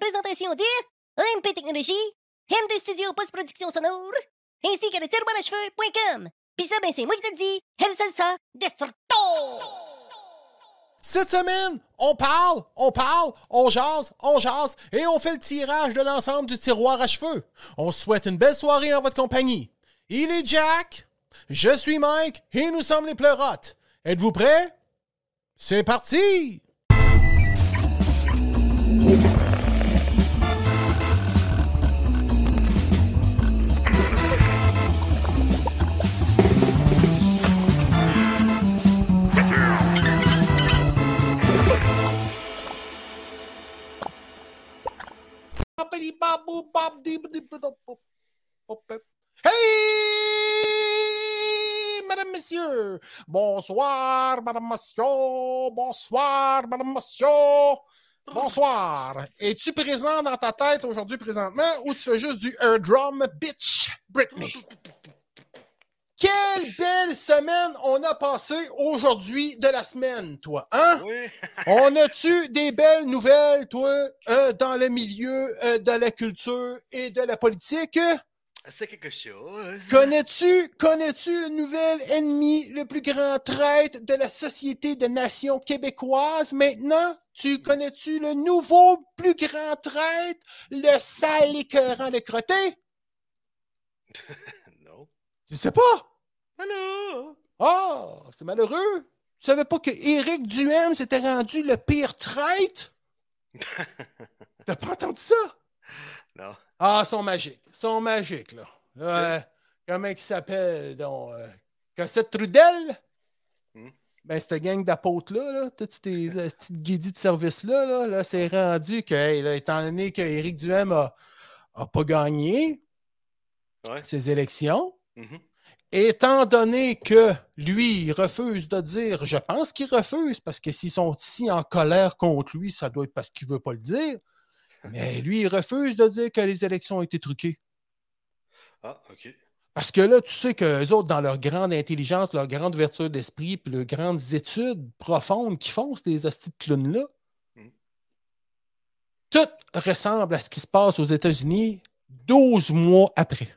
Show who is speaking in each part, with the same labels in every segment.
Speaker 1: dire MP Technologie, MD Studio Post-Production Sonore, ainsi que le tiroir à cheveux.com. Pis ça, ben c'est moi qui te le dis, El Salsa Destructo!
Speaker 2: Cette semaine, on parle, on parle, on jase, on jase et on fait le tirage de l'ensemble du tiroir à cheveux. On souhaite une belle soirée en votre compagnie. Il est Jack, je suis Mike et nous sommes les pleurotes. Êtes-vous prêts? C'est parti! Hey, madame, monsieur. Bonsoir, madame, monsieur. Bonsoir, madame, monsieur. Bonsoir. Es-tu présent dans ta tête aujourd'hui, présentement, ou tu fais juste du air drum, bitch, Britney? Quelle belle semaine on a passé aujourd'hui de la semaine, toi, hein?
Speaker 3: Oui.
Speaker 2: On a-tu des belles nouvelles, toi, euh, dans le milieu euh, de la culture et de la politique?
Speaker 3: C'est quelque chose.
Speaker 2: Connais-tu, connais-tu le nouvel ennemi, le plus grand traître de la Société de Nations québécoises maintenant? Tu connais-tu le nouveau plus grand traître, le sale écœurant le crotté?
Speaker 3: Non.
Speaker 2: Tu sais pas?
Speaker 3: Ah non.
Speaker 2: Ah, c'est malheureux. Tu savais pas que Éric Duhem s'était rendu le pire traître? T'as pas entendu ça?
Speaker 3: Non.
Speaker 2: Ah, ils sont magiques. Ils sont magiques, là. Euh, Comment ils s'appellent, donc? euh, Cossette Trudel?
Speaker 3: Hmm.
Speaker 2: Ben, cette gang d'apôtres-là, là, toutes tes euh, petites guédis de service-là, là, là, c'est rendu que, hey, là, étant donné qu'Éric Duhem a, a pas gagné
Speaker 3: Ouais.
Speaker 2: ses élections,
Speaker 3: Mhm.
Speaker 2: étant donné que lui il refuse de dire, je pense qu'il refuse, parce que s'ils sont si en colère contre lui, ça doit être parce qu'il veut pas le dire, mais lui, il refuse de dire que les élections ont été truquées.
Speaker 3: Ah, ok.
Speaker 2: Parce que là, tu sais que les autres, dans leur grande intelligence, leur grande ouverture d'esprit, puis leurs grandes études profondes qu'ils font, ces hosties de clowns-là,
Speaker 3: Mm.
Speaker 2: tout ressemble à ce qui se passe aux États-Unis 12 mois après.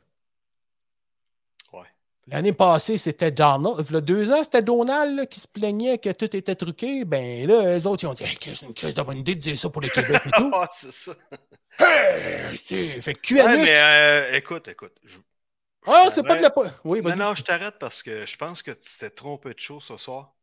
Speaker 3: Ouais.
Speaker 2: L'année passée, c'était Donald. Il y a deux ans, c'était Donald là, qui se plaignait que tout était truqué. Ben là, les autres, ils ont dit Hey, Chris, c'est une crise de bonne idée de dire ça pour le Québec et tout.
Speaker 3: Ah, c'est ça.
Speaker 2: hey, c'est- fait que
Speaker 3: Ouais,
Speaker 2: QAnon,
Speaker 3: mais euh, écoute, écoute. je-
Speaker 2: Ah, c'est pas de la. po- Oui,
Speaker 3: Non,
Speaker 2: vas-y.
Speaker 3: non, je t'arrête parce que je pense que tu t'es trompé de show ce soir.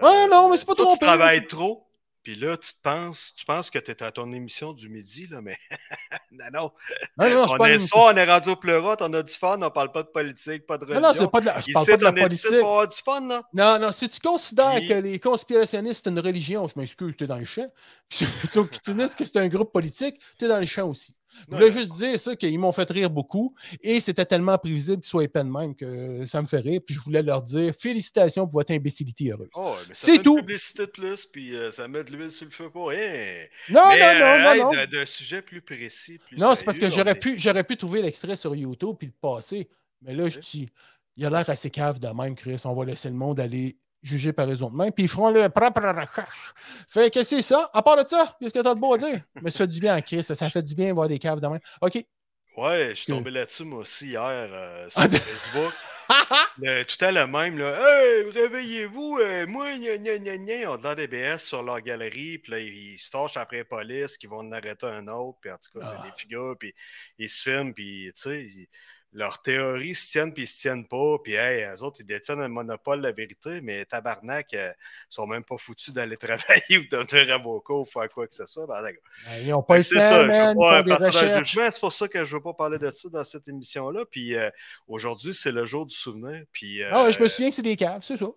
Speaker 3: Euh,
Speaker 2: Ouais, Ah, non, mais c'est pas
Speaker 3: toi,
Speaker 2: trompé.
Speaker 3: Tu travailles trop. Puis là, tu te penses, tu penses que tu à ton émission du midi, là, mais non, non.
Speaker 2: Non, non, je suis
Speaker 3: on
Speaker 2: pas
Speaker 3: est
Speaker 2: une-
Speaker 3: soit on est rendu au pleurote, on a du fun, on parle pas de politique, pas de
Speaker 2: Non,
Speaker 3: religion.
Speaker 2: non, c'est pas de la. Je
Speaker 3: Ici,
Speaker 2: parle pas de la
Speaker 3: on est ici
Speaker 2: politique.
Speaker 3: pour avoir du fun, là.
Speaker 2: Non, non, si tu considères
Speaker 3: Puis-
Speaker 2: que les conspirationnistes c'est une religion, je m'excuse, t'es dans le champ. Puis si tu considères que c'est un groupe politique, t'es dans le champ aussi. Je
Speaker 3: Non,
Speaker 2: voulais
Speaker 3: non.
Speaker 2: juste dire ça qu'ils m'ont fait rire beaucoup et c'était tellement prévisible qu'ils soient épais de même que ça me fait rire. Puis je voulais leur dire félicitations pour votre imbécilité heureuse.
Speaker 3: Oh, mais
Speaker 2: C'est
Speaker 3: ça fait une
Speaker 2: tout.
Speaker 3: publicité de plus, puis euh, ça met de l'huile sur le feu pour rien.
Speaker 2: Non,
Speaker 3: mais,
Speaker 2: Ah, non, non,
Speaker 3: euh,
Speaker 2: non,
Speaker 3: hey,
Speaker 2: non.
Speaker 3: de- D'un sujet plus précis, plus
Speaker 2: Non, c'est parce que
Speaker 3: sérieux, on
Speaker 2: j'aurais
Speaker 3: est-
Speaker 2: pu, j'aurais pu trouver l'extrait sur YouTube puis le passer. Mais là, je dis, il a l'air assez cave de même, Chris. On va laisser le monde aller juger par raison de même. Puis ils feront leur propre recherche. Fait que c'est ça. À part de ça, qu'est-ce que t'as de beau à dire? Mais ça fait du bien, Chris. Ça fait du bien voir des caves de même. OK.
Speaker 3: Ouais, je suis
Speaker 2: Que-
Speaker 3: tombé là-dessus, moi aussi, hier, euh, sur
Speaker 2: Ah, de-
Speaker 3: Facebook. Le- tout à le même, là. Hey, réveillez-vous, euh, moi, gna gna gna gna. On a de l'air des BS sur leur galerie, puis là, ils, ils se torchent après la police, qu'ils vont en arrêter un autre, puis en tout cas, c'est
Speaker 2: Ah.
Speaker 3: des figures, puis ils se filment, puis tu sais, ils- leurs théories se tiennent, puis ils se tiennent pas, puis hey, eux autres, ils détiennent un monopole de la vérité, mais tabarnak, euh, ils sont même pas foutus d'aller travailler ou de devenir avocat ou faire quoi que ce soit. Ben, d'accord.
Speaker 2: Ben, ils n'ont pas
Speaker 3: Fait
Speaker 2: le
Speaker 3: que C'est ça,
Speaker 2: temps,
Speaker 3: je
Speaker 2: man.
Speaker 3: veux
Speaker 2: Ils font
Speaker 3: pas
Speaker 2: des
Speaker 3: partir dans le
Speaker 2: recherches.
Speaker 3: jugement. C'est pour ça que je veux pas parler de ça dans cette émission-là. Puis euh, aujourd'hui, c'est le jour du souvenir. Puis euh,
Speaker 2: Ah ouais, je me souviens que c'est des caves, c'est ça.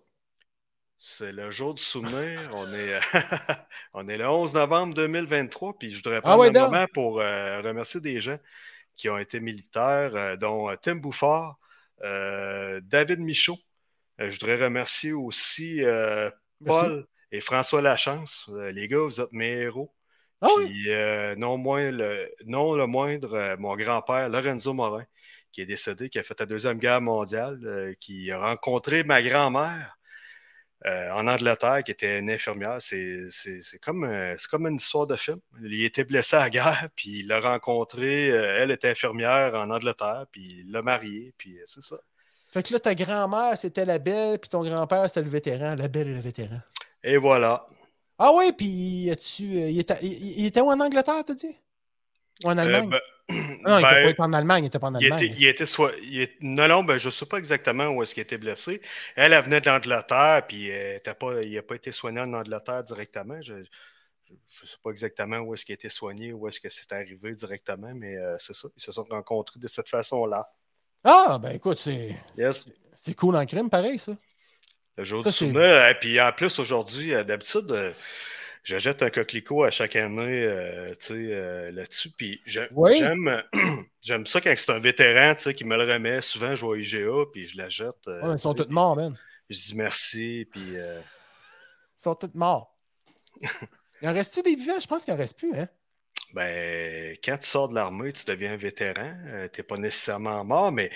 Speaker 3: c'est le jour du souvenir. on, est, euh, on est le 11 novembre 2023. Puis je voudrais prendre
Speaker 2: Ah ouais,
Speaker 3: un
Speaker 2: donc.
Speaker 3: moment pour euh, remercier des gens qui ont été militaires, euh, dont euh, Tim Bouffard, euh, David Michaud. Euh, je voudrais remercier aussi euh,
Speaker 2: Merci.
Speaker 3: Paul et François Lachance. Euh, les gars, vous êtes mes héros.
Speaker 2: Ah oui.
Speaker 3: Puis, euh, non, moins le, non le moindre, euh, mon grand-père, Lorenzo Morin, qui est décédé, qui a fait la Deuxième Guerre mondiale, euh, qui a rencontré ma grand-mère, euh, en Angleterre qui était une infirmière. C'est c'est- c'est comme, euh, c'est comme une histoire de film. Il était blessé à la guerre, puis il l'a rencontré. euh, elle était infirmière en Angleterre, puis il l'a mariée, puis euh, c'est ça.
Speaker 2: Fait que là, ta grand-mère, c'était la belle, puis ton grand-père, c'était le vétéran. La belle et le vétéran.
Speaker 3: Et voilà.
Speaker 2: Ah ouais, puis as-tu, euh, il, était, il- il était où en Angleterre, t'as dit? Ou en
Speaker 3: Euh,
Speaker 2: Allemagne?
Speaker 3: ben,
Speaker 2: non, Ah, il
Speaker 3: ben,
Speaker 2: était pas- il était en Allemagne, il était pas en
Speaker 3: Il était,
Speaker 2: Allemagne.
Speaker 3: il était soit. il est- non, non, ben, je ne sais pas exactement où est-ce qu'il était blessé. Elle, elle venait de l'Angleterre, puis euh, t'as pas, il n'a pas été soigné en Angleterre directement. Je ne sais pas exactement où est-ce qu'il a été soigné, où est-ce que c'est arrivé directement, mais euh, c'est ça. Ils se sont rencontrés de cette façon-là.
Speaker 2: Ah, ben écoute, c'est,
Speaker 3: Yes.
Speaker 2: c'est cool en crime, pareil, ça.
Speaker 3: Euh, Le jour
Speaker 2: Ça,
Speaker 3: du
Speaker 2: c'est-
Speaker 3: souvenir. Et puis en plus, aujourd'hui, euh, d'habitude, euh, je jette un coquelicot à chaque année euh, tu sais, euh, là-dessus. Puis je-
Speaker 2: Oui.
Speaker 3: j'aime j'aime ça quand c'est un vétéran tu sais, qui me le remet. Souvent, je vois IGA, puis je la jette. euh,
Speaker 2: Ouais, ils sont
Speaker 3: tu sais.
Speaker 2: tous morts, man.
Speaker 3: Je dis merci, puis euh,
Speaker 2: Ils sont tous morts. Il en reste-tu des vivants? Je pense qu'il en reste plus, hein?
Speaker 3: ben, quand tu sors de l'armée, tu deviens un vétéran. Euh, T'es pas nécessairement mort, mais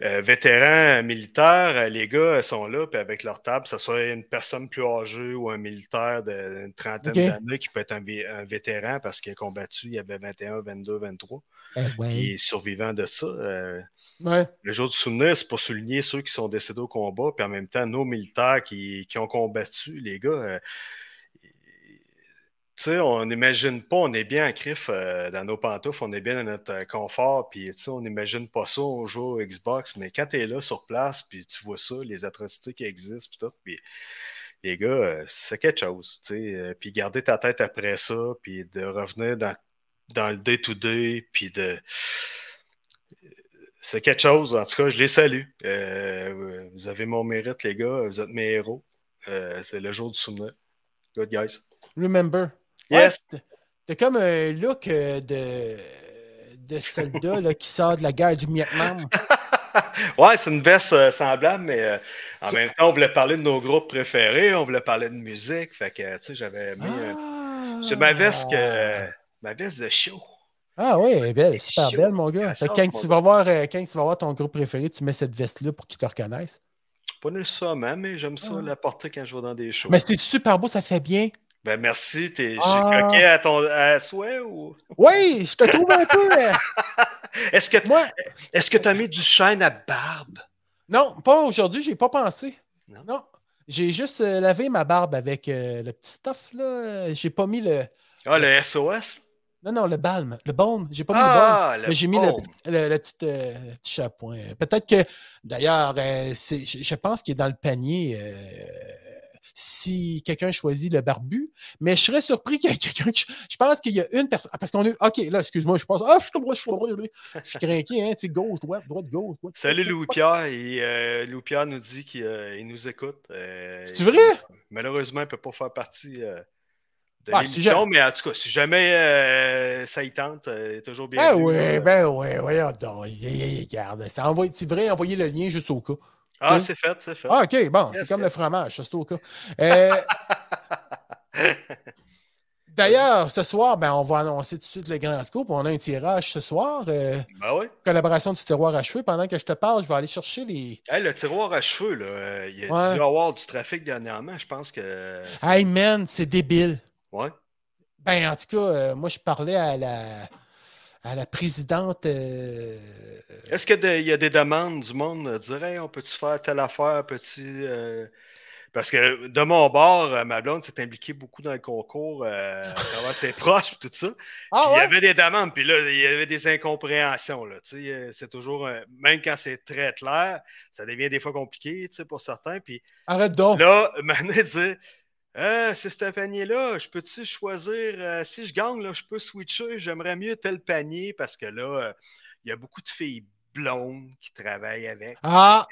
Speaker 3: euh, vétéran euh, militaire, euh, les gars euh, sont là, puis avec leur table, que ce soit une personne plus âgée ou un militaire de- d'une trentaine
Speaker 2: Ok.
Speaker 3: d'années qui peut être un, vé- un vétéran parce qu'il a combattu, il avait 21, 22, 23,
Speaker 2: Eh
Speaker 3: puis il
Speaker 2: ouais.
Speaker 3: est survivant de ça. Euh,
Speaker 2: Ouais.
Speaker 3: le jour du souvenir, c'est pour souligner ceux qui sont décédés au combat, puis en même temps, nos militaires qui, qui ont combattu, les gars. euh, tu sais, on n'imagine pas, on est bien en crif euh, dans nos pantoufles, on est bien dans notre euh, confort, puis tu sais, on n'imagine pas ça, on joue au Xbox, mais quand tu es là sur place, puis tu vois ça, les atrocités qui existent, puis tout, puis les gars, euh, c'est quelque chose, tu sais, euh, puis garder ta tête après ça, puis de revenir dans, dans le day-to-day, puis de... C'est quelque chose, en tout cas, je les salue. Euh, vous avez mon mérite, les gars, vous êtes mes héros. Euh, c'est le jour du souvenir. Good guys.
Speaker 2: Remember.
Speaker 3: Yes.
Speaker 2: Ouais, t'as- T'as comme un look euh, de, de soldat là, qui sort de la guerre du Vietnam.
Speaker 3: ouais, c'est une veste euh, semblable, mais euh, en
Speaker 2: C'est-
Speaker 3: même temps, on voulait parler de nos groupes préférés, on voulait parler de musique. Fait que, euh, tu sais, j'avais mis. euh,
Speaker 2: Ah.
Speaker 3: c'est ma veste que. euh, ma veste de show.
Speaker 2: Ah oui, elle est belle,
Speaker 3: C'est
Speaker 2: super
Speaker 3: chaud.
Speaker 2: belle, mon gars.
Speaker 3: Elle
Speaker 2: Fait que
Speaker 3: sort,
Speaker 2: quand,
Speaker 3: mon
Speaker 2: tu
Speaker 3: gars.
Speaker 2: vas voir, euh, quand tu vas voir ton groupe préféré, tu mets cette veste-là pour qu'ils te reconnaissent.
Speaker 3: Pas nécessairement, mais j'aime ça
Speaker 2: Ah.
Speaker 3: la porter quand je vais dans des shows.
Speaker 2: Mais c'est super beau, ça fait bien.
Speaker 3: Ben merci, t'es, je suis
Speaker 2: Ah.
Speaker 3: coquet à ton à souhait ou.
Speaker 2: Oui, je te trouve un peu. euh,
Speaker 3: Est-ce que,
Speaker 2: moi,
Speaker 3: est-ce que t'as mis du chêne à barbe?
Speaker 2: non, pas aujourd'hui, j'ai pas pensé. Non.
Speaker 3: Non.
Speaker 2: J'ai juste euh, lavé ma barbe avec euh, le petit stuff, là. Euh, J'ai pas mis le.
Speaker 3: Ah, le SOS?
Speaker 2: Non, non, le balme, le baume. J'ai pas mis le baume.
Speaker 3: Ah, le
Speaker 2: Mais j'ai mis le,
Speaker 3: baume.
Speaker 2: petit- le- le petit, euh, le petit shampoing. Peut-être que, d'ailleurs, euh, c'est- je, je pense qu'il est dans le panier euh, si quelqu'un choisit le barbu. Mais je serais surpris qu'il y ait quelqu'un. qui- Je pense qu'il y a une personne. ah, parce qu'on est. OK, là, excuse-moi, je pense. Ah, je suis droit, je suis droit. Je suis craqué, hein. Tu sais, gauche, droite, droite, gauche. droite.
Speaker 3: Salut Louis-Pierre. Et, euh, Louis-Pierre nous dit qu'il euh, il nous écoute. Euh,
Speaker 2: C'est-tu
Speaker 3: il-
Speaker 2: vrai?
Speaker 3: Malheureusement, il ne peut pas faire partie euh, de
Speaker 2: Ah, si
Speaker 3: l'émission,
Speaker 2: jamais-
Speaker 3: mais en tout cas, si jamais euh, ça y tente, euh, il est toujours bien. euh.
Speaker 2: Ben oui, ben oui, voyons donc. Yeah, yeah, yeah, Regarde, ça envoie, c'est vrai, envoyez le lien juste au cas.
Speaker 3: Ah,
Speaker 2: oui.
Speaker 3: c'est fait, c'est fait.
Speaker 2: Ah, OK, bon,
Speaker 3: Yes,
Speaker 2: c'est comme le
Speaker 3: yes.
Speaker 2: fromage, ça, c'est au cas. Euh, D'ailleurs, ce soir, ben, on va annoncer tout de suite le grand scoop. On a un tirage ce soir. euh,
Speaker 3: ben oui.
Speaker 2: collaboration du tiroir à cheveux. Pendant que je te parle, je vais aller chercher les.
Speaker 3: Hey, le tiroir à cheveux, là, euh, il y a
Speaker 2: Ouais. Ah.
Speaker 3: dû avoir du trafic dernièrement. Je pense que.
Speaker 2: Hey man, c'est débile.
Speaker 3: Ouais.
Speaker 2: Ben, en tout cas, euh, moi, je parlais à la, à la présidente. euh,
Speaker 3: Est-ce qu'il y a des- il y a des demandes du monde de dire Hey, on peut-tu faire telle affaire, petit. euh, Parce que de mon bord, euh, ma blonde s'est impliquée beaucoup dans le concours euh, à travers ses proches et tout ça.
Speaker 2: Ah
Speaker 3: Puis
Speaker 2: ouais?
Speaker 3: Il y avait des demandes, puis là, il y avait des incompréhensions. Là, tu sais, euh, c'est toujours, un- même quand c'est très clair, ça devient des fois compliqué tu sais, pour certains. Puis
Speaker 2: Arrête donc.
Speaker 3: là, Manet disait Euh, C'est ce panier-là, je peux-tu choisir euh, Si je gagne, là, je peux switcher, j'aimerais mieux tel panier parce que là, euh, il y a beaucoup de filles blondes qui travaillent avec.
Speaker 2: Ah,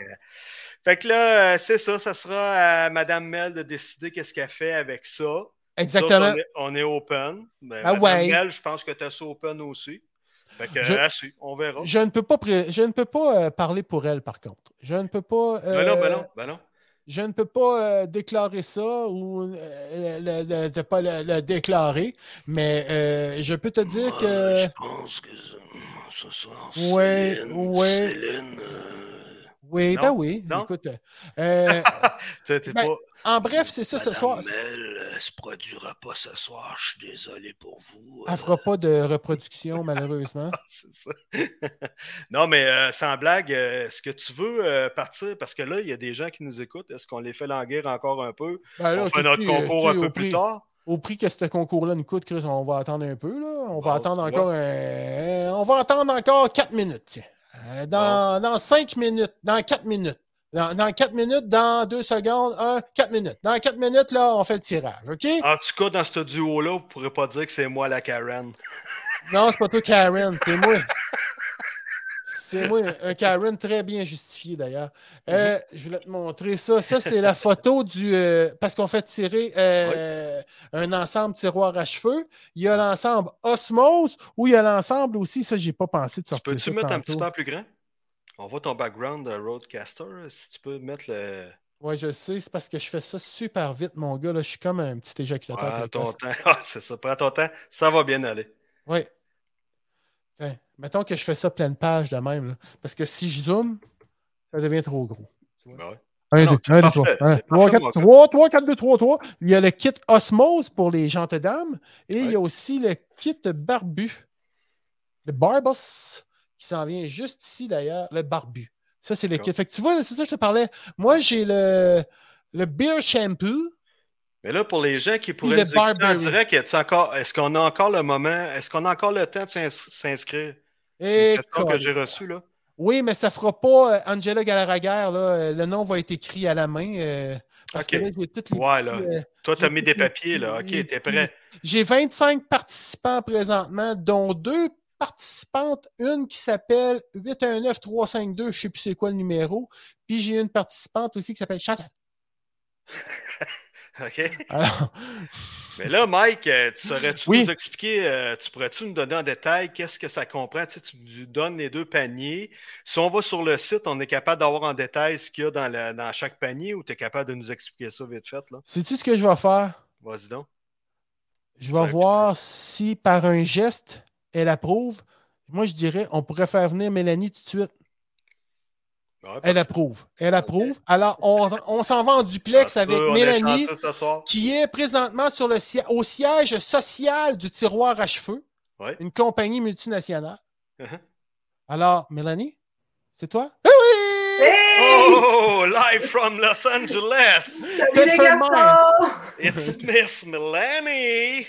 Speaker 3: Fait que là, euh, c'est ça, ça sera à Madame Mel de décider qu'est-ce qu'elle fait avec ça. Nous
Speaker 2: exactement.
Speaker 3: autres, on, est, on est open. Ben,
Speaker 2: Ah
Speaker 3: Madame
Speaker 2: ouais.
Speaker 3: Gall, je pense que tu as open aussi. Fait que, euh,
Speaker 2: Je-
Speaker 3: à suivre, on verra.
Speaker 2: Je ne peux pas, pré- je ne peux pas euh, parler pour elle, par contre. Je ne peux pas. euh,
Speaker 3: Ben non, ben non, ben non.
Speaker 2: je ne peux pas euh, déclarer ça ou euh, le- le- le- pas le, le déclarer, mais euh, je peux te dire que
Speaker 3: pense que ce soir,
Speaker 2: Ouais, Céline- ouais.
Speaker 3: Céline
Speaker 2: Oui,
Speaker 3: Non?
Speaker 2: ben oui.
Speaker 3: Non?
Speaker 2: Écoute. euh,
Speaker 3: T'es t'es
Speaker 2: Ben,
Speaker 3: pas.
Speaker 2: en bref, c'est ça ce soir.
Speaker 3: Elle euh, se produira pas ce soir. Je suis désolé pour vous. euh.
Speaker 2: Elle fera pas de reproduction, malheureusement.
Speaker 3: C'est ça. non, mais euh, sans blague, euh, est-ce que tu veux euh, partir? Parce que là, il y a des gens qui nous écoutent. Est-ce qu'on les fait languir encore un peu?
Speaker 2: Ben là,
Speaker 3: on fait
Speaker 2: qu'est-ce
Speaker 3: notre
Speaker 2: que-
Speaker 3: concours
Speaker 2: qu'est-ce
Speaker 3: un
Speaker 2: que-
Speaker 3: peu
Speaker 2: au
Speaker 3: plus
Speaker 2: prix-
Speaker 3: tard?
Speaker 2: Au prix que ce concours-là nous coûte, Chris, on va attendre un peu. Là. On va
Speaker 3: Bon,
Speaker 2: attendre
Speaker 3: ouais.
Speaker 2: encore euh, On va attendre encore 4 minutes. tiens. Euh, Dans, dans 5 minutes. Dans 4 minutes. Dans, dans 4 minutes, dans 2 secondes, 1, 4 minutes. Dans 4 minutes, là, on fait le tirage, OK?
Speaker 3: En tout cas, dans ce duo-là, vous ne pourrez pas dire que c'est moi la Karen.
Speaker 2: Non, c'est pas toi, Karen. C'est moi. C'est moi, un Karen très bien justifié d'ailleurs.
Speaker 3: Mhm.
Speaker 2: Euh, Je voulais te montrer ça. Ça, c'est la photo du. euh, parce qu'on fait tirer euh, un ensemble tiroir à cheveux. Il y a l'ensemble Osmose ou il y a l'ensemble aussi. Ça, j'ai pas pensé de
Speaker 3: Tu
Speaker 2: sortir.
Speaker 3: Peux-tu
Speaker 2: ça
Speaker 3: mettre un
Speaker 2: tantôt.
Speaker 3: petit peu plus grand? On voit ton background de Roadcaster. Si tu peux mettre le.
Speaker 2: Ouais, je sais. C'est parce que je fais ça super vite, mon gars. Là, je suis comme un petit éjaculateur.
Speaker 3: Prends ton
Speaker 2: précoce.
Speaker 3: temps. Ah, c'est ça. Prends ton temps. Ça va bien aller.
Speaker 2: Ouais. Tiens, mettons que je fais ça pleine page de même. là. parce que si je zoome, ça devient trop gros.
Speaker 3: Ben ouais.
Speaker 2: 1,
Speaker 3: Non,
Speaker 2: 2,
Speaker 3: c'est
Speaker 2: 1, 2,
Speaker 3: parfait,
Speaker 2: 3.
Speaker 3: c'est
Speaker 2: 1,
Speaker 3: parfait,
Speaker 2: 3,
Speaker 3: mon
Speaker 2: 4,
Speaker 3: gars.
Speaker 2: 3, 3, 4, 2, 3, 3. Il y a le kit Osmose pour les gentes dames. Et il y a aussi le kit Barbu. Le Barbos, qui s'en vient juste ici d'ailleurs. Le Barbu. Ça, c'est le kit. Fait que tu vois, c'est ça que je te parlais. Moi, j'ai le, le Beer Shampoo.
Speaker 3: Mais là, pour les gens qui
Speaker 2: le
Speaker 3: pourraient nous écouter en
Speaker 2: Barberry.
Speaker 3: direct, y a-tu encore- est-ce qu'on a encore le moment? Est-ce qu'on a encore le temps de s'ins- s'inscrire? C'est
Speaker 2: Et
Speaker 3: une question que j'ai reçue, là.
Speaker 2: oui, mais ça fera pas euh, Angela Galarraguer. Là, euh, le nom va être écrit à la main. euh, parce
Speaker 3: Ok.
Speaker 2: que là, j'ai toutes les
Speaker 3: Ouais,
Speaker 2: petits,
Speaker 3: là.
Speaker 2: euh,
Speaker 3: Toi, t'as
Speaker 2: J'ai
Speaker 3: mis
Speaker 2: tous
Speaker 3: des
Speaker 2: les
Speaker 3: papiers,
Speaker 2: petits-
Speaker 3: là.
Speaker 2: les
Speaker 3: OK,
Speaker 2: petits-
Speaker 3: t'es prêt.
Speaker 2: J'ai 25 participants présentement, dont deux participantes, une qui s'appelle 819352, je ne sais plus c'est quoi le numéro, puis j'ai une participante aussi qui s'appelle Chantal.
Speaker 3: OK?
Speaker 2: Alors,
Speaker 3: Mais là, Mike, euh, tu saurais-tu
Speaker 2: Oui.
Speaker 3: nous expliquer, euh, tu pourrais-tu nous donner en détail qu'est-ce que ça comprend? Tu, sais, tu nous donnes les deux paniers. Si on va sur le site, on est capable d'avoir en détail ce qu'il y a dans, la- dans chaque panier ou tu es capable de nous expliquer ça vite fait, là?
Speaker 2: sais-tu ce que je vais faire?
Speaker 3: Vas-y donc.
Speaker 2: Je
Speaker 3: Ouais,
Speaker 2: vais voir si par un geste, elle approuve. Moi, je dirais, on pourrait faire venir Mélanie tout de suite.
Speaker 3: Ouais,
Speaker 2: Elle approuve. Elle approuve. Alors, on, on s'en va en duplex
Speaker 3: chanceux,
Speaker 2: avec
Speaker 3: on est
Speaker 2: Mélanie.
Speaker 3: chanceux ce soir.
Speaker 2: qui est présentement sur le si- au siège social du tiroir à cheveux,
Speaker 3: Ouais.
Speaker 2: une compagnie multinationale.
Speaker 3: Uh-huh.
Speaker 2: Alors, Mélanie, c'est toi? Ah oui!
Speaker 3: Oh, live from Los Angeles!
Speaker 2: Good
Speaker 4: Salut les
Speaker 2: for
Speaker 4: garçons!
Speaker 3: It's Miss Mélanie!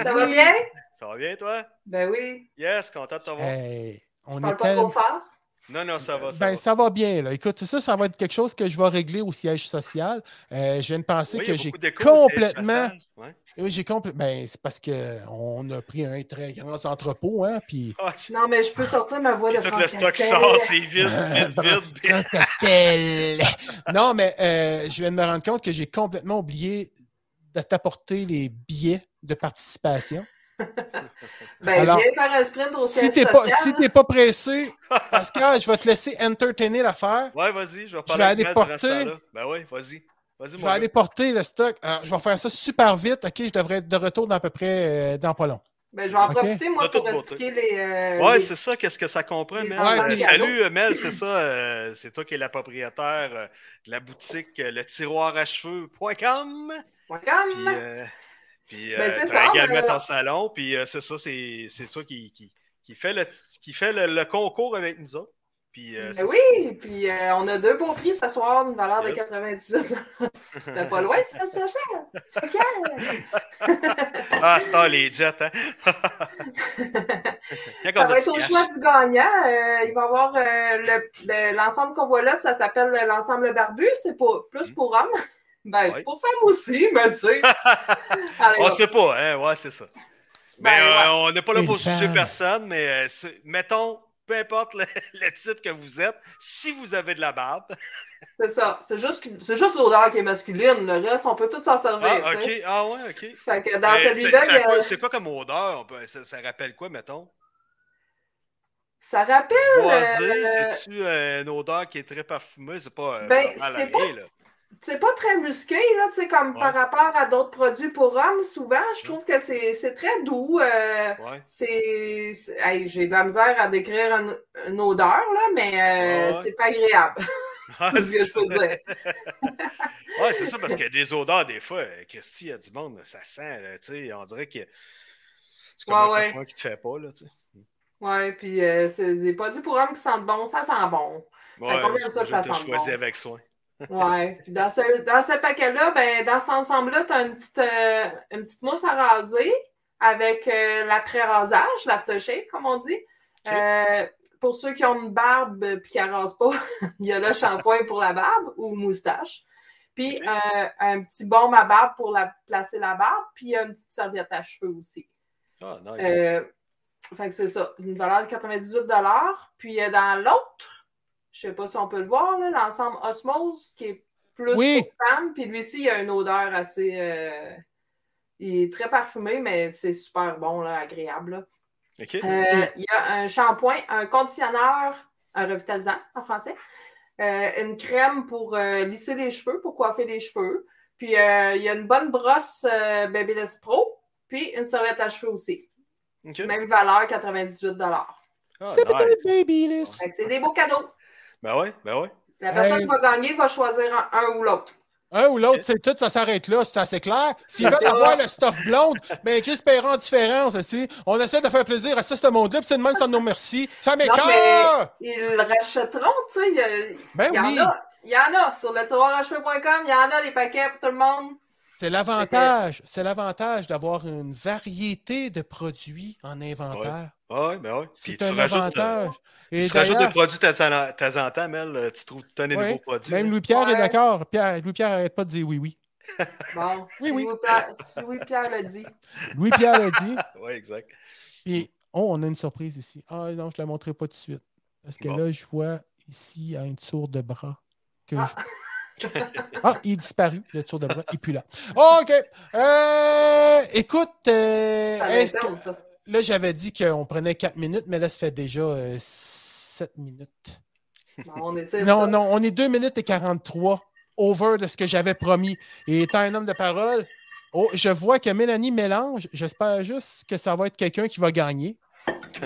Speaker 4: Ça va bien?
Speaker 3: Ça va bien, toi?
Speaker 4: Ben oui.
Speaker 3: Yes, content de te voir.
Speaker 2: Hey, on
Speaker 4: Je
Speaker 2: est
Speaker 4: parle pas trop
Speaker 2: tellement...
Speaker 4: fort.
Speaker 3: Non, non, ça va, ça
Speaker 2: Ben,
Speaker 3: va.
Speaker 2: ça va bien, là. Écoute, ça, ça va être quelque chose que je vais régler au siège social. Euh, je viens de penser
Speaker 3: Oui, il y a
Speaker 2: que j'ai
Speaker 3: beaucoup d'écho,
Speaker 2: complètement.
Speaker 3: c'est spécial. Ouais.
Speaker 2: euh, J'ai complè- Ben, c'est parce qu'on a pris un très grand entrepôt, hein, puis.
Speaker 3: Ah, je-
Speaker 4: Non, mais je peux sortir ma voix de Ben,
Speaker 3: Tout
Speaker 4: France
Speaker 3: le stock
Speaker 4: Castel.
Speaker 3: sort, c'est vide, vide, vide.
Speaker 2: France Castel. non, mais euh, je viens de me rendre compte que j'ai complètement oublié de t'apporter les billets de participation.
Speaker 4: Ben,
Speaker 2: Alors,
Speaker 4: viens faire un sprint au
Speaker 2: Si
Speaker 4: siège
Speaker 2: t'es pas,
Speaker 4: social.
Speaker 2: si t'es pas pressé, Pascal, je vais te laisser entertainer l'affaire.
Speaker 3: Ouais, vas-y, je vais
Speaker 2: vais
Speaker 3: parler avec
Speaker 2: aller
Speaker 3: Mel durant ce
Speaker 2: porter.
Speaker 3: temps-là. Ben ouais, vas-y. Vas-y,
Speaker 2: Je
Speaker 3: mon
Speaker 2: vais aller porter le stock. Alors, je vais faire ça super vite. OK, je devrais être de retour dans à peu près euh, dans pas long.
Speaker 4: Ben, je vais en
Speaker 2: Ok.
Speaker 4: profiter, moi,
Speaker 3: De
Speaker 4: pour
Speaker 3: toute beauté.
Speaker 4: expliquer les...
Speaker 3: gars.
Speaker 4: euh,
Speaker 3: Ouais,
Speaker 4: les-
Speaker 3: c'est ça, qu'est-ce que ça comprend,
Speaker 4: les
Speaker 3: Mel.
Speaker 4: enfants
Speaker 3: Euh,
Speaker 4: de Carlo.
Speaker 3: salut, euh, Mel, c'est ça. euh, c'est toi qui es la propriétaire euh, de la boutique euh, le tiroir à cheveux.com.
Speaker 4: Point
Speaker 3: Puis,
Speaker 4: com.
Speaker 3: euh, puis
Speaker 4: Ben,
Speaker 3: euh,
Speaker 4: c'est
Speaker 3: t'as
Speaker 4: ça,
Speaker 3: également
Speaker 4: ben,
Speaker 3: ton salon. Puis euh, c'est ça, c'est c'est toi qui, qui, qui fait, le, qui fait le, le concours avec nous autres. Puis, euh,
Speaker 4: Ben
Speaker 3: c'est ça.
Speaker 4: oui, puis euh, on a deux beaux prix ce soir d'une valeur
Speaker 3: Yes.
Speaker 4: de 98. C'était pas loin, c'est social. Social.
Speaker 3: Ah, c'est ça, les jets, hein? Quand on
Speaker 4: Ça
Speaker 3: a
Speaker 4: va
Speaker 3: du
Speaker 4: être au
Speaker 3: cash.
Speaker 4: choix du gagnant. Euh, il va y avoir euh, le- le- l'ensemble qu'on voit là, ça s'appelle euh, l'ensemble barbu. C'est pour, plus
Speaker 3: Mhm.
Speaker 4: pour hommes. Ben,
Speaker 3: Ouais.
Speaker 4: pour femmes aussi, mais tu sais. Allez,
Speaker 3: On sait pas, hein? Ouais, c'est ça. Mais
Speaker 4: ben,
Speaker 3: euh,
Speaker 4: ouais.
Speaker 3: on n'est pas là
Speaker 2: Une
Speaker 3: pour juger
Speaker 2: femme.
Speaker 3: personne, mais euh, c'est- mettons, peu importe le, le type que vous êtes, si vous avez de la barbe.
Speaker 4: C'est ça. C'est juste, que- c'est juste l'odeur qui est masculine. Le reste, on peut tout s'en
Speaker 3: Ah,
Speaker 4: servir. tu sais.
Speaker 3: ok. Ah, ouais, ok.
Speaker 4: Fait que dans euh,
Speaker 3: Mais c'est-
Speaker 4: celui-là, il y
Speaker 3: c'est
Speaker 4: a-
Speaker 3: quoi- c'est quoi comme odeur? On peut- ça, ça rappelle quoi, mettons?
Speaker 4: ça rappelle.
Speaker 3: Boisé,
Speaker 4: euh,
Speaker 3: c'est-tu euh, une odeur qui est très parfumée? C'est pas. euh,
Speaker 4: Ben,
Speaker 3: normal à
Speaker 4: c'est
Speaker 3: rien,
Speaker 4: pas-
Speaker 3: là.
Speaker 4: C'est pas très musqué, là, tu sais, comme
Speaker 3: Ouais.
Speaker 4: par rapport à d'autres produits pour hommes, souvent, je trouve que c'est c'est très doux. euh,
Speaker 3: Ouais.
Speaker 4: c'est. c'est- hey, J'ai de la misère à décrire un- une odeur, là, mais euh,
Speaker 3: Ah Ouais, ouais.
Speaker 4: c'est pas agréable.
Speaker 3: Ah,
Speaker 4: C'est ce que je veux dire.
Speaker 3: Ouais, c'est ça, parce qu'il y a des odeurs, des fois. Euh, Christy, il y a du monde, ça sent, là, tu sais. On dirait que c'est comme
Speaker 4: Ouais,
Speaker 3: un
Speaker 4: ouais.
Speaker 3: parfum qui te fait pas, là, tu sais.
Speaker 4: Ouais, puis euh, c'est des produits pour hommes qui sentent bon, ça sent bon.
Speaker 3: Ouais,
Speaker 4: combien ça que
Speaker 3: j'imagine t'as
Speaker 4: ça sent
Speaker 3: choisi
Speaker 4: bon?
Speaker 3: avec soin.
Speaker 4: Ouais. Puis dans ce, dans ce paquet-là, ben, dans cet ensemble-là, tu as une petite, euh, une petite mousse à raser avec euh, l'après-rasage, l'aftershave, comme on dit.
Speaker 3: Ok.
Speaker 4: Euh, pour ceux qui ont une barbe et qui ne rasent pas, il y a le shampoing pour la barbe ou moustache. Puis
Speaker 3: Ok.
Speaker 4: euh, un petit baume à barbe pour la, placer la barbe. Puis il y a une petite serviette à cheveux aussi.
Speaker 3: Ah, nice.
Speaker 4: Euh, fait que c'est ça, une valeur de 98 Puis euh, dans l'autre, je sais pas si on peut le voir, là, l'ensemble Osmose, qui est plus
Speaker 2: Oui.
Speaker 4: pour femmes, puis lui-ci, il a une odeur assez. euh, il est très parfumé, mais c'est super bon, là, agréable. là.
Speaker 3: OK.
Speaker 4: Euh, il y a un shampoing, un conditionneur, un revitalisant en français, euh, une crème pour euh, lisser les cheveux, pour coiffer les cheveux. Puis euh, il y a une bonne brosse euh, Babyliss Pro, puis une serviette à cheveux aussi.
Speaker 3: OK.
Speaker 4: Même valeur, 98
Speaker 3: Ah,
Speaker 2: C'est
Speaker 3: nice.
Speaker 2: peut-être baby, Liz.
Speaker 4: Fait que C'est des beaux cadeaux.
Speaker 3: Ben ouais, ben ouais.
Speaker 4: La personne
Speaker 2: Hey.
Speaker 4: qui va gagner va choisir un, un ou l'autre.
Speaker 2: Un ou l'autre, c'est tout, ça s'arrête là, c'est assez clair. S'ils
Speaker 4: C'est
Speaker 2: veulent avoir
Speaker 4: vrai.
Speaker 2: le stuff blonde, ben Chris paiera en différence aussi. On essaie de faire plaisir à ça, ce monde-là, pis c'est de même sans nous remercier. Ça m'écoeure!
Speaker 4: Ils le rachèteront, tu sais. Il y a-
Speaker 2: Ben
Speaker 4: il y en
Speaker 2: oui,
Speaker 4: a. Il y en a sur le tiroir à cheveux.com, il y en a les paquets pour tout le monde.
Speaker 2: c'est l'avantage. C'est l'avantage d'avoir une variété de produits en inventaire.
Speaker 3: Ah ouais, ben ouais. Puis
Speaker 2: C'est
Speaker 3: tu
Speaker 2: un
Speaker 3: rajoutes, euh,
Speaker 2: avantage. Et
Speaker 3: tu rajoutes des
Speaker 2: d'ailleurs,
Speaker 3: produits de temps en- temps en temps, Mel. euh, Tu trouves ton
Speaker 2: Ouais,
Speaker 3: nouveaux produits.
Speaker 2: même
Speaker 3: là.
Speaker 2: Louis-Pierre est
Speaker 4: Ouais.
Speaker 2: d'accord. Pierre- Louis-Pierre arrête pas de dire oui, oui.
Speaker 4: Bon,
Speaker 2: Oui,
Speaker 4: si
Speaker 2: oui.
Speaker 4: vous- Pierre- si oui, Pierre l'a dit.
Speaker 2: Louis-Pierre l'a dit.
Speaker 3: Ouais, exact.
Speaker 2: Puis, oh, on a une surprise ici. Ah non, je ne la montrerai pas tout de suite. Parce que
Speaker 3: Bon.
Speaker 2: là, je vois ici un tour de bras. Que
Speaker 4: Ah.
Speaker 2: je- Ah, il est disparu, le tour de bras. Il pue là. Oh, OK. Euh, écoute, euh,
Speaker 4: Ça
Speaker 2: est-ce
Speaker 4: m'étonne,
Speaker 2: que-
Speaker 4: ça.
Speaker 2: là, j'avais dit qu'on prenait 4 minutes, mais là, ça fait déjà 7 minutes.
Speaker 4: Bon, on étire
Speaker 2: Non,
Speaker 4: ça.
Speaker 2: non, on est 2 minutes et 43 over de ce que j'avais promis. Et étant un homme de parole, oh, je vois que Mélanie mélange. J'espère juste que ça va être quelqu'un qui va gagner.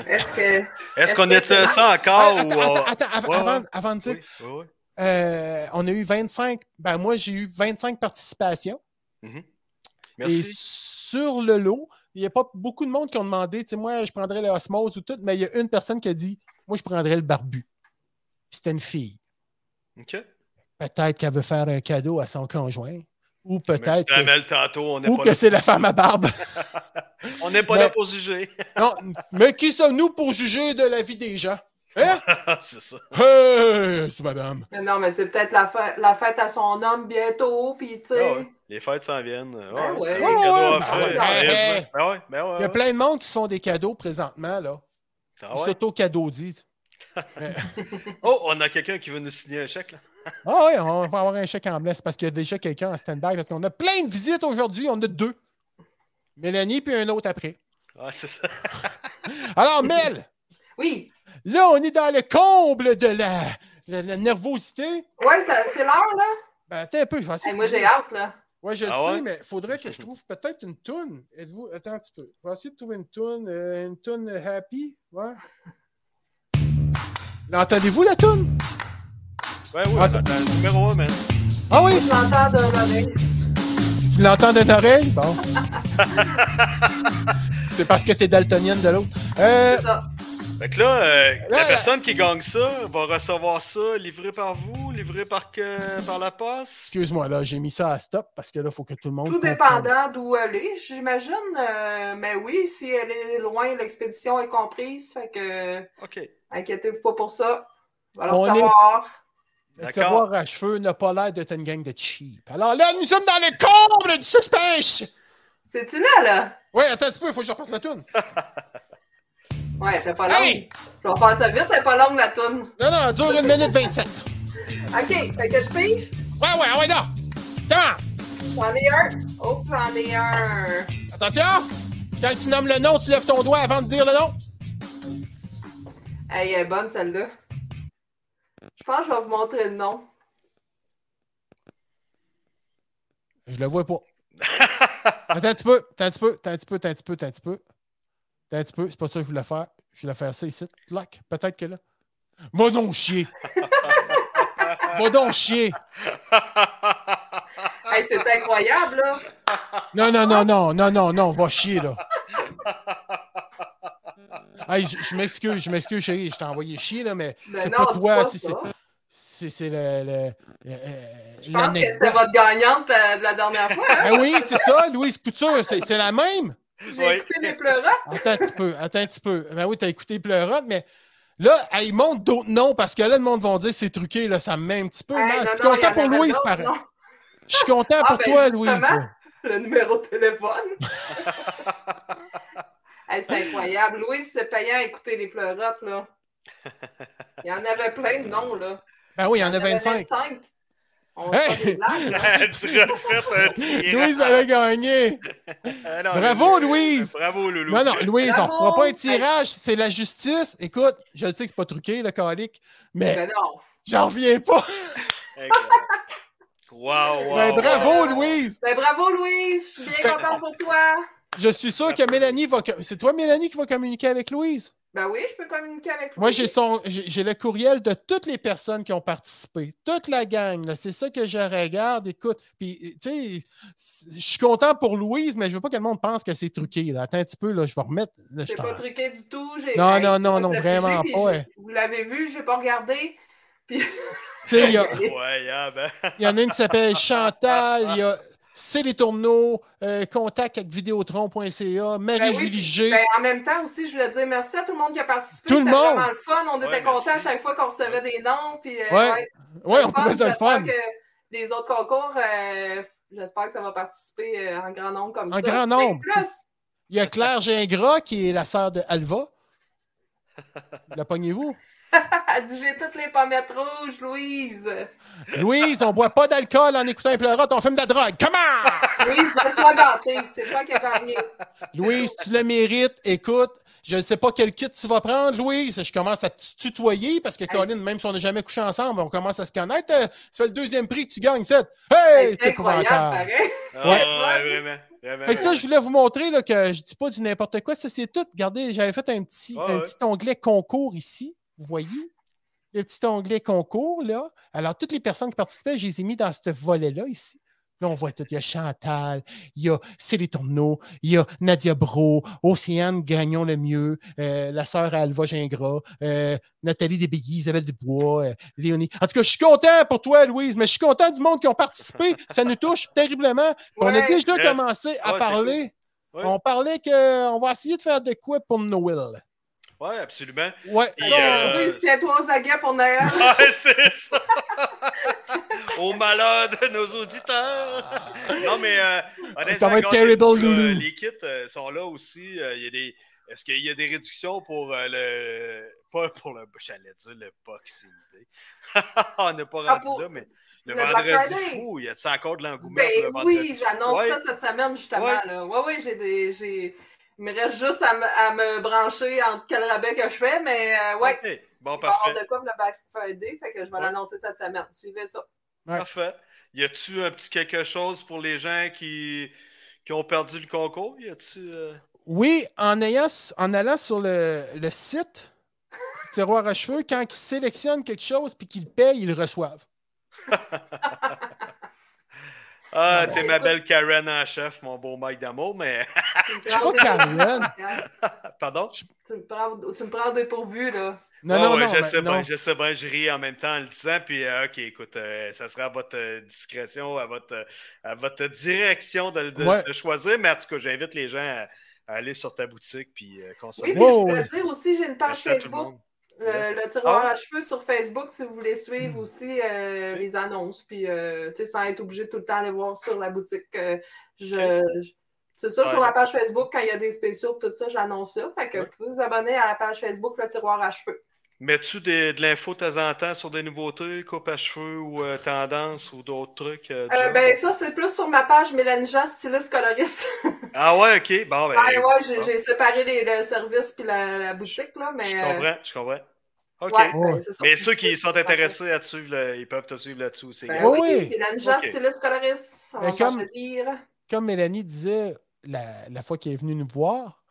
Speaker 4: Est-ce que.
Speaker 3: Est-ce qu'on
Speaker 4: que c'est
Speaker 3: étire ça encore
Speaker 2: Ah, attends,
Speaker 3: ou. euh,
Speaker 2: attends, attends, av-
Speaker 3: ouais,
Speaker 2: avant,
Speaker 3: ouais.
Speaker 2: avant de dire,
Speaker 3: Oui, oui, oui.
Speaker 2: euh, on a eu 25, ben moi j'ai eu 25 participations. Et
Speaker 3: Merci.
Speaker 2: sur le lot, il n'y a pas beaucoup de monde qui ont demandé, tu sais, moi je prendrais le osmose ou tout, mais il y a une personne qui a dit, moi je prendrais le barbu. Puis c'était une fille.
Speaker 3: OK.
Speaker 2: Peut-être qu'elle veut faire un cadeau à son conjoint. Ou peut-être
Speaker 3: Mais,
Speaker 2: que,
Speaker 3: Mel, tantôt, on n'est
Speaker 2: ou
Speaker 3: pas
Speaker 2: que
Speaker 3: là.
Speaker 2: c'est la femme à barbe.
Speaker 3: On n'est pas
Speaker 2: Mais-
Speaker 3: là pour juger.
Speaker 2: non, mais qui sommes-nous pour juger de la vie des gens? Hein?
Speaker 3: Ah, c'est ça.
Speaker 2: Hey, c'est madame.
Speaker 4: Mais Non, mais c'est peut-être la, fe- la fête à son homme bientôt, puis tu
Speaker 3: Ah
Speaker 4: sais.
Speaker 3: ouais. Les fêtes s'en viennent. Ah Ouais, c'est
Speaker 4: Ben ouais.
Speaker 3: un
Speaker 4: Ouais,
Speaker 3: cadeau
Speaker 2: ouais,
Speaker 3: à
Speaker 2: ben
Speaker 3: faire.
Speaker 2: ouais,
Speaker 3: Ben
Speaker 2: ben
Speaker 3: ouais, ben ouais,
Speaker 2: Il y a
Speaker 3: ouais.
Speaker 2: plein de monde qui se font des cadeaux présentement, là.
Speaker 3: Ah
Speaker 2: Ils
Speaker 3: ouais.
Speaker 2: s'auto-cadeaudisent.
Speaker 3: Oh, on a quelqu'un qui veut nous signer un chèque, là.
Speaker 2: Ah oui, on va avoir un chèque en blesse parce qu'il y a déjà quelqu'un en stand-by parce qu'on a plein de visites aujourd'hui. On en a deux. Mélanie, puis un autre après.
Speaker 3: Ah, c'est ça.
Speaker 2: Alors, Mel,
Speaker 4: Oui.
Speaker 2: là, on est dans le comble de la, de la nervosité.
Speaker 4: Ouais, ça- c'est l'heure, là.
Speaker 2: Ben, attends un peu, je vais essayer.
Speaker 4: Hey,
Speaker 2: de-
Speaker 4: moi, j'ai hâte, là.
Speaker 2: Ouais, je
Speaker 3: Ah
Speaker 2: sais,
Speaker 3: ouais?
Speaker 2: mais il faudrait que je trouve peut-être une toune. Êtes-vous... Attends un petit peu. Je vais essayer de trouver une toune. euh, une toune happy. Ouais. L'entendez-vous, la toune?
Speaker 3: Ben oui,
Speaker 2: Ah,
Speaker 3: c'est le numéro 1, man.
Speaker 2: Ah oui,
Speaker 4: Je l'entends de l'oreille.
Speaker 2: Tu l'entends de ta oreille? Bon. c'est parce que t'es daltonienne de l'autre. Euh,
Speaker 4: C'est ça.
Speaker 3: Fait que là, euh,
Speaker 2: Là,
Speaker 3: la
Speaker 2: là.
Speaker 3: personne qui gagne ça va recevoir ça livré par vous, livré par, que, par la poste.
Speaker 2: excuse-moi, là, j'ai mis ça à stop parce que là, il faut que tout le monde.
Speaker 4: Tout
Speaker 2: comprenne.
Speaker 4: dépendant d'où elle est, j'imagine. euh, mais oui, si elle est loin, l'expédition est comprise. Fait que, euh,
Speaker 3: OK.
Speaker 4: inquiétez-vous pas pour ça. Alors,
Speaker 2: On est-
Speaker 4: savoir.
Speaker 2: Le
Speaker 3: D'accord.
Speaker 2: tiroir à cheveux n'a pas l'air d'être une gang de cheap. Alors là, nous sommes dans le comble du suspense!
Speaker 4: C'est-tu là, là?
Speaker 2: Ouais, attends un petit peu, il faut que je repasse la toune.
Speaker 4: Ouais, elle fait pas longue.
Speaker 2: Hey!
Speaker 4: Je vais faire ça vite, elle est pas longue, la toune.
Speaker 2: Non, non, elle dure une minute 27.
Speaker 4: OK, fait que je pige.
Speaker 2: Ouais, ouais, ouais, là! Comment?
Speaker 4: J'en ai un. Oh, j'en ai un.
Speaker 2: Attention! Quand tu nommes le nom, tu lèves ton doigt avant de dire le nom.
Speaker 4: Hey, elle est bonne, celle-là. Je pense que je vais vous montrer le nom.
Speaker 2: Je le vois pas. Attends un petit peu, attends un petit peu, attends un petit peu, attends un petit peu, attends un petit peu. Attends un petit peu, c'est pas ça que je voulais faire. Je voulais faire ça ici. Clac, peut-être que là. Va donc chier. Va donc chier.
Speaker 4: Hey, c'est incroyable, là.
Speaker 2: Non, non, non, non, non, non, non, va chier, là. Hey, je je m'excuse, je m'excuse, chérie, je t'ai envoyé chier, là, mais
Speaker 4: Ben
Speaker 2: c'est
Speaker 4: non,
Speaker 2: pas
Speaker 4: dis
Speaker 2: toi,
Speaker 4: pas
Speaker 2: c'est-
Speaker 4: ça.
Speaker 2: c'est- c'est c'est le. le- le- euh,
Speaker 4: Je pense que
Speaker 2: l'anecdote.
Speaker 4: c'était votre gagnante euh, de la dernière fois. hein.
Speaker 2: Ben oui, c'est ça, Louise Couture, c'est c'est la même.
Speaker 4: J'ai
Speaker 3: Oui.
Speaker 4: écouté les pleurotes.
Speaker 2: Attends un petit peu, attends un petit peu. Ben oui, t'as écouté Pleurote, mais là, elle montre d'autres noms parce que là, le monde va dire c'est truqué, là, ça me met un petit peu.
Speaker 4: Hey,
Speaker 2: là.
Speaker 4: non,
Speaker 2: je suis
Speaker 4: non, il y en
Speaker 2: content pour
Speaker 4: avait
Speaker 2: Louise,
Speaker 4: d'autres,
Speaker 2: par
Speaker 4: non.
Speaker 2: Je suis content
Speaker 4: Ah,
Speaker 2: pour
Speaker 4: ben,
Speaker 2: toi,
Speaker 4: justement.
Speaker 2: Louise. là.
Speaker 4: Le numéro de téléphone. Hey, c'est incroyable. Louise se payant à écouter les pleurotes, là. Il y en avait plein de noms, là.
Speaker 2: Ben oui, il y en a
Speaker 4: Il y
Speaker 2: 25.
Speaker 4: 25. On
Speaker 2: Hey!
Speaker 4: fait des blagues, là.
Speaker 3: tu refais un petit
Speaker 2: Louise avait gagné.
Speaker 3: Ah non,
Speaker 2: Bravo,
Speaker 3: Loulou.
Speaker 2: Louise.
Speaker 3: Bravo, Loulou.
Speaker 2: Non, non, Louise, on ne
Speaker 4: Bravo.
Speaker 2: fera pas un tirage, c'est la justice. Écoute, je le sais que c'est pas truqué, le calique, mais
Speaker 4: Ben non.
Speaker 2: j'en reviens pas.
Speaker 3: Wow, wow.
Speaker 2: Ben,
Speaker 3: wow.
Speaker 2: bravo, Louise!
Speaker 4: Ben bravo, Louise. Je suis bien
Speaker 2: Fait-
Speaker 4: contente pour toi.
Speaker 2: Je suis sûr que Mélanie va. co- C'est toi, Mélanie, qui va communiquer avec Louise?
Speaker 4: Ben oui, je peux communiquer avec Louise.
Speaker 2: Moi, j'ai son, j'ai j'ai le courriel de toutes les personnes qui ont participé, toute la gang. là. C'est ça que je regarde. Écoute, puis tu sais, c- je suis content pour Louise, mais je veux pas que le monde pense que c'est truqué. Là. Attends un petit peu, là, je vais remettre. là, je
Speaker 4: C'est
Speaker 2: t'en-
Speaker 4: pas truqué du tout. j'ai-
Speaker 2: Non,
Speaker 4: Hey,
Speaker 2: non, non,
Speaker 4: vous
Speaker 2: non,
Speaker 4: l'avez
Speaker 2: vraiment
Speaker 4: vu,
Speaker 2: pas, hein.
Speaker 4: j'ai-
Speaker 2: ouais.
Speaker 4: Vous l'avez vu, j'ai pas regardé.
Speaker 2: Tu sais, il y, a-
Speaker 3: Incroyable. hein?
Speaker 2: il y en a une qui s'appelle Chantal. Il y a C'est les tourneaux, euh, contact avec vidéotron.ca, Marie-Julie G.
Speaker 4: Ben, en même temps aussi, je voulais dire merci à tout le monde qui a participé.
Speaker 2: Tout le
Speaker 4: C'était
Speaker 2: monde.
Speaker 4: vraiment le fun. On
Speaker 3: Ouais,
Speaker 4: était contents à
Speaker 3: merci.
Speaker 4: chaque fois qu'on recevait des noms. Puis, euh,
Speaker 2: Ouais,
Speaker 4: ouais,
Speaker 2: ouais,
Speaker 4: c'était
Speaker 2: on trouvait ça le
Speaker 4: J'espère
Speaker 2: fun.
Speaker 4: que les autres concours, euh, j'espère que ça va participer euh, en grand nombre comme
Speaker 2: En
Speaker 4: ça.
Speaker 2: grand
Speaker 4: Et
Speaker 2: nombre.
Speaker 4: plus,
Speaker 2: Il y a Claire Gingras, qui est la sœur de Alva. La pognez-vous?
Speaker 4: elle dit j'ai toutes les pommettes rouges, Louise.
Speaker 2: Louise, on boit pas d'alcool en écoutant un pleurote, on fume de la drogue. Comment?
Speaker 4: Louise, je me suis gâtée. C'est toi qui as gagné.
Speaker 2: Louise, tu le mérites. Écoute, je ne sais pas quel kit tu vas prendre, Louise. Je commence à te tutoyer parce que Colin, même si on n'a jamais couché ensemble, on commence à se connaître. Euh, Tu fais le deuxième prix que tu gagnes, cette. Hey,
Speaker 4: C'est
Speaker 2: c'est
Speaker 4: incroyable,
Speaker 2: épouvantable.
Speaker 4: pareil.
Speaker 3: Ah, ouais, vraiment. vraiment,
Speaker 2: Fait que ça, je voulais vous montrer là, que je dis pas du n'importe quoi. Ça, c'est tout. Regardez, j'avais fait un petit,
Speaker 3: Ouais,
Speaker 2: un
Speaker 3: ouais.
Speaker 2: petit onglet concours ici. Vous voyez? Le petit onglet concours, là. Alors, toutes les personnes qui participaient, je les ai mis dans ce volet-là ici. Là, on voit tout. Il y a Chantal, il y a Célie Tourneau, il y a Nadia Bro, Océane Gagnon le mieux, euh, la sœur Alva Gingras, euh, Nathalie Desbilly, Isabelle Dubois, euh, Léonie. En tout cas, je suis content pour toi, Louise, mais je suis content du monde qui ont participé. Ça nous touche terriblement. On a
Speaker 4: Ouais.
Speaker 2: déjà
Speaker 3: Yes.
Speaker 2: commencé à
Speaker 3: Ouais, c'est
Speaker 2: parler.
Speaker 3: cool. Ouais.
Speaker 2: On parlait qu'on va essayer de faire de quoi pour Noël.
Speaker 3: Ouais, absolument.
Speaker 2: Ouais,
Speaker 3: Puis,
Speaker 2: ça, on-
Speaker 3: euh,
Speaker 4: Louise, tiens-toi aux aguets pour Noël.
Speaker 3: Ah, Ouais, c'est ça. Au malheur de nos auditeurs. Non, mais euh, honnêtement,
Speaker 2: Ça va être
Speaker 3: gâtez-vous,
Speaker 2: terrible,
Speaker 3: là.
Speaker 2: Loulou.
Speaker 3: les kits euh, sont là aussi. Euh, il y a des... Est-ce qu'il y a des réductions pour euh, le. Pas pour le. J'allais dire le Boxing Day. On n'est pas rendu
Speaker 4: Ah, pour
Speaker 3: là, mais le,
Speaker 4: le Black
Speaker 3: vendredi
Speaker 4: Friday.
Speaker 3: fou, il y a encore de l'engouement pour le
Speaker 4: Ben
Speaker 3: euh, vendredi
Speaker 4: oui, j'annonce
Speaker 3: Ouais.
Speaker 4: ça cette semaine justement.
Speaker 3: Ouais.
Speaker 4: Là. Ouais, ouais, j'ai des. j'ai- Il me reste juste à me, à me brancher entre quel rabais que je fais, mais euh, ouais,
Speaker 3: Ok. Bon,
Speaker 4: il va y avoir
Speaker 3: parfait.
Speaker 4: de quoi pour le Black Friday, fait que je vais
Speaker 3: Ouais.
Speaker 4: l'annoncer cette semaine. Suivez ça.
Speaker 2: Ouais.
Speaker 3: Parfait. Y a-tu un petit quelque chose pour les gens qui, qui ont perdu le concours? Y a-tu. euh,
Speaker 2: Oui, en, ayant, en allant sur le, le site du tiroir à cheveux, quand ils sélectionnent quelque chose puis qu'ils le payent, ils le reçoivent.
Speaker 3: Ah,
Speaker 2: Ah,
Speaker 3: t'es
Speaker 4: ouais.
Speaker 3: ma belle Karen en chef, mon beau Mike d'amour, mais.
Speaker 4: Tu me
Speaker 2: Je suis
Speaker 4: prends
Speaker 2: pas
Speaker 4: au-
Speaker 2: Karen.
Speaker 3: Pardon?
Speaker 4: tu me prends, tu me prends au dépourvu, là.
Speaker 2: Non,
Speaker 3: Ouais,
Speaker 2: non,
Speaker 3: Ah ouais,
Speaker 2: non.
Speaker 3: Je
Speaker 2: ben,
Speaker 3: sais
Speaker 2: non.
Speaker 3: bien, je sais bien, je ris en même temps en le disant, puis euh, ok, écoute, euh, ça sera à votre euh, discrétion, à votre, euh, à votre direction de, de-
Speaker 2: Ouais.
Speaker 3: de choisir, mais en tout cas, j'invite les gens à, à aller sur ta boutique puis euh,
Speaker 4: Oui,
Speaker 3: consommer.
Speaker 4: puis
Speaker 2: Wow,
Speaker 4: je voulais
Speaker 2: ouais.
Speaker 4: dire aussi, j'ai une page
Speaker 3: Merci à tout le
Speaker 4: Facebook,
Speaker 3: monde.
Speaker 4: euh,
Speaker 3: Yes.
Speaker 4: le tiroir
Speaker 3: Ah ouais? Hmm.
Speaker 4: à cheveux sur Facebook, si vous voulez suivre aussi euh,
Speaker 3: Ok.
Speaker 4: les annonces, puis euh, tu sais, sans être obligé de tout le temps aller voir sur la boutique. euh, je, je- c'est ça,
Speaker 3: Ouais.
Speaker 4: sur la page Facebook, quand il y a des spéciaux, tout ça, j'annonce ça. Fait que
Speaker 3: Ouais.
Speaker 4: vous pouvez vous abonner à la page Facebook, le tiroir à cheveux.
Speaker 3: Mets-tu des- de l'info de temps en temps sur des nouveautés, coupe à cheveux ou euh, tendance ou d'autres trucs? euh, du
Speaker 4: Euh,
Speaker 3: genre?
Speaker 4: ben, ça, c'est plus sur ma page Mélanie Jean, styliste coloriste.
Speaker 3: Ah ouais, ok. Bon, ben.
Speaker 4: Ah, ouais, j'ai,
Speaker 3: bon,
Speaker 4: j'ai séparé les, le service puis la, la boutique, là, mais.
Speaker 3: Je
Speaker 4: euh,
Speaker 3: comprends, je comprends. OK.
Speaker 4: ouais, ben,
Speaker 2: Ouais.
Speaker 4: c'est ça.
Speaker 3: Mais ceux qui sont intéressés à te suivre, là, ils peuvent te suivre là-dessus aussi.
Speaker 4: Ben
Speaker 2: Ouais,
Speaker 4: oui,
Speaker 2: ouais.
Speaker 4: Mélanie Jean,
Speaker 3: Ok.
Speaker 4: styliste coloriste. On
Speaker 2: Mais
Speaker 4: va
Speaker 2: comme-
Speaker 4: se dire.
Speaker 2: Comme Mélanie disait la, la fois qu'elle est venue nous voir,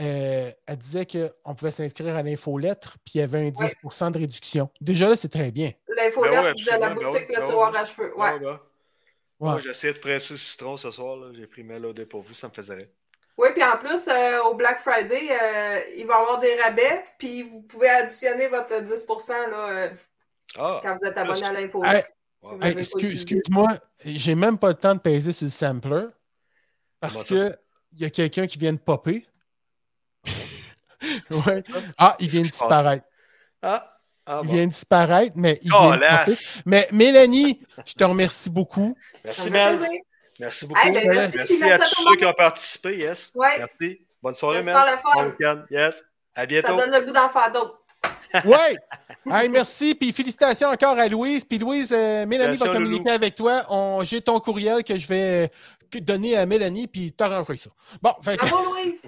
Speaker 2: euh, elle disait qu'on pouvait s'inscrire à l'infolettre puis il y avait un 10 de réduction. Déjà là, c'est très bien.
Speaker 4: l'infolette
Speaker 3: Ben ouais,
Speaker 4: de la
Speaker 3: absolument, ben
Speaker 4: boutique
Speaker 3: ouais,
Speaker 4: Le
Speaker 3: ben
Speaker 4: Tiroir
Speaker 3: ouais.
Speaker 4: à cheveux. Ouais.
Speaker 3: Ah, bah.
Speaker 2: Ouais.
Speaker 3: Moi, j'ai essayé de presser le citron ce soir. là. J'ai pris mal au dépourvu, ça me faisait rire.
Speaker 4: Oui, puis en plus, euh, au Black Friday, euh, il va y avoir des rabais, puis vous pouvez additionner votre 10 là, euh,
Speaker 3: Ah,
Speaker 4: quand vous êtes abonné à l'info.
Speaker 2: Hey,
Speaker 4: Si vous
Speaker 2: Hey,
Speaker 4: avez
Speaker 2: excu-
Speaker 4: pas utilisé.
Speaker 2: Excuse-moi, j'ai même pas le temps de peser sur le sampler parce
Speaker 3: Comment ça?
Speaker 2: que il y a quelqu'un qui vient de popper. ouais.
Speaker 3: ça?
Speaker 2: Ah, il
Speaker 3: Qu'est-ce
Speaker 2: vient de
Speaker 3: qui se passe?
Speaker 2: disparaître.
Speaker 3: ah, ah,
Speaker 2: Il
Speaker 3: bon.
Speaker 2: vient de disparaître, mais il vient de popper.
Speaker 3: Colasse.
Speaker 2: Mais Mélanie, je te remercie beaucoup.
Speaker 4: Ça
Speaker 3: Merci,
Speaker 4: me
Speaker 3: Mel.
Speaker 4: fait plaisir.
Speaker 3: Merci beaucoup.
Speaker 4: ben, Hey, ben, merci,
Speaker 3: merci,
Speaker 4: puis merci
Speaker 3: à
Speaker 4: à
Speaker 3: tous
Speaker 4: tout le
Speaker 3: ceux
Speaker 4: monde.
Speaker 3: qui ont participé. Yes.
Speaker 4: Ouais.
Speaker 3: Merci. Bonne soirée,
Speaker 4: C'était
Speaker 3: Mel.
Speaker 4: super le fun.
Speaker 3: Bon week-end. Yes. À
Speaker 4: Ça
Speaker 3: bientôt.
Speaker 4: donne le goût d'en faire d'autres.
Speaker 2: Ouais! Hey, merci, puis félicitations encore à Louise. Puis Louise, euh, Mélanie va
Speaker 3: Félicitations,
Speaker 2: communiquer
Speaker 3: Loulou.
Speaker 2: avec toi. On- J'ai ton courriel que je vais euh, que- donner à Mélanie, puis t'arrangerai ça. Bon, fait que-
Speaker 4: Bravo, Louise!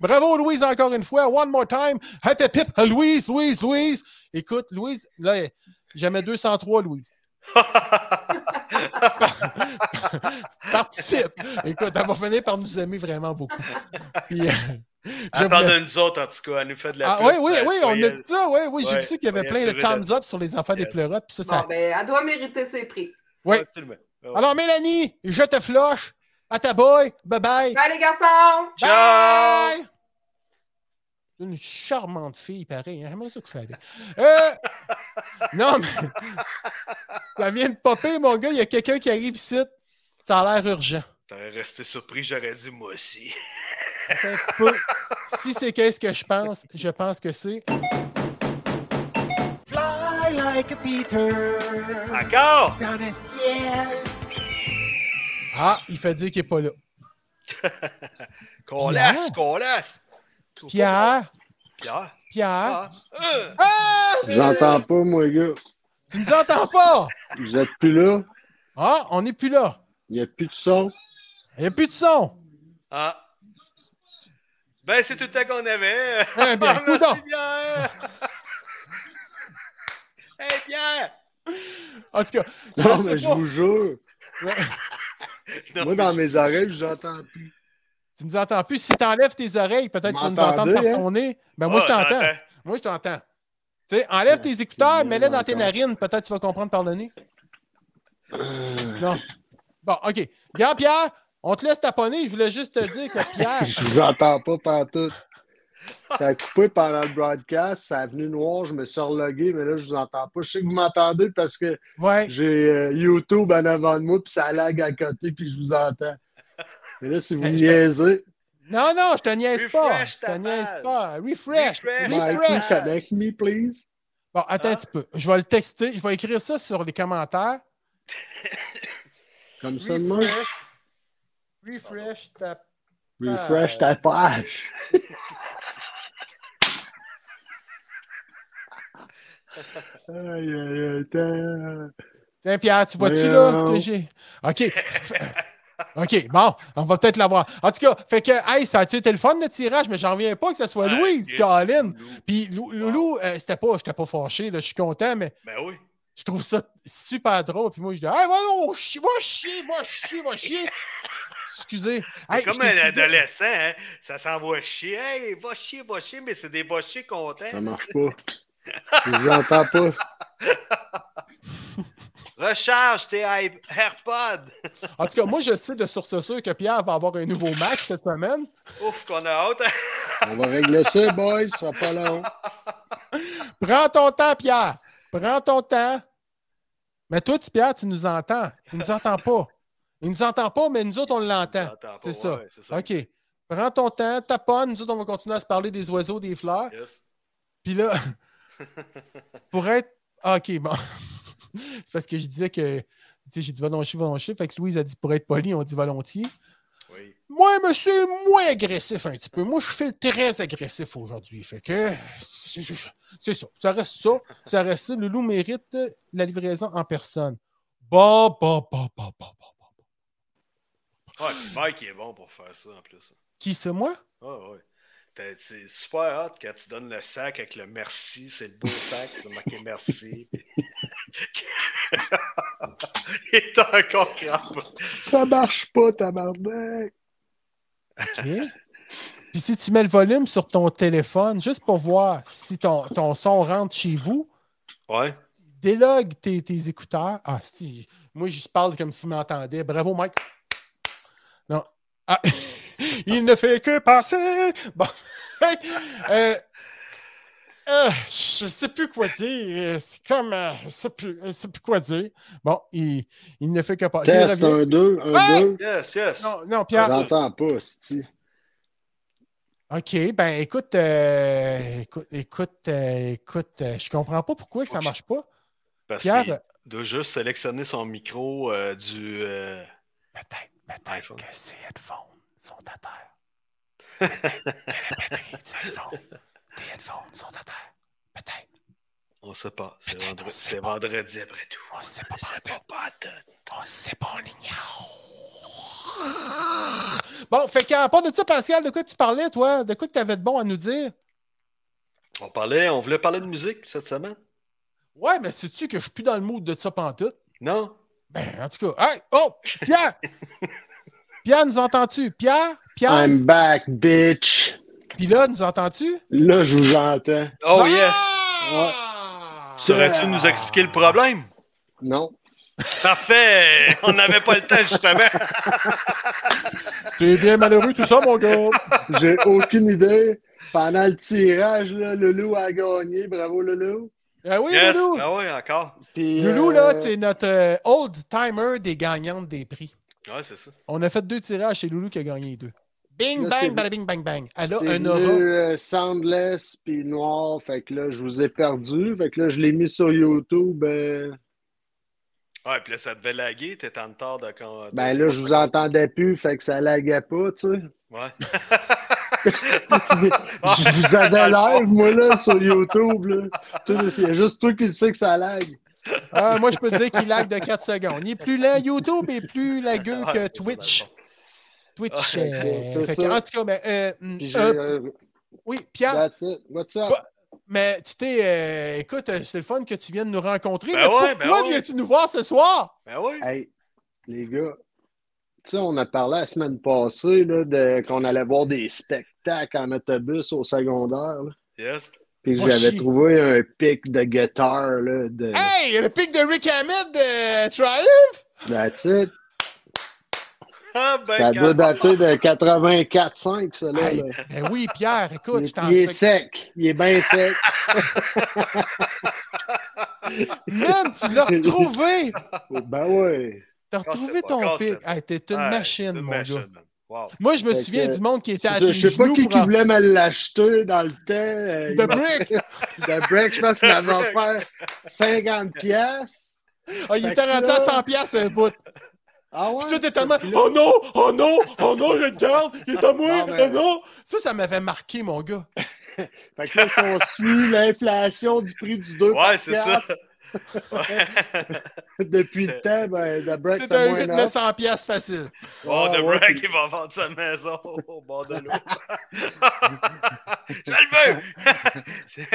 Speaker 2: Bravo, Louise, encore une fois. One more time. Hip, hip, hip. Louise, Louise, Louise. Écoute, Louise, là, jamais 203, Louise. Participe. Écoute, elle va finir par nous aimer vraiment beaucoup. Puis, euh, je voulais-
Speaker 3: Attendez nous autres, en tout cas. Elle nous fait de la
Speaker 2: Ah,
Speaker 3: pub.
Speaker 2: oui, oui,
Speaker 3: Euh,
Speaker 2: oui, on a
Speaker 3: soyez-
Speaker 2: vu ça, oui, oui, j'ai
Speaker 3: Ouais,
Speaker 2: vu ça qu'il y avait
Speaker 3: soyez
Speaker 2: plein de
Speaker 3: assurés
Speaker 2: thumbs
Speaker 3: d'être-
Speaker 2: up sur les enfants des
Speaker 3: Yes.
Speaker 2: pleurotes, puis ça, ça...
Speaker 4: Bon, ben, elle doit mériter ses prix.
Speaker 2: oui.
Speaker 3: Absolument. Ah ouais.
Speaker 2: Alors, Mélanie, je te floche. À ta boy. Bye-bye.
Speaker 4: Bye, les garçons!
Speaker 3: Ciao!
Speaker 2: Bye! Une charmante fille, pareil. hein. J'aimerais ça coucher avec. Euh, non, mais. Ça vient de popper, mon gars. Il y a quelqu'un qui arrive ici. Ça a l'air urgent.
Speaker 3: T'aurais resté surpris, j'aurais dit moi aussi.
Speaker 2: Attends un peu. Si c'est qu'est-ce que je pense, je pense que c'est. Fly like a Peter.
Speaker 3: Encore?
Speaker 2: Dans le ciel. Ah, il fait dire qu'il n'est pas là.
Speaker 3: Qu'on
Speaker 2: Pierre?
Speaker 3: laisse, qu'on laisse.
Speaker 2: Pierre,
Speaker 3: Pierre.
Speaker 2: Pierre.
Speaker 3: Ah. Euh.
Speaker 2: Ah!
Speaker 5: Je vous entends pas, moi, gars.
Speaker 2: Tu nous entends pas?
Speaker 5: Vous êtes plus là.
Speaker 2: Ah, on n'est plus là.
Speaker 5: Il n'y a plus de son.
Speaker 2: Il n'y a plus de son.
Speaker 3: Ah. Ben, c'est tout le temps qu'on avait.
Speaker 2: Eh bien,
Speaker 3: Ah, merci,
Speaker 2: coudonc.
Speaker 3: Pierre. hey, Pierre.
Speaker 2: En tout cas, je
Speaker 5: Non,
Speaker 2: sais
Speaker 5: mais je
Speaker 2: pas.
Speaker 5: vous jure.
Speaker 3: Non,
Speaker 5: Moi, dans mes oreilles, je n'entends plus.
Speaker 2: tu nous entends plus. Si tu enlèves tes oreilles, peut-être que tu vas nous entendre
Speaker 5: M'entendez,
Speaker 2: par
Speaker 5: hein?
Speaker 2: ton nez. Ben, moi,
Speaker 3: Ah,
Speaker 2: je t'entends. Moi, je t'entends. Tu sais, enlève tes écouteurs,
Speaker 5: bien,
Speaker 2: mets-les dans tes
Speaker 5: j'entends.
Speaker 2: narines. Peut-être que tu vas comprendre par le nez.
Speaker 5: Euh,
Speaker 2: Non. Bon, OK. Regarde, Pierre, on te laisse taponner. Je voulais juste te dire que Pierre.
Speaker 5: Je vous entends pas partout. Ça a coupé pendant le broadcast. Ça a venu noir. Je me suis relogué, mais là, je vous entends pas. Je sais que vous m'entendez parce que
Speaker 2: Ouais.
Speaker 5: j'ai euh, YouTube en avant de moi, puis ça lag à côté, puis je vous entends. Mais là, si vous
Speaker 2: Hey, je te-
Speaker 5: niaisez,
Speaker 2: Non, non, je te niaise pas.
Speaker 3: Refresh
Speaker 2: Je te
Speaker 3: ta
Speaker 2: niaise
Speaker 3: page.
Speaker 2: pas. Refresh.
Speaker 3: Refresh.
Speaker 2: Refresh.
Speaker 5: Mikey, connect me, please.
Speaker 2: Bon, attends
Speaker 3: Hein?
Speaker 2: un petit peu. Je vais le texter. Je vais écrire ça sur les commentaires.
Speaker 5: Comme ça, de même.
Speaker 2: Refresh. Refresh ta
Speaker 5: Refresh ta page. aïe, aïe, aïe, attends.
Speaker 2: Tiens, Pierre, tu vois-tu
Speaker 5: Voyons.
Speaker 2: là ce que j'ai? OK. F- OK, bon, on va peut-être l'avoir. En tout cas, fait que, hey, ça a-tu été le fun le tirage, mais j'en reviens pas que ce soit
Speaker 3: Ouais,
Speaker 2: Louise,
Speaker 3: yes,
Speaker 2: Caroline.
Speaker 3: Lou.
Speaker 2: Puis Lou- Loulou, euh, c'était pas, j'étais pas fâché, là, je suis content, mais
Speaker 3: Ben oui.
Speaker 2: je trouve ça super drôle. Puis moi, je dis, hey, va, non, chi- va chier, va chier, va chier. Excusez. Hey,
Speaker 3: Comme
Speaker 2: je t'ai
Speaker 3: un
Speaker 2: dit-
Speaker 3: adolescent, hein, ça s'envoie chier. Hey, va chier, va chier, mais c'est des va chier contents.
Speaker 5: Ça marche pas. Je vous entends pas.
Speaker 3: Recharge tes i- AirPods.
Speaker 2: En tout cas, moi, je sais de source sûre que Pierre va avoir un nouveau match cette semaine.
Speaker 3: Ouf, qu'on a hâte.
Speaker 5: On va régler ça, boys. Ça sera pas long.
Speaker 2: Prends ton temps, Pierre. Prends ton temps. Mais toi, tu, Pierre, tu nous entends. Il nous entend pas. Il nous entend pas, mais nous autres, on l'entend.
Speaker 3: J'entends pas,
Speaker 2: C'est
Speaker 3: ouais,
Speaker 2: ça.
Speaker 3: ouais, c'est ça.
Speaker 2: OK. Prends ton temps, taponne. Nous autres, on va continuer à se parler des oiseaux, des fleurs.
Speaker 3: Yes.
Speaker 2: Puis là, pour être. ah, OK, bon. C'est parce que je disais que. Tu sais, j'ai dit volontiers, volontiers. Fait que Louise a dit pour être poli, on dit volontiers.
Speaker 3: Oui.
Speaker 2: Moi, monsieur, moins agressif un petit peu. Moi, je fais très agressif aujourd'hui. Fait que c'est c'est ça. Ça reste ça. Ça reste ça. Loulou mérite la livraison en personne. Bon, bon, bon, bon, bon, bon, bon. bon.
Speaker 3: Ah, puis Mike il est bon pour faire ça en plus.
Speaker 2: Qui c'est moi?
Speaker 3: Ah ouais. T'as- C'est super hot quand tu donnes le sac avec le merci, c'est le beau sac, c'est marqué merci. Il est encore crampé.
Speaker 5: Ça marche pas, tabarnak.
Speaker 2: OK. Puis si tu mets le volume sur ton téléphone, juste pour voir si ton, ton son rentre chez vous,
Speaker 3: Ouais.
Speaker 2: Délogue tes, tes écouteurs. Ah, si. Moi, j'y parle comme s'il m'entendait. Bravo, Mike. Non. Ah. Il ne fait que passer. Bon. Euh, euh, je sais plus quoi dire. C'est comme. euh, je, sais plus, je sais plus quoi dire. Bon, il, il ne fait que passer. Il
Speaker 5: Test,
Speaker 2: revient.
Speaker 5: un, deux, un,
Speaker 2: Ouais!
Speaker 5: deux.
Speaker 3: Yes, yes.
Speaker 2: Non, non, Pierre.
Speaker 5: J'entends pas, Sti.
Speaker 2: OK, ben écoute, euh, écoute, écoute, euh, écoute, euh, je comprends pas pourquoi que ça
Speaker 3: Ok.
Speaker 2: marche pas.
Speaker 3: parce
Speaker 2: Pierre,
Speaker 3: qu'il doit juste sélectionner son micro euh, du. euh,
Speaker 2: peut-être, peut-être
Speaker 3: iPhone.
Speaker 2: que ses headphones sont à terre. Que la batterie du iPhone, tes headphones sont à terre. Peut-être.
Speaker 3: on sait pas. C'est
Speaker 2: Peut-être, on
Speaker 3: vendredi,
Speaker 2: sait
Speaker 3: c'est
Speaker 2: pas.
Speaker 3: vendredi après tout.
Speaker 2: On sait pas.
Speaker 3: C'est
Speaker 2: pas
Speaker 3: pas pas de-
Speaker 2: On sait pas, on ignore. Bon, fait qu'à part de ça, Pascal, de quoi tu parlais, toi? De quoi tu avais de bon à nous dire?
Speaker 3: On parlait, on voulait parler de musique cette semaine?
Speaker 2: Ouais, mais sais-tu que je suis plus dans le mood de ça pantoute?
Speaker 3: Non?
Speaker 2: Ben, en tout cas, hey, oh, Pierre! Pierre, nous entends-tu? Pierre? Pierre?
Speaker 5: I'm back, bitch.
Speaker 2: Puis là, nous entends-tu?
Speaker 5: Là, je vous entends.
Speaker 3: Oh
Speaker 2: Ah!
Speaker 3: yes! Saurais-tu
Speaker 5: Ah.
Speaker 3: nous expliquer le problème?
Speaker 5: Non.
Speaker 3: Parfait! On n'avait pas le temps, justement.
Speaker 2: T'es bien malheureux, tout ça, mon gars!
Speaker 5: J'ai aucune idée. Pendant le tirage, là, Loulou a gagné. Bravo, Loulou.
Speaker 2: Ben oui,
Speaker 3: yes!
Speaker 2: Loulou!
Speaker 3: Ah oui, encore.
Speaker 5: Puis,
Speaker 2: Loulou,
Speaker 5: euh,
Speaker 2: là, c'est notre euh, old-timer des gagnantes des prix.
Speaker 3: Ouais, c'est ça.
Speaker 2: On a fait deux tirages, c'est Loulou qui a gagné les deux. Bing,
Speaker 5: Là,
Speaker 2: bang,
Speaker 5: c'est-
Speaker 2: bada bing, bang, bang. Elle a
Speaker 5: C'est
Speaker 2: un
Speaker 5: venu,
Speaker 2: aura.
Speaker 5: euh, soundless puis noir. Fait que là, je vous ai perdu. Fait que là, je l'ai mis sur YouTube. euh,
Speaker 3: Ouais, puis là, ça devait laguer, t'es en retard de quand.
Speaker 5: ben là, je vous entendais plus. Fait que ça laguait pas, tu sais.
Speaker 3: Ouais.
Speaker 5: je vous avais live, moi, là, sur YouTube. Là. Tout- Il y a juste toi qui le sais que ça lague.
Speaker 2: Ah, moi, je peux dire qu'il lag de 4 secondes. Il est plus lent, YouTube est plus lagueux
Speaker 3: Ouais,
Speaker 2: que
Speaker 3: Ah, c'est Ah, ça,
Speaker 2: Twitch.
Speaker 3: dans le fond.
Speaker 2: Twitch.
Speaker 5: Ouais,
Speaker 2: euh,
Speaker 5: c'est
Speaker 2: fait
Speaker 5: ça.
Speaker 2: que, en tout cas, mais, euh, mm,
Speaker 5: Puis j'ai.
Speaker 2: euh,
Speaker 5: euh,
Speaker 2: oui, Pierre,
Speaker 5: that's it. What's up?
Speaker 2: Bah, mais tu t'es. euh, écoute, euh, c'est le fun que tu viennes nous rencontrer.
Speaker 3: Ben
Speaker 2: mais
Speaker 3: ouais, ben
Speaker 2: pourquoi
Speaker 3: ouais.
Speaker 2: viens-tu nous voir ce soir?
Speaker 3: Ben oui.
Speaker 5: Hey, les gars, tu sais, on a parlé la semaine passée là, de, qu'on allait voir des spectacles en autobus au secondaire. là.
Speaker 3: Yes.
Speaker 5: Puis
Speaker 2: Va
Speaker 5: j'avais
Speaker 2: chier. Ah!
Speaker 5: trouvé un pic de guitare là, de
Speaker 2: Hey, le pic de Rick euh, Hammond de Triumph!
Speaker 5: la titre.
Speaker 3: Ah, ben,
Speaker 5: Ça doit
Speaker 3: quand-
Speaker 5: dater de 84-5, ça. Là,
Speaker 2: Hey,
Speaker 5: là.
Speaker 2: ben oui, Pierre, écoute, je
Speaker 5: il,
Speaker 2: t'en
Speaker 5: il est
Speaker 2: sais.
Speaker 5: sec. Il est bien sec.
Speaker 2: Man, tu l'as retrouvé!
Speaker 5: ben ouais.
Speaker 2: T'as
Speaker 3: Casse-le
Speaker 2: retrouvé
Speaker 3: Ah, pas,
Speaker 2: ton
Speaker 3: casse-le
Speaker 2: pic. Hey, t'es une
Speaker 3: Ouais,
Speaker 2: machine,
Speaker 3: une
Speaker 2: mon gars.
Speaker 3: machine, man. Wow.
Speaker 2: Moi, je me
Speaker 5: Fait
Speaker 2: souviens
Speaker 5: que-
Speaker 2: du monde qui était à
Speaker 5: Je
Speaker 2: tes
Speaker 5: je sais pas
Speaker 2: genoux
Speaker 5: qui,
Speaker 2: pour
Speaker 5: qui
Speaker 2: en-
Speaker 5: voulait me l'acheter dans le temps. euh,
Speaker 2: The Brick!
Speaker 5: de break, je pense qu'il m'avait offert 50 pièces.
Speaker 2: Ah, il
Speaker 5: Fait
Speaker 2: était
Speaker 5: que
Speaker 2: rendu
Speaker 5: là-
Speaker 2: à 100 piastres, un bout.
Speaker 5: Ah ouais?
Speaker 2: Puis tout est tellement
Speaker 5: Puis là-
Speaker 2: Oh non! Oh non! Oh non, je le garde! Il est à moi!
Speaker 5: Non, mais-
Speaker 2: Oh non! Ça, ça m'avait marqué, mon gars.
Speaker 5: Fait que là, si on suit l'inflation du prix du 2
Speaker 3: Ouais, c'est ça. Ouais.
Speaker 5: depuis le temps, ben, The Break
Speaker 2: Euh, C'est
Speaker 5: fait
Speaker 2: un
Speaker 5: moins
Speaker 2: 8
Speaker 5: neuf.
Speaker 2: 900 piastres facile.
Speaker 3: Bon,
Speaker 5: Ouais,
Speaker 3: The
Speaker 5: ouais,
Speaker 3: Wreck,
Speaker 5: puis-
Speaker 3: il va vendre sa maison au bord de l'eau. Je le veux! C'est-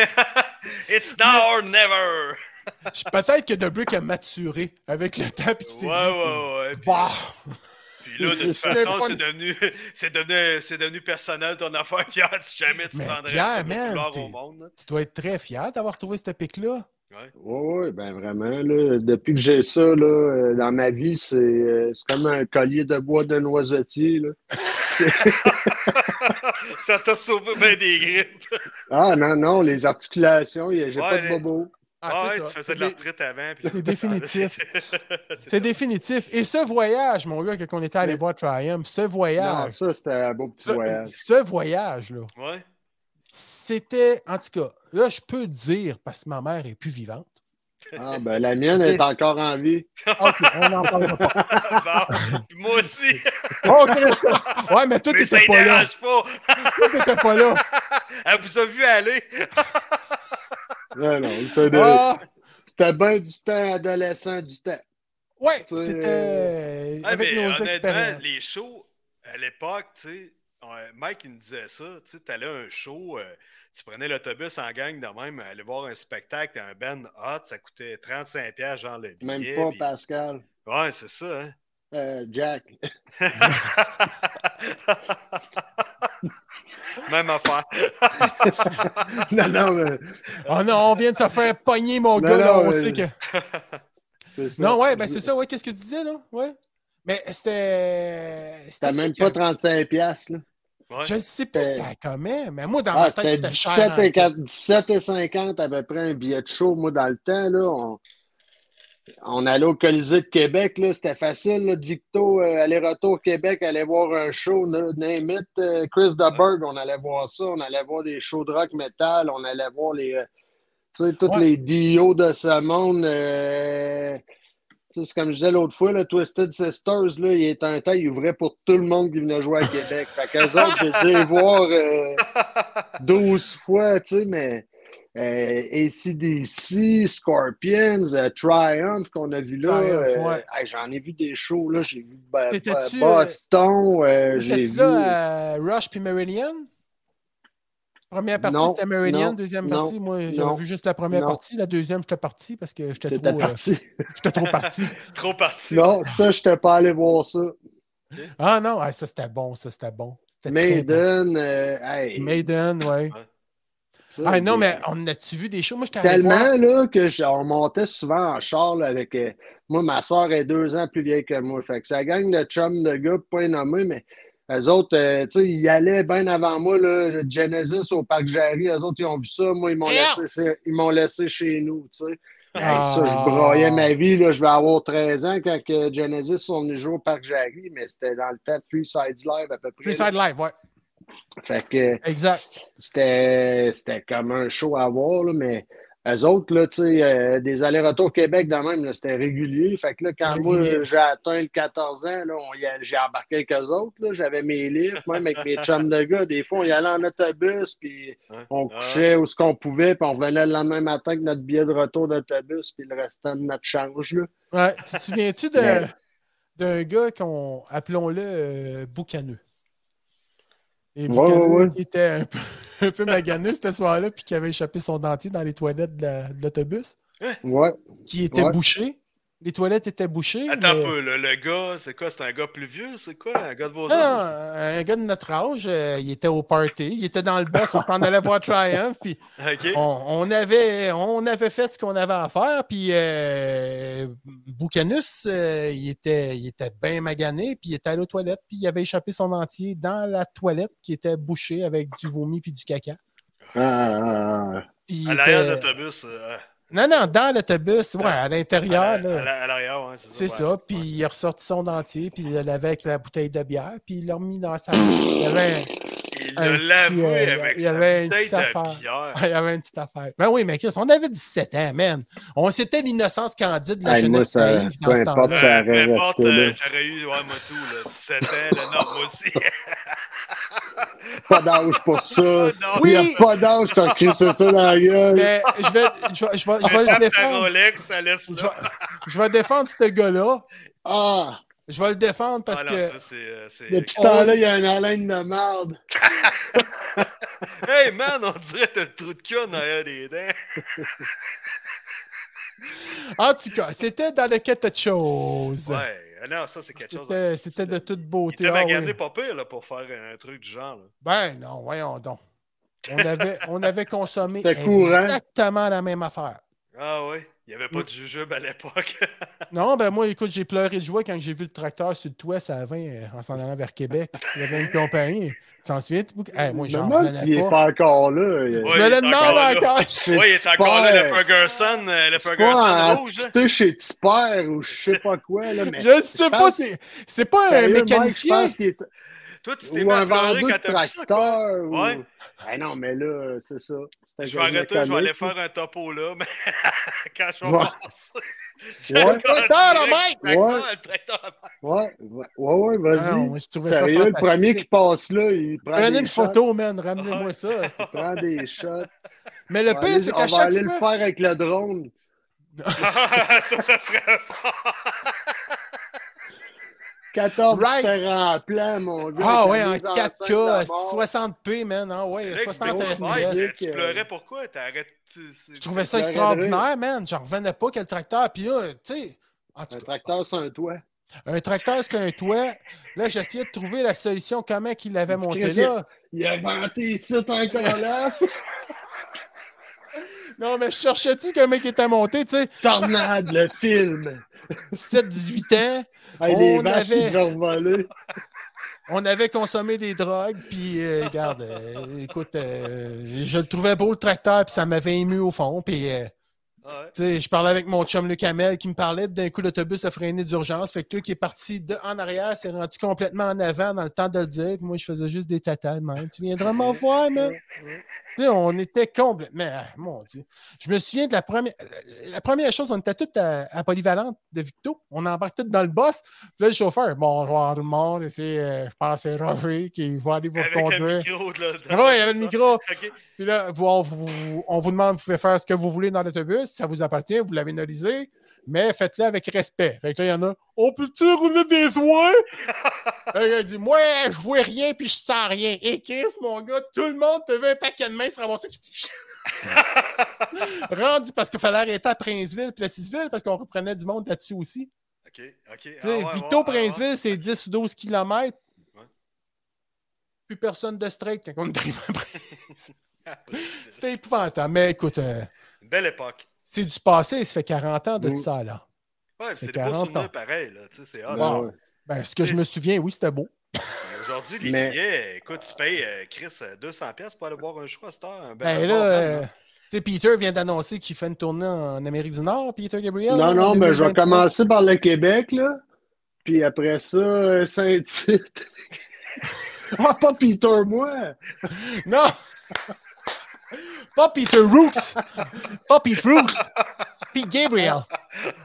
Speaker 3: It's now or never!
Speaker 2: Je- Peut-être que The Brick a maturé avec le temps puis qu'il s'est
Speaker 3: Ouais,
Speaker 2: dit.
Speaker 3: ouais, ouais. Puis,
Speaker 2: Bah!
Speaker 3: puis là, de toute
Speaker 2: Mais
Speaker 3: façon,
Speaker 2: pas-
Speaker 3: c'est devenu, c'est devenu, c'est devenu personnel ton affaire, Pierre. Si jamais tu
Speaker 2: Mais
Speaker 3: vendrais
Speaker 2: Pierre,
Speaker 3: ça de
Speaker 2: man,
Speaker 3: couleur
Speaker 2: t'es-
Speaker 3: au monde. hein.
Speaker 2: Tu dois être très fier d'avoir trouvé ce pic-là.
Speaker 5: Ouais, ouais, ben vraiment, là, depuis que j'ai ça, là, euh, dans ma vie, c'est euh, c'est comme un collier de bois de noisetier, là.
Speaker 3: Ça t'a sauvé ben des grippes.
Speaker 5: Ah non, non, les articulations, y a- j'ai
Speaker 3: Ouais,
Speaker 5: pas de
Speaker 3: les-
Speaker 5: bobo.
Speaker 3: Ah, ouais,
Speaker 2: ça.
Speaker 3: tu faisais de la
Speaker 2: C'est-
Speaker 3: retraite avant. puis là,
Speaker 2: c'est définitif.
Speaker 3: C'est
Speaker 2: C'est définitif. Et ce voyage, mon gars, que- qu'on était allé
Speaker 5: Mais-
Speaker 2: voir Triumph, ce
Speaker 5: Non,
Speaker 2: voyage,
Speaker 5: ça, c'était un beau petit
Speaker 2: ce,
Speaker 5: voyage.
Speaker 2: ce voyage-là,
Speaker 3: Ouais.
Speaker 2: c'était, en tout cas, là, je peux le dire parce que ma mère est plus vivante.
Speaker 5: Ah, ben la mienne est encore en vie.
Speaker 2: Ok, on en parlera pas.
Speaker 3: Ah, Bon, puis moi aussi.
Speaker 2: Ok,
Speaker 5: Ah,
Speaker 2: ouais, mais toi,
Speaker 3: mais ça
Speaker 2: t'étais pas
Speaker 3: ne
Speaker 2: là.
Speaker 3: dérange pas.
Speaker 2: Toi, t'étais pas là.
Speaker 3: Elle vous a vu aller.
Speaker 5: Non, non, c'était de-
Speaker 2: Ah,
Speaker 5: c'était bien du temps adolescent du temps.
Speaker 2: ouais,
Speaker 5: C'est- euh,
Speaker 2: c'était
Speaker 3: Ah,
Speaker 2: avec
Speaker 3: mais
Speaker 2: nos
Speaker 3: honnêtement,
Speaker 2: expériences.
Speaker 3: les shows, à l'époque, tu sais, on- Mike, il me disait ça, tu sais, t'allais à un show, euh, tu prenais l'autobus en gang de même, aller voir un spectacle d'un band hot, ça coûtait 35$, genre le billet.
Speaker 5: Même pas
Speaker 3: puis-
Speaker 5: Pascal,
Speaker 3: Ouais, c'est ça, hein.
Speaker 5: Euh, Jack.
Speaker 3: Même affaire.
Speaker 5: Non, non, mais-
Speaker 2: Oh non, on vient de se faire pogner, mon
Speaker 5: Non,
Speaker 2: gars, là,
Speaker 5: non,
Speaker 2: on
Speaker 5: mais-
Speaker 2: sait que.
Speaker 5: c'est ça.
Speaker 2: Non, ouais, ben c'est ça, ouais, qu'est-ce que tu disais, là? Ouais. Mais c'était.
Speaker 5: T'as
Speaker 2: C'était
Speaker 5: même
Speaker 2: qui
Speaker 5: pas
Speaker 2: que-
Speaker 5: 35 piastres, là.
Speaker 3: Ouais.
Speaker 2: Je ne sais plus
Speaker 5: C'était-
Speaker 2: c'était comment, mais moi, dans
Speaker 5: Ah,
Speaker 2: ma tête,
Speaker 5: c'était
Speaker 2: c'était cher.
Speaker 5: 17
Speaker 2: en crise.
Speaker 5: et 4 17,50 à peu près un billet de show, moi, dans le temps. Là, on, on allait au Colisée de Québec, là, c'était facile, là, de Victo, euh, aller-retour Québec, aller voir un show, na- name it, euh, Chris de Burgh, on allait voir ça, on allait voir des shows de rock metal, on allait voir les, euh, tu sais, tous
Speaker 2: Ouais.
Speaker 5: les Dio de ce monde. euh, tu sais, c'est comme je disais l'autre fois, le Twisted Sisters, là, il est un temps, il ouvrait pour tout le monde qui venait jouer à Québec. Fait qu'eux autres, j'ai dû les voir euh, 12 fois, tu sais, mais euh, ACDC, Scorpions, euh, Triumph qu'on a vu là.
Speaker 2: Triumph,
Speaker 5: euh,
Speaker 2: ouais.
Speaker 5: hey, J'en ai vu des shows, là. J'ai vu Ba- Ba-
Speaker 2: T'étais-tu, euh,
Speaker 5: Boston, euh, j'ai
Speaker 2: T'étais-tu
Speaker 5: vu...
Speaker 2: là à Rush puis Meridian? Première partie,
Speaker 5: Non,
Speaker 2: c'était Meridian.
Speaker 5: non,
Speaker 2: deuxième
Speaker 5: non,
Speaker 2: partie, moi,
Speaker 5: non,
Speaker 2: j'avais vu juste la première
Speaker 5: non.
Speaker 2: partie. La deuxième, j'étais parti parce que j'étais
Speaker 5: T'étais
Speaker 2: trop, euh,
Speaker 5: parti.
Speaker 2: j'étais trop parti.
Speaker 3: Trop parti.
Speaker 5: Non, ça, je n'étais pas allé voir ça.
Speaker 2: Ah non, ah, ça, c'était bon, ça, c'était bon. C'était très bon.
Speaker 5: Maiden, euh, hey,
Speaker 2: Maiden, ouais.
Speaker 5: ça,
Speaker 2: Ah non,
Speaker 5: j'ai-
Speaker 2: mais on a-tu vu des shows? Moi, j'étais allé voir-
Speaker 5: Tellement là, que je- on montait souvent en char là, avec. euh, moi, ma soeur est deux ans plus vieille que moi. Fait que ça gagne de chum de gars, pas nommé, mais eux autres, euh, tu sais, ils allaient bien avant moi, là, le Genesis au Parc Jarry. Eux autres, ils ont vu ça. Moi, ils m'ont
Speaker 2: Yeah.
Speaker 5: laissé, chez- ils m'ont laissé chez nous, tu sais. Hey,
Speaker 2: Ah.
Speaker 5: ça, je broyais ma vie. Là, je vais avoir 13 ans quand que Genesis sont venus jouer au Parc Jarry, mais c'était dans le temps de Three Sides Live à peu près.
Speaker 2: Three
Speaker 5: là.
Speaker 2: Side Live, ouais.
Speaker 5: Fait que.
Speaker 2: Exact.
Speaker 5: C'était c'était comme un show à voir, là, mais eux autres, là, tu sais, euh, des allers-retours Québec de même, là, c'était régulier. Fait que là, quand
Speaker 2: Régulier.
Speaker 5: moi, j'ai atteint le 14 ans, là, on y allait- j'ai embarqué avec eux autres. là. J'avais mes livres, même avec mes chums de gars. Des fois, on y allait en autobus, puis
Speaker 3: Ouais.
Speaker 5: on
Speaker 3: Ah.
Speaker 5: couchait où ce qu'on pouvait, puis on revenait le lendemain matin avec notre billet de retour d'autobus, puis le restant de notre change, là.
Speaker 2: Ouais. Tu te souviens-tu de-
Speaker 5: Mais-
Speaker 2: d'un gars qu'on, appelons-le, euh, Boucaneux? Et
Speaker 5: Ouais,
Speaker 2: Boucaneux
Speaker 5: ouais, ouais.
Speaker 2: qui était un peu, un peu maganeux ce soir-là, puis qui avait échappé son dentier dans les toilettes de la- de l'autobus,
Speaker 5: Ouais.
Speaker 2: qui était
Speaker 5: Ouais.
Speaker 2: bouché. Les toilettes étaient bouchées.
Speaker 3: Attends
Speaker 2: mais-
Speaker 3: un peu, là, le gars, c'est quoi? C'est un gars plus vieux? C'est quoi? Un gars de vos
Speaker 2: Non, non,
Speaker 3: âges?
Speaker 2: un gars de notre âge, euh, il était au party, il était dans le bus, on s'en allait voir Triumph, puis
Speaker 3: OK.
Speaker 2: on, on avait, on avait fait ce qu'on avait à faire, puis euh, Boucanus, euh, il était, il était bien magané, puis il était allé aux toilettes, puis il avait échappé son entier dans la toilette qui était bouchée avec du vomi puis du caca.
Speaker 5: Ah, ah, ah.
Speaker 2: Puis il
Speaker 3: À l'arrière
Speaker 2: était-
Speaker 3: de l'autobus. euh,
Speaker 2: Non, non, dans l'autobus, ouais, à
Speaker 3: à
Speaker 2: l'intérieur,
Speaker 3: la-
Speaker 2: là.
Speaker 3: à la- à l'arrière, ouais, c'est ça.
Speaker 2: C'est
Speaker 3: ouais.
Speaker 2: ça, puis il a ressorti son dentier, puis il l'a lavé avec la bouteille de bière, puis il l'a remis dans sa... Il y avait,
Speaker 3: Il
Speaker 2: un
Speaker 3: l'a
Speaker 2: petit,
Speaker 3: lavé
Speaker 2: euh,
Speaker 3: avec
Speaker 2: il y
Speaker 3: sa
Speaker 2: avait une
Speaker 3: bouteille
Speaker 2: petite affaire.
Speaker 3: de bière.
Speaker 2: il y avait une petite affaire. Ben oui, mais Chris, on avait 17 ans, man. On s'était l'innocence candide de la
Speaker 5: Hey, moi,
Speaker 2: jeunesse
Speaker 5: ça-
Speaker 2: naïve dans
Speaker 5: peu
Speaker 2: ce
Speaker 5: importe.
Speaker 2: temps-là.
Speaker 5: Ça
Speaker 3: Euh,
Speaker 5: aurait
Speaker 3: Peu importe,
Speaker 5: resté là.
Speaker 3: euh, j'aurais eu, ouais, moi tout, là, 17 ans, là, non, moi aussi. Ah,
Speaker 5: Pas d'âge pour ça.
Speaker 3: Non,
Speaker 5: Il n'y
Speaker 2: Oui.
Speaker 5: a pas d'âge, t'as crissé ça dans la gueule.
Speaker 2: Mais je vais, je vais, je vais, je vais le
Speaker 3: Tape ta
Speaker 2: défendre.
Speaker 3: Rolex, ça laisse
Speaker 2: Je
Speaker 3: là.
Speaker 2: vais, je vais défendre ce gars-là.
Speaker 5: Ah!
Speaker 2: Je vais le défendre parce
Speaker 3: Ah, non,
Speaker 2: que.
Speaker 3: ça, c'est, euh, c'est-
Speaker 5: Depuis ce
Speaker 2: On-
Speaker 5: temps-là, il y a une haleine de merde.
Speaker 3: Hey man, on dirait que t'as le trou de cul en arrière des dents.
Speaker 2: En tout cas, c'était dans le quête de choses.
Speaker 3: Ouais, ah non, ça c'est quelque chose.
Speaker 2: C'était- C'était de toute
Speaker 3: Il
Speaker 2: beauté.
Speaker 3: était
Speaker 2: Ah
Speaker 3: magané
Speaker 2: oui.
Speaker 3: pas pire là, pour faire un truc du genre. Là.
Speaker 2: Ben non, voyons donc. On avait, on avait consommé
Speaker 5: C'était hein? courant.
Speaker 2: exactement la même affaire.
Speaker 3: Ah ouais, il n'y avait pas de jujube à l'époque.
Speaker 2: Non, ben moi, écoute, j'ai pleuré de joie quand j'ai vu le tracteur sur le toit, ça à 20, euh, en s'en allant vers Québec. Il y avait une compagnie. Tu t'en souviens? tu, Bouc- Eh, moi,
Speaker 5: je me
Speaker 2: j'en
Speaker 5: demande
Speaker 2: revenais
Speaker 5: s'il n'est
Speaker 2: pas.
Speaker 5: pas encore là. Il-
Speaker 3: Ouais,
Speaker 2: Je me
Speaker 3: il
Speaker 2: le
Speaker 3: est encore là.
Speaker 2: demande encore.
Speaker 5: Chez
Speaker 3: Oui, il est encore là, le
Speaker 5: Tipper.
Speaker 3: Ferguson, euh, le
Speaker 5: C'est pas
Speaker 3: Ferguson
Speaker 5: en
Speaker 3: rouge. hein. là.
Speaker 5: discuter chez Tipper ou je sais pas quoi. Là, mais
Speaker 2: Je sais pas,
Speaker 5: pense-
Speaker 2: c'est, c'est pas un
Speaker 5: Sérieux, Mike,
Speaker 2: mécanicien.
Speaker 5: je pense qu'il est-
Speaker 3: Toi, tu t'es mis
Speaker 5: Ou
Speaker 3: à
Speaker 5: un
Speaker 3: pleurer
Speaker 5: vendeur de
Speaker 3: quand t'as vu ça. quoi.
Speaker 5: tracteur. Ou...
Speaker 3: Ouais.
Speaker 5: Ah non, mais là, c'est ça. C'est
Speaker 3: Je
Speaker 5: un
Speaker 3: vais
Speaker 5: gars
Speaker 3: arrêter, je vais aller
Speaker 5: mécanique.
Speaker 3: faire un topo là, mais quand je vais
Speaker 5: Ouais.
Speaker 3: passer.
Speaker 5: Ouais.
Speaker 2: Tracteur, le mec!
Speaker 5: Ouais.
Speaker 3: Le tracteur, le mec!
Speaker 5: Ouais, ouais, ouais, ouais,
Speaker 2: Non,
Speaker 5: vas-y.
Speaker 2: moi, je trouvais ça
Speaker 5: Sérieux, le
Speaker 2: fantastique.
Speaker 5: premier qui passe là, il prend
Speaker 2: Prenez
Speaker 5: des
Speaker 2: une
Speaker 5: shots,
Speaker 2: photo, man, ramenez-moi ça.
Speaker 5: Il prend des shots.
Speaker 2: Mais le
Speaker 5: On va
Speaker 2: pire,
Speaker 5: aller-
Speaker 2: c'est
Speaker 5: on
Speaker 2: qu'à
Speaker 5: va
Speaker 2: chaque
Speaker 5: aller le faire
Speaker 2: fois.
Speaker 5: avec le drone.
Speaker 3: ça, ça serait fort.
Speaker 5: 14
Speaker 2: Right.
Speaker 5: différents plans, mon gars.
Speaker 2: Ah
Speaker 5: avec
Speaker 2: ouais,
Speaker 5: la
Speaker 2: en
Speaker 5: mise en
Speaker 2: 4K,
Speaker 5: scène
Speaker 2: esti,
Speaker 5: de la mort.
Speaker 2: 60p, man. Ah ouais,
Speaker 3: Alex,
Speaker 2: 60
Speaker 3: Benoît,
Speaker 2: FPS.
Speaker 5: Mike.
Speaker 3: Tu pleurais pourquoi? T'arrêtes.
Speaker 2: Je trouvais ça
Speaker 5: Je pleurais de rire.
Speaker 2: extraordinaire, man. J'en revenais pas que le tracteur. Puis là, tu sais, en tout
Speaker 5: Un
Speaker 2: cas,
Speaker 5: tracteur sur un toit.
Speaker 2: Un tracteur, c'est un toit. Là, j'essayais de trouver la solution, comment qu'il l'avait
Speaker 5: Petit
Speaker 2: monté
Speaker 5: Christ, il a-
Speaker 2: là.
Speaker 5: Il a vanté ça en colasse.
Speaker 2: Non, mais je cherchais-tu comment il était monté, tu sais,
Speaker 5: Tornade, le film.
Speaker 2: 17-18 ans,
Speaker 5: Hey, les
Speaker 2: On
Speaker 5: vaches
Speaker 2: avait-
Speaker 5: qui devaient voler.
Speaker 2: on avait consommé des drogues, puis euh, regarde, euh, écoute, euh, je le trouvais beau le tracteur, puis ça m'avait ému au fond, puis euh,
Speaker 3: Ah Ouais.
Speaker 2: Tu sais, je parlais avec mon chum Luc Hamel qui me parlait, puis d'un coup, l'autobus a freiné d'urgence. Fait que Luc est parti de, en arrière, s'est rendu complètement en avant dans le temps de le dire. Puis moi, je faisais juste des tatas, man. Tu viendras m'en voir, man. Tu sais, on était complètement. ah, Mon Dieu. Je me souviens de la première. La première chose, on était tous à, à Polyvalente de Victo. On embarque tous dans le boss. Puis là, le chauffeur, bonjour tout le monde. Et c'est, euh, je pense, que c'est Roger qui va aller vous
Speaker 3: Avec le
Speaker 2: conduire.
Speaker 3: micro, là.
Speaker 2: Ah Ouais, il y avait le micro.
Speaker 3: Ok.
Speaker 2: Puis là, vous- on, vous, on vous demande, vous pouvez faire ce que vous voulez dans l'autobus, ça vous appartient, vous l'avez nolisé, mais faites-le avec respect. Fait que là, il y en a, on peut-tu rouler des soins? Fait que il dit, moi, je vois rien puis je sens rien. Et Chris, mon gars, tout le monde te veut un paquet de mains se ramasser. Rendu parce qu'il fallait arrêter à Princeville, puis à Sisville, parce qu'on reprenait du monde là-dessus aussi.
Speaker 3: Ok, ok.
Speaker 2: Tu
Speaker 3: Ah
Speaker 2: sais,
Speaker 3: ouais,
Speaker 2: Vito
Speaker 3: ouais,
Speaker 2: Princeville, c'est 10 ou 12 kilomètres.
Speaker 3: Ouais.
Speaker 2: Plus personne de straight quand on est arrivé à Princeville.
Speaker 3: ah ouais. C'était
Speaker 2: C'était épouvantable. Mais écoute, euh,
Speaker 3: une Belle époque.
Speaker 2: c'est du passé, ça fait 40 ans de
Speaker 5: Mm.
Speaker 2: ça, là.
Speaker 3: Ouais,
Speaker 2: C'est
Speaker 3: c'est des beaux
Speaker 2: 40
Speaker 3: souvenirs
Speaker 2: ans.
Speaker 3: pareils, là. Tu sais, c'est hot.
Speaker 5: Ben ouais.
Speaker 2: Ben, ce que je me souviens, oui, c'était beau.
Speaker 3: Mais Aujourd'hui, les
Speaker 5: Mais-
Speaker 3: billets, écoute, tu payes, euh, Chris, euh, 200$ piastres pour aller boire un choix à cette heure. un
Speaker 2: Ben,
Speaker 3: bel-
Speaker 2: là,
Speaker 3: bon
Speaker 2: euh,
Speaker 3: bel, là.
Speaker 2: tu sais, Peter vient d'annoncer qu'il fait une tournée en Amérique du Nord, Peter Gabriel.
Speaker 5: Non,
Speaker 2: hein, en
Speaker 5: non, mais je vais
Speaker 2: 2023.
Speaker 5: commencer par le Québec, là. Puis après ça, euh, Saint-Tite. Ah, pas Peter, moi.
Speaker 2: Non! Pas Peter Rooks! Pas Pete Rooks! Pete Gabriel!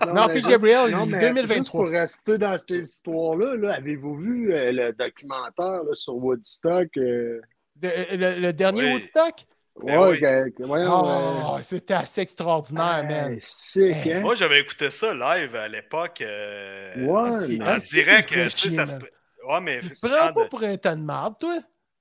Speaker 2: Non,
Speaker 5: mais
Speaker 2: Pete
Speaker 5: juste-
Speaker 2: Gabriel,
Speaker 5: non,
Speaker 2: il-
Speaker 5: mais Juste
Speaker 2: 2023.
Speaker 5: pour rester dans cette histoire-là, là, avez-vous vu euh, le documentaire là, sur Woodstock? euh,
Speaker 2: De- euh, le, le dernier
Speaker 3: Oui.
Speaker 2: Woodstock?
Speaker 3: Ben
Speaker 5: ouais,
Speaker 3: oui.
Speaker 5: que- que- voyons,
Speaker 2: Oh,
Speaker 5: euh,
Speaker 2: c'était assez extraordinaire, man. Eh,
Speaker 5: hey, sick, hein?
Speaker 3: Moi, j'avais écouté ça live à l'époque. euh,
Speaker 5: Ouais,
Speaker 2: c'est-
Speaker 5: non.
Speaker 3: En
Speaker 2: c'est
Speaker 3: direct,
Speaker 2: que je
Speaker 3: euh, tu sais, ça se.
Speaker 2: chier,
Speaker 3: Ouais, mais.
Speaker 2: Tu te
Speaker 3: Jean
Speaker 2: prends
Speaker 3: de-
Speaker 2: pas pour un tas de marde, toi?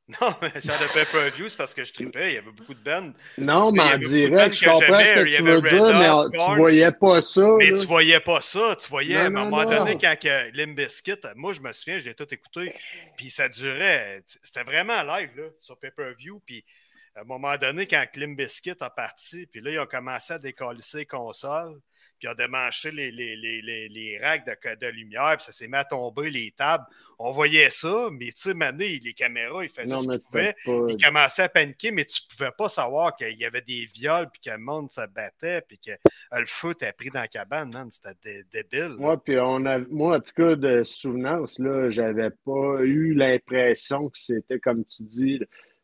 Speaker 3: Non, mais genre de pay-per-view, c'est parce que je tripais. Il y avait beaucoup de bandes.
Speaker 5: Non,
Speaker 3: tu sais,
Speaker 5: mais
Speaker 3: il y avait
Speaker 5: en
Speaker 3: beaucoup de
Speaker 5: direct, je
Speaker 3: bandes que
Speaker 5: comprends ce
Speaker 3: j'aimais,
Speaker 5: que
Speaker 3: il y
Speaker 5: tu
Speaker 3: avait
Speaker 5: veux
Speaker 3: Red
Speaker 5: dire,
Speaker 3: Hot,
Speaker 5: mais euh,
Speaker 3: Korn.
Speaker 5: tu voyais pas ça.
Speaker 3: Mais
Speaker 5: là.
Speaker 3: tu voyais pas ça. Tu voyais,
Speaker 5: Non,
Speaker 3: à un
Speaker 5: non,
Speaker 3: moment
Speaker 5: non.
Speaker 3: donné, quand que Limbiskit, moi, je me souviens, je l'ai tout écouté, puis ça durait. C'était vraiment live, là, sur pay-per-view. Puis à un moment donné, quand Limbiskit a parti, puis là, ils ont commencé à décalisser les consoles, puis ils ont démanché les, les, les, les, les racks de, de lumière, puis ça s'est mis à tomber, les tables. On voyait ça, mais tu sais, Mané, les caméras, ils faisaient
Speaker 5: Non,
Speaker 3: ce
Speaker 5: mais
Speaker 3: qu'ils
Speaker 5: tu
Speaker 3: pouvaient.
Speaker 5: peux pas.
Speaker 3: Il commençait à paniquer, mais tu pouvais pas savoir qu'il y avait des viols, puis que le monde se battait, puis que euh, le feu t'as pris dans la cabane, man. C'était dé- débile. là.
Speaker 5: Ouais, puis on a, moi, en tout cas, de souvenance, là, j'avais pas eu l'impression que c'était comme tu dis.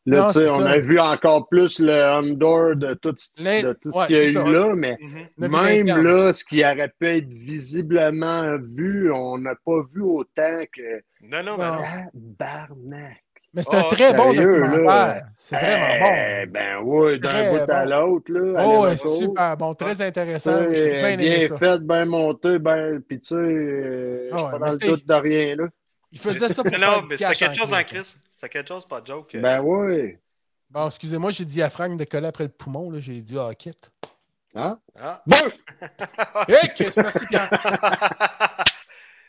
Speaker 5: Là,
Speaker 2: Non,
Speaker 5: tu sais,
Speaker 2: c'est
Speaker 5: on
Speaker 2: ça.
Speaker 5: a vu encore plus le under de tout, ce-
Speaker 2: Mais-
Speaker 5: de tout
Speaker 2: ouais,
Speaker 5: ce qu'il y a
Speaker 2: c'est
Speaker 5: eu
Speaker 2: ça.
Speaker 5: là, mais
Speaker 3: Mhm.
Speaker 2: Le
Speaker 5: même
Speaker 2: Vatican.
Speaker 5: là, ce qui aurait pu être visiblement vu, on n'a pas vu autant que.
Speaker 3: Non, non, mais
Speaker 2: Non.
Speaker 3: non.
Speaker 5: Tabarnak!
Speaker 2: Mais c'est un
Speaker 3: Oh,
Speaker 2: très bon
Speaker 5: sérieux, là.
Speaker 2: documentaire. C'est vraiment bon.
Speaker 5: Eh, Ben oui, d'un
Speaker 2: Très
Speaker 5: bout à
Speaker 2: bon.
Speaker 5: l'autre, là. à
Speaker 2: Oh,
Speaker 5: la
Speaker 2: ouais,
Speaker 5: moto.
Speaker 2: super bon, très intéressant.
Speaker 5: Tu sais,
Speaker 2: J'ai bien
Speaker 5: Bien,
Speaker 2: aimé ça.
Speaker 5: fait, bien monté, bien. Puis tu sais, euh,
Speaker 2: Ah
Speaker 5: je suis
Speaker 2: ouais, mais
Speaker 5: pas dans le
Speaker 2: c'est-
Speaker 5: doute de rien, là.
Speaker 2: Il faisait ça pour
Speaker 3: Non,
Speaker 2: faire
Speaker 3: non,
Speaker 2: du
Speaker 3: mais
Speaker 2: cash
Speaker 3: c'était quelque chose en
Speaker 2: crise.
Speaker 3: crise. C'était quelque chose, pas de joke. euh.
Speaker 5: Ben oui.
Speaker 2: Bon, excusez-moi, j'ai dit à Franck de coller après le poumon, là, j'ai dit ah, quitte.
Speaker 5: Hein?
Speaker 3: Ah.
Speaker 2: Hey, Chris, merci Pierre.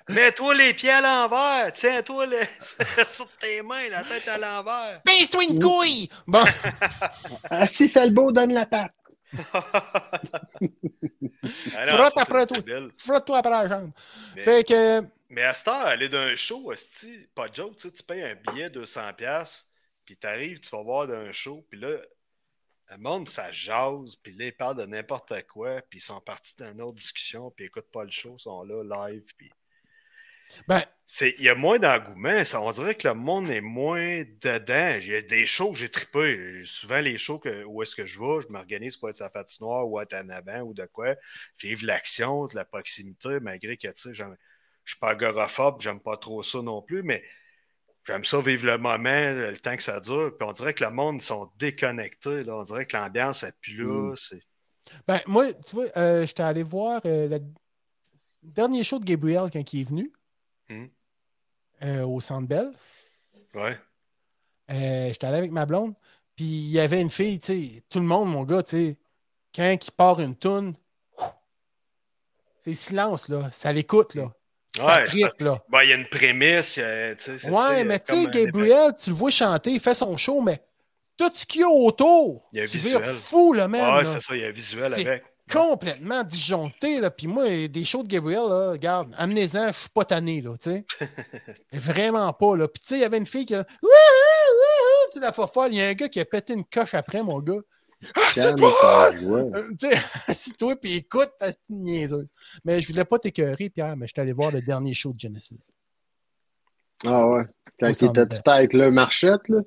Speaker 3: Mets-toi les pieds à l'envers. Tiens-toi le- sur tes mains, la tête à l'envers.
Speaker 2: Pince-toi une couille! Bon,
Speaker 5: Ah, si fait le beau, donne la patte.
Speaker 3: Ah non,
Speaker 2: Frotte
Speaker 3: ça,
Speaker 2: après
Speaker 3: c'est
Speaker 2: toi.
Speaker 3: débile.
Speaker 2: frotte-toi après la jambe.
Speaker 3: Mais-
Speaker 2: Fait que,
Speaker 3: Mais à cette heure, aller d'un show, esti, pas de joke, tu sais, tu payes un billet 200$, puis t'arrives, tu vas voir d'un show, puis là, le monde, ça jase, puis là, ils parlent de n'importe quoi, puis ils sont partis d'une autre discussion, puis ils écoutent pas le show, ils sont là, live, puis...
Speaker 2: ben,
Speaker 3: C'est- Il y a moins d'engouement, ça, on dirait que le monde est moins dedans. Il y a des shows que j'ai trippé. Souvent, les shows que, où est-ce que je vais, je m'organise pour être sa patinoire ou être en avant ou de quoi. Vivre l'action, de la proximité, malgré que, tu sais, j'aime- je suis pas agoraphobe, j'aime pas trop ça non plus, mais j'aime ça vivre le moment, le temps que ça dure. Puis on dirait que le monde, ils sont déconnectés, là. On dirait que l'ambiance n'est plus là.
Speaker 2: Mm.
Speaker 3: c'est-
Speaker 2: ben, moi, tu vois, euh, j'étais allé voir euh, le dernier show de Gabriel quand il est venu
Speaker 3: Hmm.
Speaker 2: euh, au Centre Bell.
Speaker 3: Ouais.
Speaker 2: Euh, j'étais allé avec ma blonde, puis il y avait une fille, tu sais, tout le monde, mon gars, tu sais, quand il part une toune, ouf, c'est silence, là, ça l'écoute, là. Ça
Speaker 3: Ouais,
Speaker 2: tripe,
Speaker 3: parce-
Speaker 2: là.
Speaker 3: Ben, il y a une prémisse. euh, tu sais, c'est ça, il y
Speaker 2: Ouais,
Speaker 3: a
Speaker 2: mais tu
Speaker 3: comme
Speaker 2: sais,
Speaker 3: un
Speaker 2: Gabriel, tu le vois chanter, il fait son show, mais tout ce qu'il y a autour,
Speaker 3: Il y a un
Speaker 2: tu vires
Speaker 3: visuel.
Speaker 2: fou, là,
Speaker 3: élément.
Speaker 2: même.
Speaker 3: Ouais,
Speaker 2: là.
Speaker 3: c'est ça, il y a un visuel
Speaker 2: C'est-
Speaker 3: avec.
Speaker 2: complètement disjoncté, là. Puis moi, des shows de Gabriel, là, regarde, amenez-en, je suis pas tanné, là, tu sais. Vraiment pas, là. Puis tu sais, il y avait une fille qui a... Wouhou, wouhou, tu sais, la fofolle. Il y a un gars qui a pété une coche après, mon gars. Ah, c'est
Speaker 5: Calme
Speaker 2: toi!
Speaker 5: ta joie.
Speaker 2: Euh, Tu sais, assis-toi, puis écoute, ta petite niaiseuse. Mais je voulais pas t'écœurer, Pierre, mais je suis allé voir le dernier show de Genesis.
Speaker 5: Ah ouais. Quand
Speaker 2: Au
Speaker 5: il était
Speaker 2: centre
Speaker 5: tout avec le marchette, là.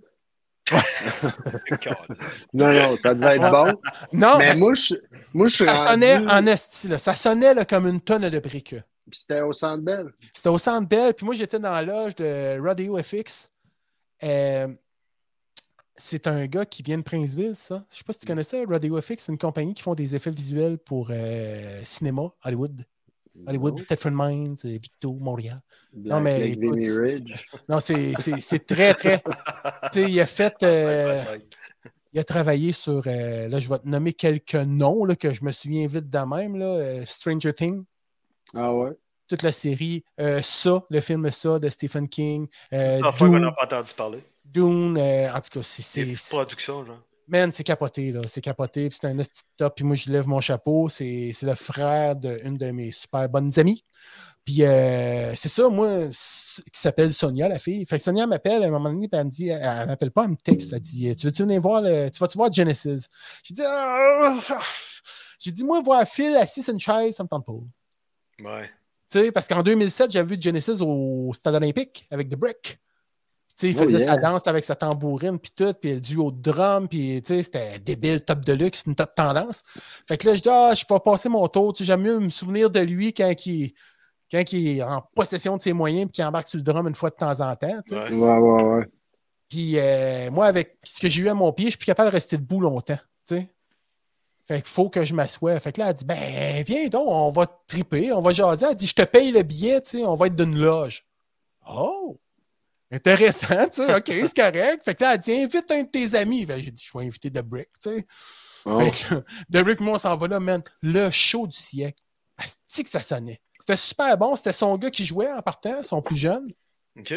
Speaker 3: Calisse.
Speaker 5: Non, non, ça devait être bon.
Speaker 2: Non,
Speaker 5: mais
Speaker 2: mais
Speaker 5: moi, je, moi, je suis
Speaker 2: Ah, ça
Speaker 5: rendu-
Speaker 2: sonnait en esti, là. Ça sonnait, là, comme une tonne de briques.
Speaker 5: Puis C'était au Centre Bell.
Speaker 2: C'était au Centre Bell, puis moi j'étais dans la loge de Radio FX. Euh, c'est un gars qui vient de Princeville, ça. Je sais pas si tu connais ça. Radio FX, c'est une compagnie qui font des effets visuels pour euh, cinéma, Hollywood.
Speaker 5: Ah
Speaker 2: Hollywood, Tetford Mines, euh, Victo, Montréal. Non,
Speaker 5: non,
Speaker 2: mais
Speaker 5: mais
Speaker 2: écoute, c'est-
Speaker 5: Ridge.
Speaker 2: Non, c'est- c'est c'est très, très. tu sais, il a fait. euh, il a travaillé sur. euh, là, je vais te nommer quelques noms là, que je me souviens vite de même. Là, euh, Stranger Things.
Speaker 5: Ah ouais.
Speaker 2: Toute la série, euh, ça, le film ça de Stephen King, euh,
Speaker 3: Enfin, on
Speaker 2: Dune.
Speaker 3: n'a pas entendu parler.
Speaker 2: Dune, euh, en tout cas, c'est-
Speaker 3: C'est
Speaker 2: c'est.
Speaker 3: une production, genre.
Speaker 2: Man, c'est capoté, là. C'est capoté, puis c'est un esti de top. Puis moi, je lève mon chapeau. C'est c'est le frère d'une de mes super bonnes amies. Puis euh, c'est ça, moi, c'est- qui s'appelle Sonia, la fille. Fait que Sonia m'appelle à un moment donné, puis elle me dit, elle, elle m'appelle pas, elle me texte. Elle dit, tu veux-tu venir voir, le, tu vas-tu voir Genesis? J'ai dit, Ah, ah. j'ai dit, moi, voir Phil assis sur une chaise, ça me tente pas.
Speaker 3: Ouais.
Speaker 2: Tu sais, parce qu'en 2007, j'avais vu Genesis au Stade Olympique avec The Brick. Tu sais, il
Speaker 5: Oh
Speaker 2: faisait
Speaker 5: yeah.
Speaker 2: sa danse avec sa tambourine, puis tout, puis le duo de drum, puis tu sais, c'était débile, top de luxe, une top tendance. Fait que là, je dis, ah, je vais passer mon tour. Tu sais, j'aime mieux me souvenir de lui quand, il, quand il est en possession de ses moyens, puis qu'il embarque sur le drum une fois de temps en temps. tu sais.
Speaker 5: Ouais,
Speaker 3: ouais.
Speaker 5: ouais, ouais.
Speaker 2: Puis euh, moi, avec ce que j'ai eu à mon pied, je suis plus capable de rester debout longtemps. tu sais. Fait qu'il faut que je m'assoie. Fait que là, elle dit Ben, viens donc, on va triper, on va jaser. Elle dit Je te paye le billet, tu sais, on va être d'une loge. Oh Intéressant, tu sais, ok, c'est correct. Fait que là, elle dit Invite un de tes amis. Fait que j'ai dit Je vais inviter The Brick, tu sais.
Speaker 5: Oh,
Speaker 2: Fait que The Brick, moi, on s'en va là, man. Le show du siècle. Asti que ça sonnait. C'était super bon. C'était son gars qui jouait en partant, son plus jeune.
Speaker 3: OK.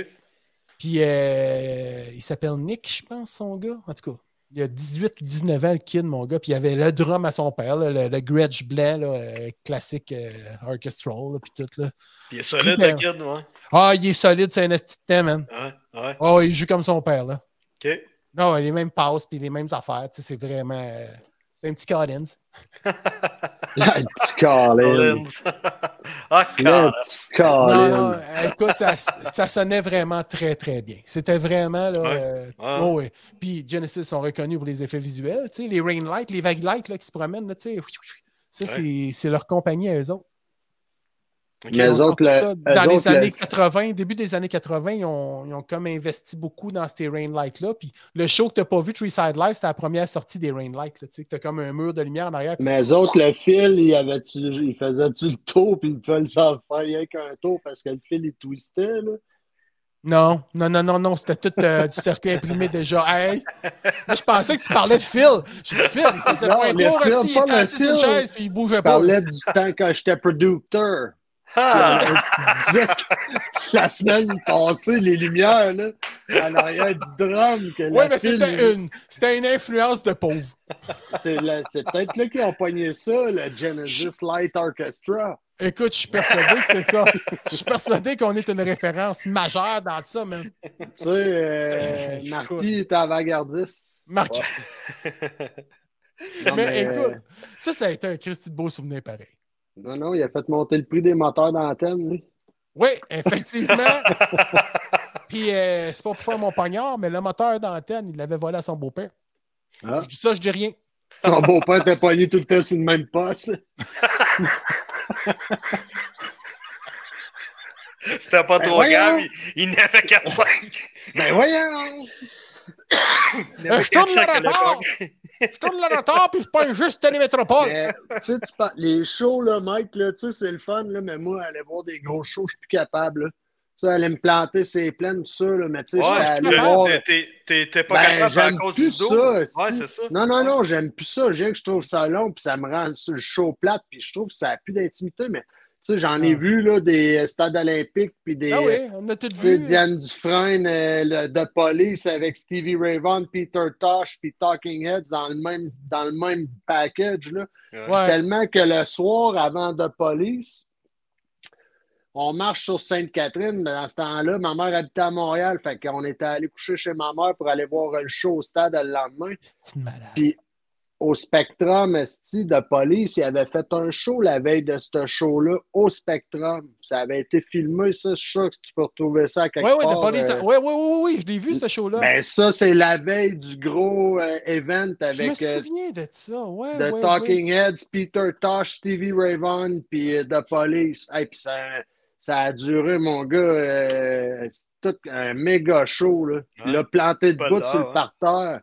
Speaker 2: Puis euh, il s'appelle Nick, je pense, son gars. En tout cas, il a 18 ou 19 ans, le kid, mon gars. Puis il avait le drum à son père, là, le, le Gretsch blanc, là, euh, classique euh, orchestral, là, puis tout. Là.
Speaker 3: Puis il est solide,
Speaker 2: Puis,
Speaker 3: le kid, ouais.
Speaker 2: Ah, il est solide, c'est un esti de temps, man.
Speaker 3: Ouais, ouais.
Speaker 2: Oh, il joue comme son père, là.
Speaker 3: OK.
Speaker 2: Non, les mêmes passes, puis les mêmes affaires, tu sais, c'est vraiment... euh, c'est un petit Collins.
Speaker 5: le petit Colin.
Speaker 3: Collins. ah,
Speaker 5: Le
Speaker 3: Collins.
Speaker 5: petit
Speaker 2: Non,
Speaker 5: Colin.
Speaker 2: non, euh, écoute, ça, ça sonnait vraiment très, très bien. C'était vraiment, là...
Speaker 3: Ouais.
Speaker 2: euh,
Speaker 3: Ouais.
Speaker 2: Oh, ouais. Puis Genesis sont reconnus pour les effets visuels, tu sais, les rain lights, les vague lights là, qui se promènent, là, tu sais. Ça,
Speaker 3: Ouais.
Speaker 2: c'est- c'est leur compagnie à eux autres.
Speaker 3: Ok,
Speaker 5: Mais
Speaker 2: Ils
Speaker 5: eux
Speaker 2: ont sorti
Speaker 5: autres, le-
Speaker 2: ça
Speaker 5: eux
Speaker 2: dans les
Speaker 5: autres, le-
Speaker 2: années 80, début des années 80, ils ont, ils ont comme investi beaucoup dans ces rain lights-là. Puis le show que tu n'as pas vu, Three Side Life, c'était la première sortie des rain lights. là, Tu sais, tu as comme un mur de lumière en arrière.
Speaker 5: Mais eux autres, le fil, il, avait il faisait-tu le tour, puis il fallait s'en faire rien qu'un tour parce que le fil, il twistait, là.
Speaker 2: Non, non, non, non, non, c'était tout euh, du circuit imprimé déjà. Hey! Moi, je pensais que tu parlais de Phil. J'ai dit Phil, il faisait
Speaker 5: Non,
Speaker 2: pas un
Speaker 5: le
Speaker 2: tour,
Speaker 5: Phil,
Speaker 2: assis, il
Speaker 5: pas
Speaker 2: était
Speaker 5: le
Speaker 2: assis sur une
Speaker 5: Phil.
Speaker 2: chaise, puis il bougeait
Speaker 5: Je
Speaker 2: pas.
Speaker 5: parlais du temps quand j'étais producteur.
Speaker 3: Ah!
Speaker 5: Tu disais que la semaine passée, les lumières, là, à l'arrière du drum, que
Speaker 2: Oui,
Speaker 5: la
Speaker 2: mais
Speaker 5: file-
Speaker 2: c'était une. C'était une influence de pauvre.
Speaker 5: c'est la- c'est peut-être là qu'ils ont pogné ça, le Genesis Light Orchestra.
Speaker 2: Écoute, je suis persuadé que c'est ça. Je suis persuadé qu'on est une référence majeure dans ça, man.
Speaker 5: Tu sais, euh,
Speaker 2: Écoute.
Speaker 5: Marty était avant-gardiste.
Speaker 2: Marc.
Speaker 5: Non,
Speaker 2: mais,
Speaker 5: mais,
Speaker 2: écoute, ça, ça a été un Christy de beau souvenir pareil.
Speaker 5: Non, non, il a fait monter le prix des moteurs d'antenne, lui.
Speaker 2: Oui, effectivement. Puis, euh, c'est pas pour faire mon poignard, mais le moteur d'antenne, il l'avait volé à son beau-père.
Speaker 5: Ah.
Speaker 2: Je dis ça, je dis rien.
Speaker 5: Son beau-père était pogné tout le temps sur le même poste.
Speaker 3: C'était pas
Speaker 5: Ben
Speaker 3: trop
Speaker 5: voyons.
Speaker 3: grave, il, il n'y avait qu'à 5.
Speaker 5: Ben voyons!
Speaker 2: Euh, je tourne le retard! Je tourne le retard, puis je pas juste Télémétropole.
Speaker 5: Mais, tu sais, tu par- les shows, là, Mike, là, tu sais, c'est le fun, là, mais moi, aller voir des gros shows, je suis plus capable. Là. Tu sais, aller me planter ses plaines, tout ça, là, mais tu sais,
Speaker 3: Ouais,
Speaker 5: j'étais
Speaker 2: je suis
Speaker 5: allé
Speaker 2: capable
Speaker 5: voir.
Speaker 3: t'es- t'es- t'es- T'es pas
Speaker 5: Ben,
Speaker 3: capable
Speaker 5: j'aime
Speaker 3: à cause
Speaker 5: plus
Speaker 3: du dos.
Speaker 5: ça,
Speaker 3: ouais,
Speaker 5: si.
Speaker 3: c'est ça.
Speaker 5: Non, non, non, j'aime plus ça. J'aime que je trouve ça long, puis ça me rend sur le show plate, puis je trouve que ça a plus d'intimité, mais sais, j'en ai
Speaker 2: Ah.
Speaker 5: vu là, des stades olympiques, puis des,
Speaker 2: Ah oui, on a tout
Speaker 5: tu sais,
Speaker 2: vu.
Speaker 5: Diane Dufresne euh, le- de Police avec Stevie Ray Vaughan, Peter Tosh, puis Talking Heads dans le même, dans le même package. Là.
Speaker 2: Ouais.
Speaker 5: Tellement que le soir avant de police, on marche sur Sainte-Catherine, mais dans ce temps-là, ma mère habitait à Montréal, fait qu'on était allé coucher chez ma mère pour aller voir le show au stade le lendemain.
Speaker 2: C'est une malade.
Speaker 5: Puis- Au Spectrum, esti, de police, il avait fait un show la veille de ce show-là au Spectrum. Ça avait été filmé, ça, je suis sûr que tu peux retrouver ça à quelque
Speaker 2: Ouais, ouais,
Speaker 5: part.
Speaker 2: t'as pas dit ça.
Speaker 5: euh,
Speaker 2: Ouais, ouais, ouais, ouais, ouais, je l'ai vu, ce show-là.
Speaker 5: ben, ça, c'est la veille du gros euh, event
Speaker 2: je me
Speaker 5: avec euh,
Speaker 2: souviens de ça. Ouais,
Speaker 5: The
Speaker 2: ouais,
Speaker 5: Talking Heads, Peter Tosh, Stevie Ray Vaughan, puis euh, The Police. Hey, puis ça, ça a duré, mon gars, euh, c'est tout un méga show. Là. Puis
Speaker 3: Ouais.
Speaker 5: là, planté de
Speaker 3: Pas
Speaker 5: bout
Speaker 3: là, hein.
Speaker 5: sur
Speaker 3: ouais.
Speaker 5: le parterre.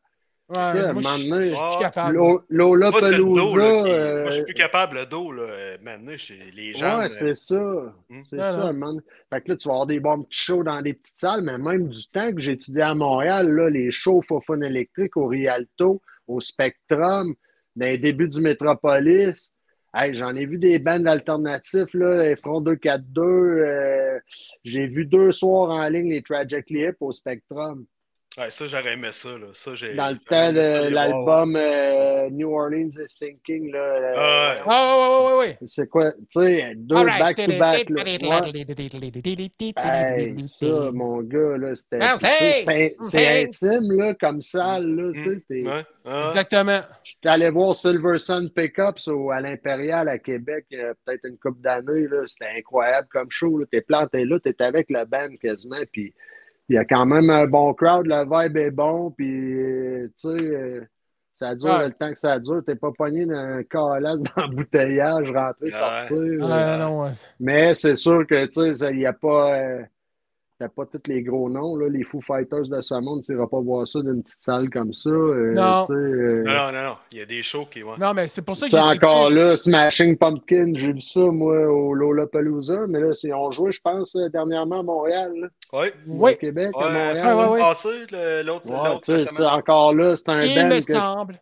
Speaker 2: Ouais, ouais,
Speaker 5: Tu sais,
Speaker 2: moi,
Speaker 5: à un
Speaker 2: je-
Speaker 5: moment donné,
Speaker 2: je suis plus capable.
Speaker 5: Lo- Lola
Speaker 3: Moi, c'est le dos. Là,
Speaker 5: Pelouza.
Speaker 3: qui-
Speaker 5: euh,
Speaker 3: Moi, je suis plus capable le dos. Là, euh, maintenant, je- les gens. euh,
Speaker 5: ouais, c'est ça.
Speaker 3: Hmm.
Speaker 5: C'est
Speaker 2: Non,
Speaker 5: ça,
Speaker 2: non.
Speaker 5: un moment donné. Fait que là, tu vas avoir des bons petits shows dans des petites salles, mais même du temps que j'étudiais à Montréal, là, les shows Fofun électrique au Rialto, au Spectrum, dans les débuts du Métropolis. Hey, j'en ai vu des bandes alternatifs, là, les Front 242. euh, j'ai vu deux soirs en ligne les Tragically Hip au Spectrum.
Speaker 3: Ouais, ça, j'aurais aimé ça. Là. ça j'ai-
Speaker 5: Dans le
Speaker 3: j'aurais
Speaker 5: temps
Speaker 3: aimé ça
Speaker 5: de
Speaker 3: les voir,
Speaker 5: l'album euh, New Orleans is Sinking, là, euh,
Speaker 3: Ah ouais.
Speaker 2: Ah, ouais, ouais, ouais, ouais.
Speaker 5: c'est quoi, tu sais, deux
Speaker 2: All right.
Speaker 5: back-to-back. là. Ouais. Hey, ça,
Speaker 2: Ouais,
Speaker 5: mon gars, là, c'était.
Speaker 2: Ah,
Speaker 5: tu sais,
Speaker 2: hey!
Speaker 5: c'est- C'est
Speaker 2: Hey!
Speaker 5: intime, là, comme salle, là, tu sais. t'es-
Speaker 3: Mm-hmm. ouais. hein? Ouais, ouais.
Speaker 2: Exactement.
Speaker 5: Je suis allé voir Silver Sun Pickups au- à l'Impérial à Québec, euh, peut-être une couple d'années, là. C'était incroyable comme show, là. T'es planté là, t'es avec la band quasiment, puis il y a quand même un bon crowd, le vibe est bon, puis, euh, tu sais. euh, ça dure
Speaker 2: Ouais.
Speaker 5: le temps que ça dure. T'es pas pogné dans un calasse d'embouteillage, rentrer,
Speaker 3: Ah Ouais.
Speaker 5: sortir. euh,
Speaker 2: Ah, non, ouais.
Speaker 5: mais c'est sûr que, tu sais, ça- il n'y a pas, euh, il y a pas tous les gros noms. Là. Les Foo Fighters de ce monde, tu n'iras pas voir ça d'une petite salle comme ça. euh,
Speaker 2: Non.
Speaker 5: tu sais, euh,
Speaker 3: Non, non, non, non. Il y a des shows qui. Ouais.
Speaker 2: Non, mais c'est pour ça que
Speaker 5: c'est
Speaker 2: j'ai
Speaker 5: encore
Speaker 2: trippé.
Speaker 5: là, Smashing Pumpkin, j'ai vu ça, moi, au Lollapalooza. Mais là, ils ont joué, je pense, euh, dernièrement à Montréal. là,
Speaker 3: Ouais.
Speaker 5: ou
Speaker 2: Oui.
Speaker 5: Au Québec, à
Speaker 3: Ouais,
Speaker 5: Montréal.
Speaker 3: la
Speaker 2: ouais,
Speaker 3: semaine
Speaker 2: ouais.
Speaker 3: passée, le- l'autre.
Speaker 5: Ouais,
Speaker 3: l'autre,
Speaker 5: tu sais,
Speaker 3: la
Speaker 5: c'est
Speaker 3: semaine-
Speaker 5: encore là, c'est un
Speaker 2: Il
Speaker 5: band
Speaker 2: me
Speaker 5: que
Speaker 2: semble.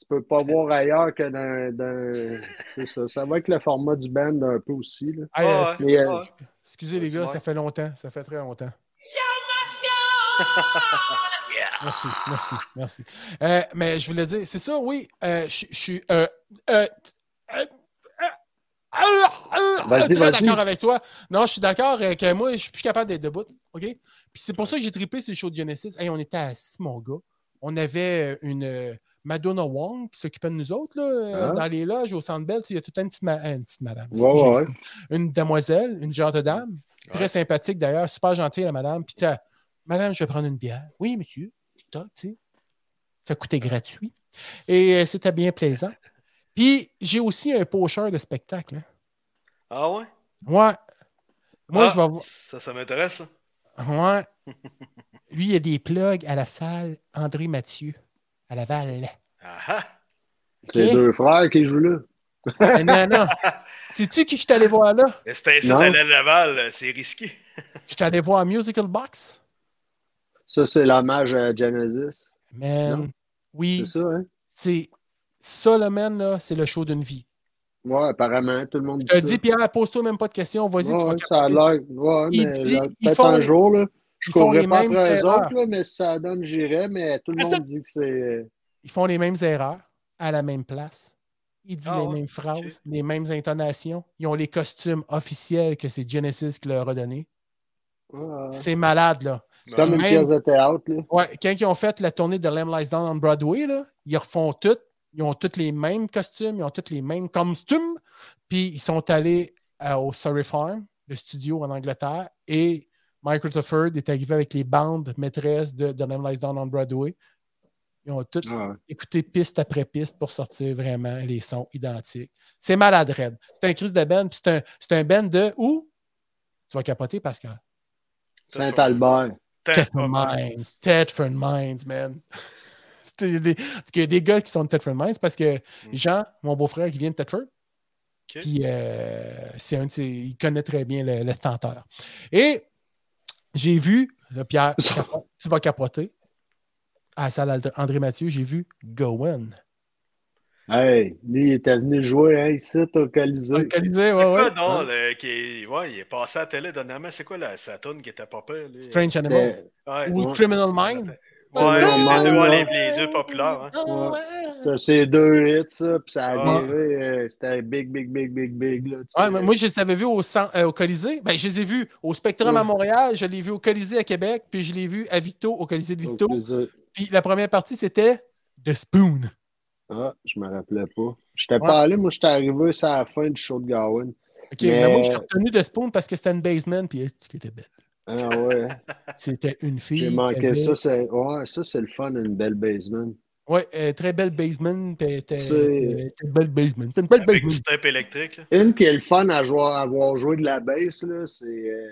Speaker 5: tu peux pas voir ailleurs que dans... dans- C'est ça, ça va avec le format du band un peu aussi. Là.
Speaker 2: Hey,
Speaker 3: Ouais,
Speaker 2: excuse-
Speaker 5: Mais, euh,
Speaker 3: ouais.
Speaker 2: Excusez les
Speaker 3: c'est
Speaker 2: gars,
Speaker 3: vrai.
Speaker 2: ça fait longtemps. Ça fait très longtemps. Merci, merci, merci. Euh, mais je voulais dire, c'est ça, oui. euh, je je suis. euh, euh, euh, euh, euh, euh,
Speaker 5: Vas-y,
Speaker 2: très
Speaker 5: vas-y.
Speaker 2: d'accord avec toi. Non, je suis d'accord euh, que moi, je suis plus capable d'être debout. OK? Puis c'est pour ça que j'ai trippé sur le show de Genesis. Hey, on était assis, mon gars. On avait une euh, Madonna Wong qui s'occupait de nous autres là, euh,
Speaker 5: Ah.
Speaker 2: dans les loges au Centre Bell. Tu sais, Il y a tout le temps une petite, ma- une petite madame.
Speaker 5: Ouais, ouais, ouais.
Speaker 2: Une demoiselle, une genre de dame. Très
Speaker 3: Ouais.
Speaker 2: sympathique d'ailleurs, super gentille la madame. Puis tu sais, Madame, je vais prendre une bière. Oui, monsieur. TikTok, tu sais. Ça coûtait gratuit. Et euh, c'était bien plaisant. Puis, j'ai aussi un pocheur de spectacle. hein.
Speaker 3: Ah ouais?
Speaker 2: Ouais. Moi,
Speaker 3: Ah,
Speaker 2: je vais voir.
Speaker 3: Ça, ça m'intéresse. ça.
Speaker 2: Ouais. Lui, il y a des plugs à la salle André Mathieu, à Laval.
Speaker 3: Ah ah!
Speaker 5: C'est
Speaker 2: Ok.
Speaker 5: deux frères qui jouent là.
Speaker 2: Mais non, non. Sais-tu qui je suis allé voir là?
Speaker 3: Mais C'était ça
Speaker 5: Non.
Speaker 3: d'aller à Laval, euh, c'est risqué.
Speaker 2: Je suis allé voir Musical Box.
Speaker 5: Ça, c'est l'hommage à Genesis.
Speaker 2: Man.
Speaker 5: Non.
Speaker 2: Oui,
Speaker 5: C'est ça, hein?
Speaker 2: c'est ça, le man, là, c'est le show d'une vie.
Speaker 5: Ouais, apparemment, tout le monde
Speaker 2: Je te
Speaker 5: dit
Speaker 2: dis, Pierre, pose-toi même pas de questions. Vas-y,
Speaker 5: ça.
Speaker 2: tu vas
Speaker 5: Ouais, ça a
Speaker 2: capoter.
Speaker 5: l'air. Ouais,
Speaker 2: Il
Speaker 5: mais
Speaker 2: dit-
Speaker 5: là,
Speaker 2: ils
Speaker 5: peut-être
Speaker 2: font
Speaker 5: un
Speaker 2: les-
Speaker 5: jour, là. Je
Speaker 2: ils font les
Speaker 5: courrais pas
Speaker 2: mêmes
Speaker 5: après eux
Speaker 2: erreurs.
Speaker 5: autres, là, mais si ça donne, j'irais, mais tout le monde
Speaker 2: Attends.
Speaker 5: dit que c'est.
Speaker 2: Ils font les mêmes erreurs à la même place. Ils disent
Speaker 3: Ah
Speaker 2: les
Speaker 3: ouais,
Speaker 2: mêmes phrases, les mêmes intonations. Ils ont les costumes officiels que c'est Genesis qui leur a donné.
Speaker 5: Ouais,
Speaker 2: C'est malade, là.
Speaker 5: C'est comme une
Speaker 2: Même-
Speaker 5: pièce de théâtre, là.
Speaker 2: Ouais, quand ils ont fait la tournée de Lamb Lies Down on Broadway, là, ils refont tout. Ils ont tous les mêmes costumes, ils ont tous les mêmes costumes. Puis ils sont allés euh, au Surrey Farm, le studio en Angleterre, et Mike Rutherford est arrivé avec les bandes maîtresses de, de Lamb Lies Down on Broadway. Ils ont tout
Speaker 5: Ouais.
Speaker 2: écouter piste après piste pour sortir vraiment les sons identiques. C'est malade, Red. C'est un crise de band, puis c'est un, c'est un band de où? Tu vas capoter, Pascal.
Speaker 5: Saint-Albert.
Speaker 2: Thetford Mines. Thetford Mines, man. C'était des- Parce qu'il y a des gars qui sont de Thetford Mines parce
Speaker 3: Hmm.
Speaker 2: que Jean, mon beau-frère, qui vient de Thetford, puis euh, c'est un de ses- il connaît très bien le, le tenteur. Et j'ai vu, là, Pierre, tu capo- tu vas capoter, à la salle Aldr- André Mathieu, j'ai vu Gowan.
Speaker 5: Hey, lui, il était venu jouer hein, ici, au Colisée.
Speaker 2: Localisé, ouais,
Speaker 3: Ouais,
Speaker 2: ouais.
Speaker 3: non, le- qui est- ouais, il est passé à la télé dernièrement. C'est quoi la, sa toune qui était pas peur? là?
Speaker 2: Strange Animal.
Speaker 5: C'était-
Speaker 3: Ouais.
Speaker 2: Ou
Speaker 5: Ouais.
Speaker 2: Criminal Mind.
Speaker 3: Ouais,
Speaker 5: Ouais,
Speaker 3: les deux,
Speaker 5: ouais.
Speaker 3: ouais, les, les deux populaires. hein.
Speaker 2: Ouais,
Speaker 5: C'était ses deux hits, ça, puis ça a
Speaker 3: Ouais.
Speaker 5: viré, euh, c'était big, big, big, big, big. Là, tu sais.
Speaker 2: Ah. mais moi, je les avais vus au, cen- euh, au Colisée. Ben, je les ai vus au Spectrum
Speaker 5: Ouais.
Speaker 2: à Montréal, je l'ai vu au Colisée à Québec, puis je l'ai vu à Victo, au Colisée de Victo.
Speaker 5: Donc, c'est ça.
Speaker 2: Puis la première partie, c'était The Spoon.
Speaker 5: Ah, je me rappelais pas. J'étais pas allé, moi, j'étais arrivé, c'est à la fin du show de Gawain.
Speaker 2: Ok,
Speaker 5: Mais-
Speaker 2: mais moi, je t'ai retenu de Spoon parce que c'était une basement, puis elle, c'était belle.
Speaker 5: Ah ouais,
Speaker 2: C'était une fille.
Speaker 5: j'ai
Speaker 2: qui
Speaker 5: manqué
Speaker 2: avait-
Speaker 5: ça. c'est- Ouais, ça, c'est le fun, une belle basement.
Speaker 2: Ouais, euh, très belle basement. puis elle était-
Speaker 5: C'est-
Speaker 2: euh, était une belle basement. C'était une belle
Speaker 3: Avec
Speaker 2: basement.
Speaker 3: du tape électrique. là.
Speaker 5: Une qui est le fun à jouer, à avoir joué de la bass, là, c'est euh,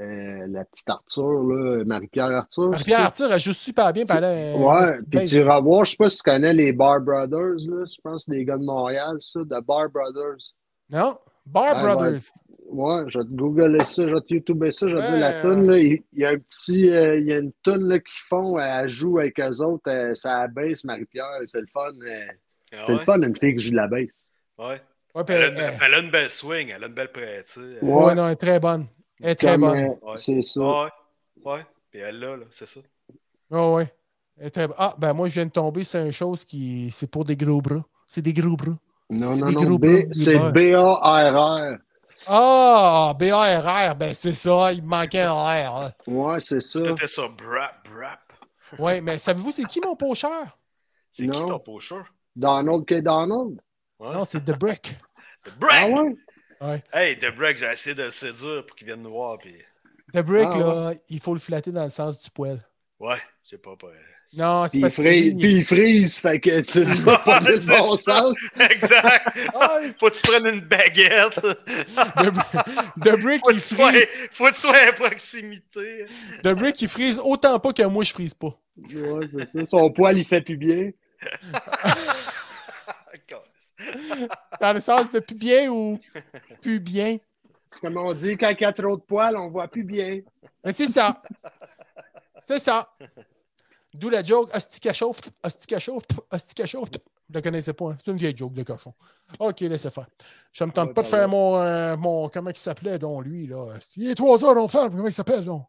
Speaker 5: euh, la petite Arthur, là, Marie-Pierre Arthur. c'est
Speaker 2: Pierre
Speaker 5: ça?
Speaker 2: Arthur, elle joue super bien. puis elle a un-
Speaker 5: Ouais,
Speaker 2: un petit
Speaker 5: puis
Speaker 2: base.
Speaker 5: tu iras voir, je sais pas si tu connais les Bar Brothers, là, je pense que c'est des gars de Montréal, ça, de Bar Brothers.
Speaker 2: Non? Bar
Speaker 5: Ah,
Speaker 2: Brothers.
Speaker 5: Ouais, je vais te googler ça, je vais te YouTuber ça, je vais te
Speaker 2: Ouais,
Speaker 5: dire la
Speaker 2: euh,
Speaker 5: toune, là, il il y a un petit, euh, il y a une toune, là, qu'ils font, elle joue avec eux autres, euh, ça baisse Marie-Pierre, c'est le fun, euh,
Speaker 3: Ah
Speaker 5: c'est le
Speaker 3: ouais,
Speaker 5: fun, une fille qui joue de la bass.
Speaker 3: ouais.
Speaker 2: Ouais, puis
Speaker 3: Elle, a
Speaker 2: elle,
Speaker 3: une, elle a une belle swing, elle a une belle prête. tu sais.
Speaker 5: Ouais.
Speaker 2: ouais, non, elle est très bonne. Elle est très
Speaker 5: Comme,
Speaker 2: bonne.
Speaker 5: euh,
Speaker 3: Ouais. Ah.
Speaker 5: c'est ça.
Speaker 3: Ouais, ouais. Puis elle l'a, là, c'est ça.
Speaker 2: Ouais, Ah ouais. Elle est très bonne. Ah, ben moi, je viens de tomber sur une chose qui. C'est pour des gros bras. C'est des gros bras.
Speaker 5: Non,
Speaker 2: C'est
Speaker 5: non,
Speaker 2: des
Speaker 5: non,
Speaker 2: gros
Speaker 5: B-
Speaker 2: bras,
Speaker 5: c'est
Speaker 2: Hubert.
Speaker 5: B-A-R-R.
Speaker 2: Ah, B-A-R-R, ben c'est ça, il me manquait un R. hein.
Speaker 5: Ouais, c'est ça.
Speaker 3: C'était ça, brap, brap.
Speaker 2: Ouais, mais savez-vous, c'est qui mon pocheur?
Speaker 3: C'est qui
Speaker 5: Non.
Speaker 3: ton pocheur?
Speaker 5: Donald K. Donald.
Speaker 3: Ouais.
Speaker 2: Non, c'est The Brick.
Speaker 3: The
Speaker 5: Ah
Speaker 3: Break!
Speaker 5: ouais?
Speaker 3: Hey, The Break, j'ai essayé de le séduire pour qu'il vienne nous voir. Puis...
Speaker 2: The Brick,
Speaker 5: Ah,
Speaker 2: là, il faut le flatter dans le sens du poil.
Speaker 3: Ouais, j'ai pas peur.
Speaker 2: Non, c'est
Speaker 5: Puis il,
Speaker 2: parce que.
Speaker 5: frise,
Speaker 2: lui,
Speaker 5: puis il frise, fait que tu tu vas pas le bon sens.
Speaker 3: exact!
Speaker 2: Ah, oui,
Speaker 3: Faut que tu prennes une baguette.
Speaker 2: Ah, The Br- The Brick,
Speaker 3: Faut que
Speaker 2: il
Speaker 3: tu sois,
Speaker 2: frise.
Speaker 3: faut que tu sois à proximité.
Speaker 2: The Brick, il frise autant pas que moi, je frise pas.
Speaker 5: Ouais, c'est ça. Son poil, il fait plus bien.
Speaker 3: Ah, Calice.
Speaker 2: Dans le sens de plus bien ou plus bien.
Speaker 5: C'est comme on dit, quand il y a trop de poils, on voit plus bien.
Speaker 2: Mais c'est ça. C'est ça. D'où la joke Astica chauffe, Astica chauffe, Astica chauffe. Vous la connaissez pas, hein? C'est une vieille joke de cochon. OK, laissez faire. Je me tente pas de
Speaker 3: ben
Speaker 2: faire mon. euh, mon comment il s'appelait, donc, lui, là. Il est 3 heures, on fait. Comment il s'appelle, donc?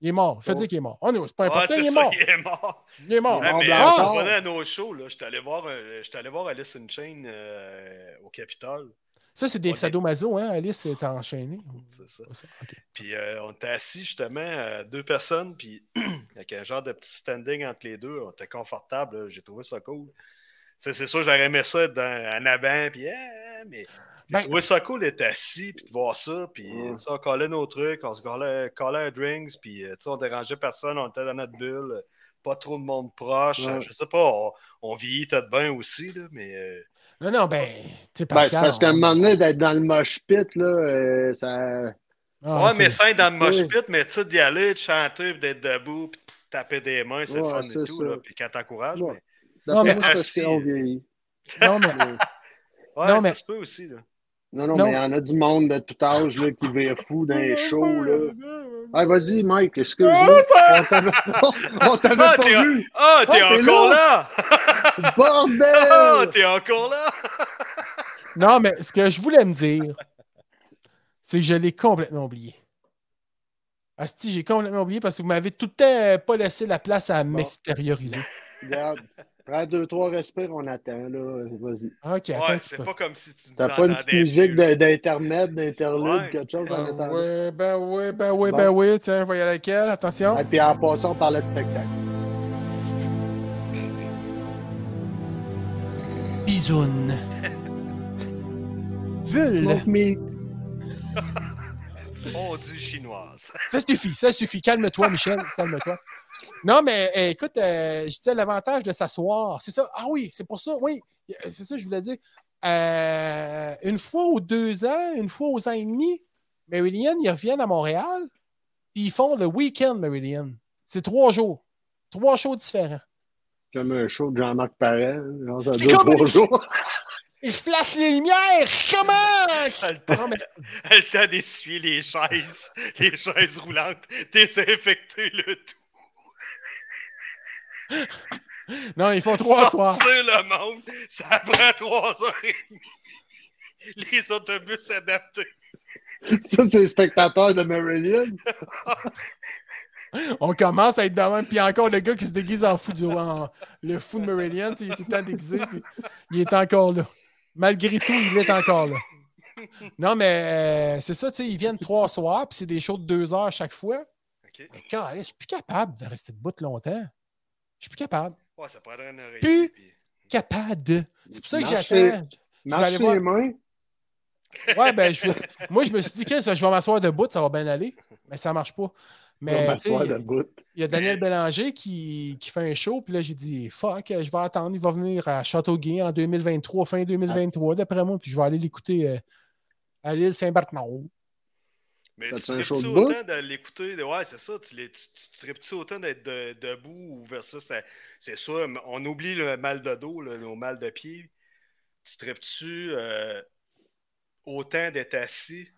Speaker 2: Il est mort. Faites dire qu'il est mort. On est, c'est pas
Speaker 3: Mm. Ouais,
Speaker 2: important,
Speaker 3: Ah, c'est
Speaker 2: il est
Speaker 3: ça,
Speaker 2: mort.
Speaker 3: il est mort.
Speaker 2: Il est mort.
Speaker 5: Il est
Speaker 3: Ouais,
Speaker 5: mort.
Speaker 3: mais
Speaker 5: blanc,
Speaker 3: euh, je
Speaker 5: mort.
Speaker 3: revenais à nos shows, là. J'étais allé voir, euh, j'étais allé voir Alice in Chain euh, au Capitole.
Speaker 2: Ça, c'est des
Speaker 3: On est-
Speaker 2: sadomaso, hein? Alice est enchaînée.
Speaker 3: C'est ça.
Speaker 2: Pas ça, OK.
Speaker 3: Puis euh, on était assis justement euh, deux personnes, puis avec un genre de petit standing entre les deux, on était confortable, là, j'ai trouvé ça cool. Tu sais, c'est sûr, j'aurais aimé ça être dans- en avant, puis Ah, mais j'ai
Speaker 2: Ben-
Speaker 3: trouvé ça cool d'être assis, puis de voir ça, puis tu sais, on collait nos trucs, on se collait, collait un drinks, puis euh, tu sais, on dérangeait personne, on était dans notre bulle, euh, pas trop de monde proche,
Speaker 5: Ouais.
Speaker 3: euh, je sais pas, on, on vieillit peut-être bien aussi, là, mais euh,
Speaker 2: Non, non, ben. C'est
Speaker 5: Ben, c'est parce qu'à un moment donné, d'être dans le mosh pit, là, euh, ça.
Speaker 2: Ah,
Speaker 5: Ah,
Speaker 3: ouais, mais ça, dans le
Speaker 5: tu sais.
Speaker 3: mosh pit, mais tu sais, d'y aller, de chanter, puis d'être debout, puis de taper des mains, c'est
Speaker 5: Ouais,
Speaker 3: le fun
Speaker 5: c'est
Speaker 3: et tout,
Speaker 5: ça.
Speaker 3: là, puis quand t'encourages,
Speaker 5: Ouais.
Speaker 3: mais-
Speaker 2: Non,
Speaker 5: D'après
Speaker 2: mais
Speaker 5: moi, c'est parce
Speaker 3: assis,
Speaker 5: qu'on vieillit.
Speaker 2: Non, mais.
Speaker 5: Mais-
Speaker 3: Ouais,
Speaker 2: Non,
Speaker 3: ça
Speaker 2: mais-
Speaker 3: se peut aussi. Là.
Speaker 5: Non, non,
Speaker 2: Non.
Speaker 5: mais il y en a du monde de tout âge là, qui vire fou dans les shows. Là. Ah, vas-y, Mike, excuse-moi. On t'avait on t'avait
Speaker 3: Ah,
Speaker 5: pas
Speaker 3: t'es un-
Speaker 5: vu.
Speaker 3: Ah, t'es
Speaker 5: Ah, t'es
Speaker 3: encore là! Ah,
Speaker 5: Bordel!
Speaker 3: t'es encore là!
Speaker 2: Non, mais ce que je voulais me dire, c'est que je l'ai complètement oublié. Asti, j'ai complètement oublié parce que vous m'avez tout le temps euh, pas laissé la place à m'extérioriser.
Speaker 5: Regarde, prends deux, trois respires, on attend. là. Vas-y.
Speaker 2: Ok, attends. un
Speaker 3: Ouais,
Speaker 2: petit
Speaker 3: c'est
Speaker 2: peu.
Speaker 3: pas comme si tu nous
Speaker 5: T'as pas une petite
Speaker 3: entendais
Speaker 5: musique
Speaker 3: plus.
Speaker 5: de- d'intermède, d'interlude,
Speaker 3: Ouais.
Speaker 5: quelque chose en
Speaker 2: Ah
Speaker 5: attendant.
Speaker 2: ouais, ben ouais, ben ouais, ben ouais, tiens, voyez avec elle, attention.
Speaker 5: Et Ah, puis en passant, on parlait de spectacle.
Speaker 2: Bisoune. Vul.
Speaker 5: Smoke meat.
Speaker 3: Fondue chinoise.
Speaker 2: Ça suffit, ça suffit. Calme-toi, Michel, calme-toi. Non, mais euh, écoute, euh, je disais l'avantage de s'asseoir. C'est ça. Ah oui, c'est pour ça, oui. C'est ça que je voulais dire. Euh, une fois aux deux ans, une fois aux ans et demi, Marilyn, ils reviennent à Montréal, puis ils font le week-end Marilyn. C'est trois jours. Trois shows différents.
Speaker 5: Comme un show de Jean-Marc Parent. Genre, ça
Speaker 2: C'est
Speaker 5: dure
Speaker 2: comme-
Speaker 5: trois jours.
Speaker 2: Et je flash les lumières! Comment?
Speaker 3: Elle t'a
Speaker 2: Non, mais-
Speaker 3: le temps d'essuyer les chaises, les chaises roulantes, désinfecter le tout.
Speaker 2: Non, ils font trois soirs.
Speaker 3: Sortir le monde, ça prend trois heures et demie. Les autobus adaptés.
Speaker 5: Ça, c'est les spectateurs de Meridian.
Speaker 2: On commence à être dans le même. Puis encore le gars qui se déguise en fou du en- le fou de Meridian, tu sais, il est tout le temps déguisé. puis il est encore là. Malgré tout, il est encore là. Non, mais euh, c'est ça, tu sais, ils viennent trois soirs, puis c'est des shows de deux heures chaque fois.
Speaker 3: OK.
Speaker 2: Mais quand je suis plus capable de rester debout longtemps. Je suis plus capable.
Speaker 3: Ouais, ça prendrait une oreille.
Speaker 2: Puis-
Speaker 3: puis-
Speaker 2: Capable. C'est pour ça que
Speaker 5: Marcher.
Speaker 2: j'attends.
Speaker 5: Marche
Speaker 2: aller
Speaker 5: les
Speaker 2: voir.
Speaker 5: mains.
Speaker 2: Ouais, ben, je, moi, je me suis dit, Chris, je vais m'asseoir debout, ça va bien aller. Mais ça marche pas. Mais
Speaker 5: Mais,
Speaker 2: tu sais, il y a Daniel Bélanger qui, qui fait un show, puis là, j'ai dit, fuck, je vais attendre, il va venir à Châteauguay en 2023, fin 2023, d'après moi, puis je vais aller l'écouter euh, à l'île Saint-Barthélemy.
Speaker 3: Mais
Speaker 5: Ça
Speaker 3: tu
Speaker 5: te fait un show
Speaker 3: tripes-tu
Speaker 5: de
Speaker 3: autant de l'écouter? de- Ouais, c'est ça. Tu, les- tu, tu tripes-tu autant d'être de- debout ou versus. ça- C'est sûr, mais on oublie le mal de dos, là, nos mal de pied. Tu tripes-tu euh, autant d'être assis?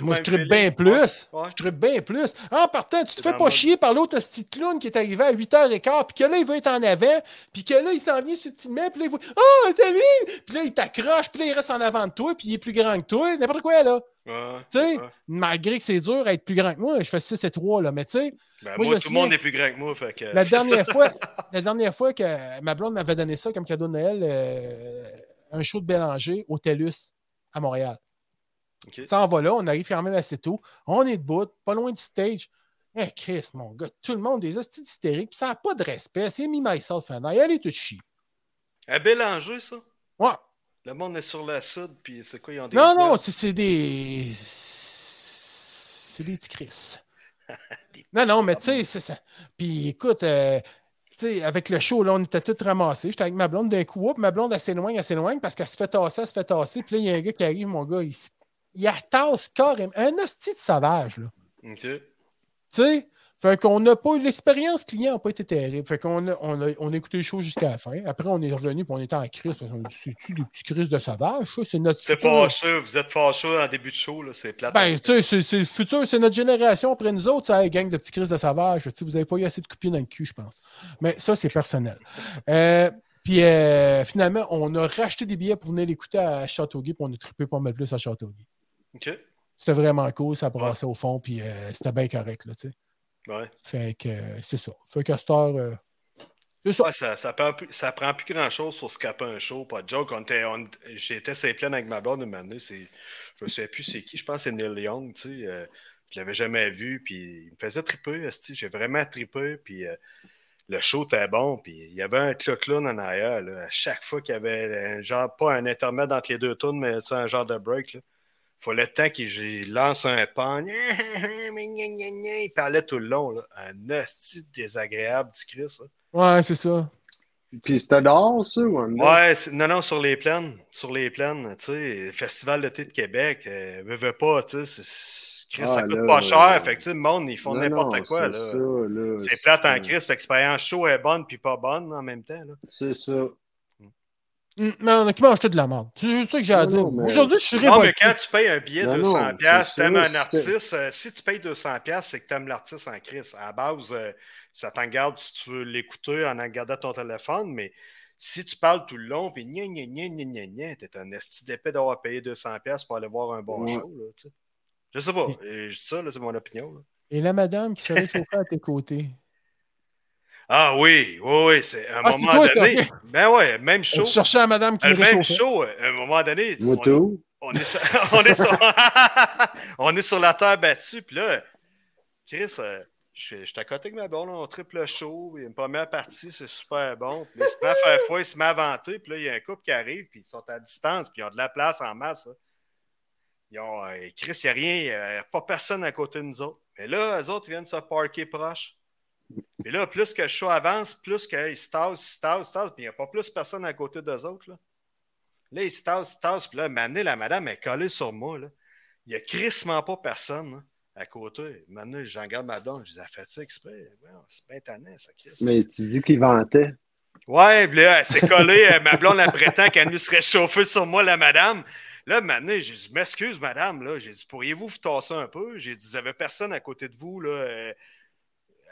Speaker 2: moi, je
Speaker 3: Même
Speaker 2: tripe bien
Speaker 3: Félix,
Speaker 2: plus.
Speaker 3: ouais. Ouais.
Speaker 2: Je tripe bien plus. Ah, En partant, tu te
Speaker 3: C'est
Speaker 2: fais
Speaker 3: dans
Speaker 2: pas
Speaker 3: le
Speaker 2: chier par l'autre petit clown qui est arrivé à 8h15, puis que là, il veut être en avant, puis que là, il s'en vient subtilement, puis là, il voit « Oh, Nathalie! » Puis là, il t'accroche, puis là, il reste en avant de toi, puis il est plus grand que toi, n'importe quoi, là.
Speaker 3: Ouais,
Speaker 2: Tu sais,
Speaker 3: ouais.
Speaker 2: malgré que c'est dur à être plus grand que moi, je fais 6 et 3, là, mais tu sais,
Speaker 3: Ben,
Speaker 2: moi, je me
Speaker 3: moi, tout le
Speaker 2: souviens-
Speaker 3: monde est plus grand que moi. Fait que,
Speaker 2: Euh, la
Speaker 3: c'est
Speaker 2: dernière,
Speaker 3: ça.
Speaker 2: fois, la dernière fois que ma blonde m'avait donné ça comme cadeau de Noël, euh, un show de Bélanger au TELUS à Montréal.
Speaker 3: Ok.
Speaker 2: Ça en va là, on arrive quand même assez tôt. On est debout, pas loin du stage. Eh, Chris, mon gars, tout le monde des hosties hystériques, puis ça n'a pas de respect. C'est me, myself, and I. Allez, tout chier.
Speaker 3: À Bélanger, ça.
Speaker 2: Ouais.
Speaker 3: Le monde est sur l'acide, puis c'est quoi? Ils ont des
Speaker 2: Non,
Speaker 3: places?
Speaker 2: non, c'est c'est des. C'est des petits Chris. Non, non, mais tu sais, c'est ça. Puis écoute, euh, tu sais, avec le show, là, on était tous ramassés. J'étais avec ma blonde d'un coup, hop, ma blonde, elle s'éloigne, elle s'éloigne parce qu'elle se fait tasser, elle se fait tasser. Puis là, il y a un gars qui arrive, mon gars, il, s- il la tasse carrément. Un hostie de sauvage, là.
Speaker 3: Ok.
Speaker 2: Tu sais? Fait qu'on n'a pas eu l'expérience client n'a pas été terrible. Fait qu'on a, on a, on a écouté le show jusqu'à la fin. Après, on est revenu puis on était en crise. Parce qu'on a dit, c'est-tu des petits crises de sauvage? ça? C'est notre
Speaker 3: C'est
Speaker 2: futur.
Speaker 3: fâcheux. Vous êtes fâcheux en début de show, là. C'est plate.
Speaker 2: Ben, tu sais, c'est- c'est le futur, c'est notre génération après nous autres, ça, hey, gang de petits crises de savage. Vous n'avez pas eu assez de coupines dans le cul, je pense. Mais ça, c'est personnel. Euh, puis euh, finalement, on a racheté des billets pour venir l'écouter à Châteauguay, puis on a trippé pas mal plus à Châteauguay.
Speaker 3: Ok.
Speaker 2: C'était vraiment cool, ça brassait au fond, puis euh, c'était bien correct, là, tu sais.
Speaker 3: Ouais.
Speaker 2: Fait que euh, c'est ça. Fait que à cette heure, euh, c'est ça.
Speaker 3: Ouais, ça, ça, prend plus, ça prend plus grand chose sur scaper un show, pas de joke. On était- on- J'étais saint plein avec ma blonde une année. C'est, je ne sais plus c'est qui, je pense que c'est Neil Young, tu sais. euh, je l'avais jamais vu, puis il me faisait triper, esti, j'ai vraiment trippé, puis euh, le show était bon, puis il y avait un clown en arrière, là, à chaque fois qu'il y avait un genre, pas un intermède entre les deux tours, mais tu sais, un genre de break, là. Fallait le temps qu'il j'y lance un pan. Il parlait tout le long. Là. Un hostie désagréable du Christ. là.
Speaker 2: Ouais, c'est ça.
Speaker 5: Puis c'était dehors, ça, ou en dedans?
Speaker 3: Ouais, c'est- non, non, sur les plaines. Sur les plaines, tu sais, Festival de thé de Québec, euh, veux, veux pas, tu sais, c'est- c'est- Chris, ça
Speaker 5: Ah,
Speaker 3: coûte
Speaker 5: là,
Speaker 3: pas cher.
Speaker 5: euh,
Speaker 3: Fait que, tu sais, le monde, ils font
Speaker 5: Non,
Speaker 3: n'importe
Speaker 5: non,
Speaker 3: quoi,
Speaker 5: c'est
Speaker 3: là.
Speaker 5: ça, là,
Speaker 3: C'est plate en
Speaker 5: euh,
Speaker 3: Chris, l'expérience show est bonne puis pas bonne en même temps, là.
Speaker 5: C'est ça.
Speaker 2: Hum, Mais on a qui mange tout de la merde. C'est juste ça que j'ai à
Speaker 5: Non,
Speaker 2: dire.
Speaker 5: non, mais-
Speaker 2: Aujourd'hui, je suis
Speaker 3: Non, mais
Speaker 2: révolté.
Speaker 3: quand tu payes un billet
Speaker 5: Non,
Speaker 3: de
Speaker 5: non,
Speaker 3: 200$, piastres,
Speaker 5: c'est
Speaker 3: t'aimes
Speaker 5: sûr,
Speaker 3: un
Speaker 5: si
Speaker 3: artiste. euh, si tu payes 200$, piastres, c'est que t'aimes l'artiste en Chris. À la base, euh, ça t'en garde si tu veux l'écouter en en regardant ton téléphone, mais si tu parles tout le long, puis gna gna gna gna gna gna, t'es un esti d'épée d'avoir payé 200$ piastres pour aller voir un bon
Speaker 5: Ouais.
Speaker 3: show. Là, tu sais. je sais pas. euh, Je dis ça, là, c'est mon opinion. là.
Speaker 2: Et la madame qui serait chauffée à tes côtés.
Speaker 3: Ah oui, oui, oui, c'est à un
Speaker 2: Ah, c'est
Speaker 3: moment
Speaker 2: toi, c'est
Speaker 3: donné.
Speaker 2: ok.
Speaker 3: Ben ouais, même
Speaker 2: On
Speaker 3: show.
Speaker 2: cherchait la madame qui me
Speaker 3: Le
Speaker 2: hein.
Speaker 3: même
Speaker 2: réchauffait.
Speaker 3: show, euh, à un moment donné, on-
Speaker 5: Moto.
Speaker 3: On est sur, on est sur, on est sur la terre battue. Puis là, Chris, euh, je je suis à côté avec ma blonde, on triple show. Il y a une première partie, c'est super bon. Puis là, il se met à faire foi, il se met à vanter. Puis là, il y a un couple qui arrive, puis ils sont à distance, puis ils ont de la place en masse. hein. Ils ont, euh, Chris, il n'y a rien, il n'y a pas personne à côté de nous autres. Mais là, eux autres, ils viennent se parquer proche. Puis là, plus que le show avance, plus qu'ils se tassent, ils se tassent, ils se tassent, puis il n'y a pas plus personne à côté d'eux autres. Là. Là, il se tasse, il se tasse, puis là, Mané, la madame est collée sur moi. Là. Il n'y a crissement pas personne là, à côté. Mané, j'en garde ma blonde, je dis, elle fait ça exprès. Ouais, c'est bien tannant, ça, Chris.
Speaker 5: Mais tu dis qu'il vantait.
Speaker 3: Ouais, puis là, elle s'est collée, euh, ma blonde, elle prétend qu'elle nous serait chauffée sur moi, la madame. Là, Mané, j'ai dit, m'excuse, madame, là. J'ai dit, pourriez-vous vous tasser un peu? J'ai dit, vous avez personne à côté de vous, là. euh,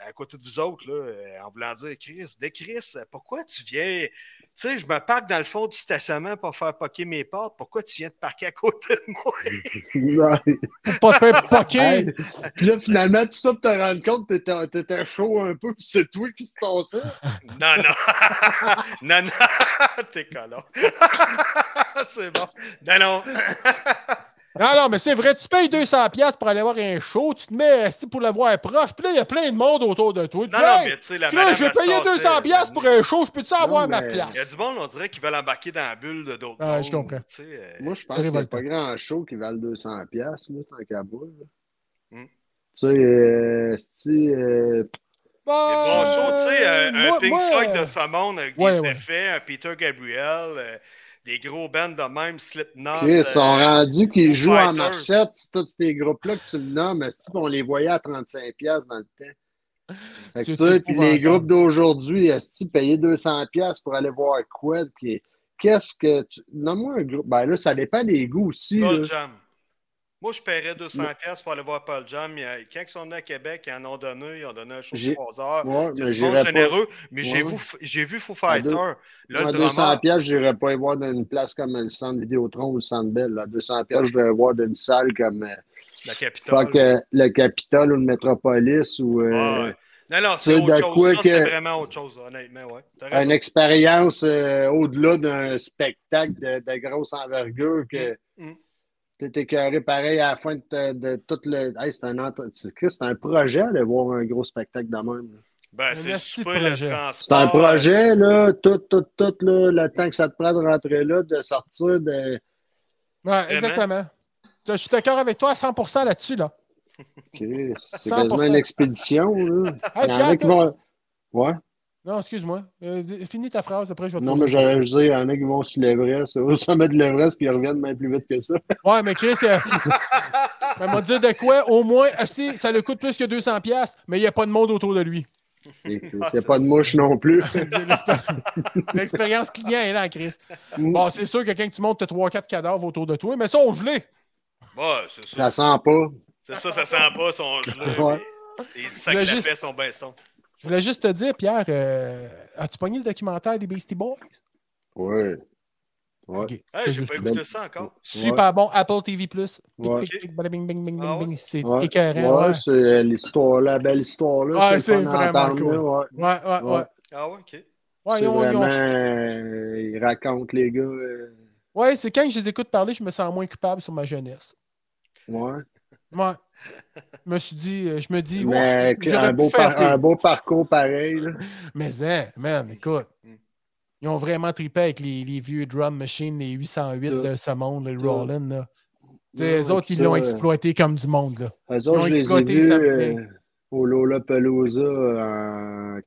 Speaker 3: à côté de vous autres, là, euh, en voulant dire Chris, des Chris, pourquoi tu viens. Tu sais, je me parque dans le fond du stationnement pour faire poquer mes portes. Pourquoi tu viens te parquer à côté de moi?
Speaker 5: Ouais.
Speaker 2: Pas te faire poquer.
Speaker 5: Hey, Puis là, finalement, tout ça pour te rendre compte, t'étais t'étais chaud un peu, puis c'est toi qui se tassais.
Speaker 3: non, non. non, non. T'es collant. C'est bon. Non, non.
Speaker 2: Non, non, mais c'est vrai, tu payes 200$ piastres pour aller voir un show, tu te mets assis pour le voir proche, puis là, il y a plein de monde autour de toi. Tu
Speaker 3: Non,
Speaker 2: dis,
Speaker 3: non,
Speaker 2: Hey,
Speaker 3: mais tu sais, la
Speaker 2: là,
Speaker 3: madame,
Speaker 2: j'ai
Speaker 3: elle se
Speaker 2: payé
Speaker 3: tassait,
Speaker 2: 200$ piastres pour un show, je peux-tu avoir ma
Speaker 5: mais-
Speaker 2: place?
Speaker 3: Il y a du monde, on dirait qu'ils veulent embarquer dans la bulle de d'autres.
Speaker 2: Ah, je
Speaker 3: mondes,
Speaker 2: comprends.
Speaker 3: tu sais, euh,
Speaker 5: Moi, je pense
Speaker 2: Ça
Speaker 5: qu'il n'y a
Speaker 2: révolte.
Speaker 5: pas grand show qui valent 200$, piastres, là, tant qu'à moi. là.
Speaker 3: Hmm.
Speaker 5: Tu sais, euh, c'ti, euh,
Speaker 3: Des bons shows, tu sais, un, un
Speaker 2: euh, moi-
Speaker 3: Pink
Speaker 2: moi,
Speaker 3: Floyd de ce monde avec
Speaker 2: ouais,
Speaker 3: des
Speaker 2: ouais.
Speaker 3: effets, un Peter Gabriel, euh, des gros bands de même, Slipknot.
Speaker 5: Chris, ils sont
Speaker 3: euh,
Speaker 5: rendus qu'ils
Speaker 3: Foo
Speaker 5: jouent
Speaker 3: Fighters.
Speaker 5: en marchette, c'est tous ces groupes-là que tu le nommes, c'ti, on les voyait à 35$ piastres dans le temps. Fait que, tu
Speaker 2: C'est
Speaker 5: sais, puis les
Speaker 2: épouvantable.
Speaker 5: groupes d'aujourd'hui, est-ce payer 200$ piastres pour aller voir quoi? Puis qu'est-ce que tu. Nomme-moi un groupe. Ben là, ça dépend des goûts aussi. là.
Speaker 3: Pearl Jam. Moi, je paierais 200$ piastres pour aller voir Paul Jam. Il y a- Quand ils sont venus à Québec, ils en ont donné, ils ont donné un show de
Speaker 5: J'ai-
Speaker 3: 3 heures.
Speaker 5: Ouais,
Speaker 3: C'est
Speaker 5: mais
Speaker 3: du monde
Speaker 5: j'irais pas.
Speaker 3: généreux, mais j'ai
Speaker 5: Ouais.
Speaker 3: vu, j'ai vu Foo
Speaker 5: À deux-
Speaker 3: Fighter. Là,
Speaker 5: à
Speaker 3: le
Speaker 5: 200
Speaker 3: drummer,
Speaker 5: pièces, j'irais pas y voir dans une place comme le centre Vidéotron ou le centre Bell. À 200 pièces, je devrais voir dans une salle comme euh,
Speaker 3: le Capitole.
Speaker 5: fuck, euh, le Capitole ou le Metropolis ou euh,
Speaker 3: Ah, ouais. Non, non, c'est
Speaker 5: c'est
Speaker 3: autre
Speaker 5: de
Speaker 3: chose.
Speaker 5: quoi
Speaker 3: Ça,
Speaker 5: que-
Speaker 3: c'est vraiment autre chose, honnêtement, ouais. T'as raison.
Speaker 5: une expérience euh, au-delà d'un spectacle de, de grosse envergure que
Speaker 3: Mm, mm.
Speaker 5: t'es écœuré pareil à la fin de, ta- de tout le. Hey, c'est un, entre- c'est Christ, c'est un projet de voir un gros spectacle de même. là.
Speaker 3: Ben,
Speaker 2: Un
Speaker 3: c'est le
Speaker 2: esti de
Speaker 3: souper, le
Speaker 2: projet.
Speaker 3: transport.
Speaker 5: C'est un projet, là, tout, tout, tout, là, le temps que ça te prend de rentrer là, de sortir, de.
Speaker 2: Ouais, exactement. Je suis d'accord avec toi à 100% là-dessus, là.
Speaker 5: Christ, C'est
Speaker 2: 100%.
Speaker 5: quasiment une expédition, là.
Speaker 3: Ah,
Speaker 2: Hey,
Speaker 5: Il y en
Speaker 2: Pierre,
Speaker 5: a qui
Speaker 2: toi-
Speaker 5: vont. Ouais.
Speaker 2: Non, excuse-moi. Euh, dis- finis ta phrase, après je vais te
Speaker 5: Non,
Speaker 2: poser
Speaker 5: mais
Speaker 2: une
Speaker 5: j'allais juste dire, il y en a qui vont sur l'Everest, au sommet de l'Everest, puis ils reviennent même plus vite que ça.
Speaker 2: Ouais, mais Chris, euh, elle m'a dit de quoi? Au moins, ah, si, ça le coûte plus que 200$, piastres, mais il n'y a pas de monde autour de lui.
Speaker 5: Il n'y
Speaker 3: Ah,
Speaker 5: a
Speaker 3: c'est
Speaker 5: pas de
Speaker 3: ça.
Speaker 5: mouche non plus.
Speaker 2: L'expéri- L'expérience client est là, Chris. Bon, c'est sûr que quand tu montes, tu as 3-4 cadavres autour de toi, mais ça, on gelé.
Speaker 3: Ouais, c'est ça.
Speaker 5: Ça sent pas.
Speaker 3: C'est ça, ça sent pas son gelé.
Speaker 5: Ouais.
Speaker 3: Les sacs
Speaker 2: Mais
Speaker 3: de
Speaker 2: juste-
Speaker 3: paix sont ben stoncs.
Speaker 2: Je voulais juste te dire, Pierre, euh, as-tu pogné le documentaire des Beastie Boys?
Speaker 5: Ouais. Ouais.
Speaker 2: Ok,
Speaker 3: Hey,
Speaker 2: c'est
Speaker 3: j'ai
Speaker 2: juste
Speaker 3: pas
Speaker 5: ben-
Speaker 3: écouté ça encore.
Speaker 2: Super bon, Apple TV+. Bing,
Speaker 5: Ouais.
Speaker 2: bing, bing, bada bing, bing, bing,
Speaker 3: Ah
Speaker 2: bing, bing. C'est
Speaker 5: Ouais.
Speaker 2: écœurant.
Speaker 5: Ouais,
Speaker 2: ouais.
Speaker 5: c'est euh, l'histoire, la belle histoire, là.
Speaker 2: Ouais,
Speaker 5: le
Speaker 2: c'est
Speaker 5: fun à
Speaker 2: vraiment
Speaker 5: entendre,
Speaker 2: cool.
Speaker 5: là, ouais.
Speaker 2: Ouais, ouais, ouais.
Speaker 5: Ouais.
Speaker 3: Ah ouais, ok.
Speaker 2: Ouais,
Speaker 5: C'est
Speaker 2: ils ont- ils ont-
Speaker 5: vraiment, euh, ils racontent, les gars. euh,
Speaker 2: ouais, c'est quand je les écoute parler, je me sens moins coupable sur ma jeunesse.
Speaker 5: ouais.
Speaker 2: Ouais. Je me suis dit, euh, je me dis, ouais,
Speaker 5: Mais
Speaker 2: j'aurais
Speaker 5: un
Speaker 2: pu
Speaker 5: beau,
Speaker 2: faire
Speaker 5: par-
Speaker 2: pire.
Speaker 5: un beau parcours pareil, là.
Speaker 2: Mais, hein, man, écoute.
Speaker 3: Mm.
Speaker 2: Ils ont vraiment trippé avec les, les vieux drum machines, les 808
Speaker 5: Tout.
Speaker 2: de ce monde, les
Speaker 5: Tout.
Speaker 2: Rollins. Là. Tu sais,
Speaker 5: Ouais,
Speaker 2: eux autres,
Speaker 5: puis
Speaker 2: ils l'ont
Speaker 5: ça,
Speaker 2: exploité comme du monde. Là.
Speaker 5: Eux
Speaker 2: ont
Speaker 5: autres, je les ai
Speaker 2: exploité
Speaker 5: vus
Speaker 2: ça,
Speaker 5: euh,
Speaker 2: mais-
Speaker 5: au Lollapalooza en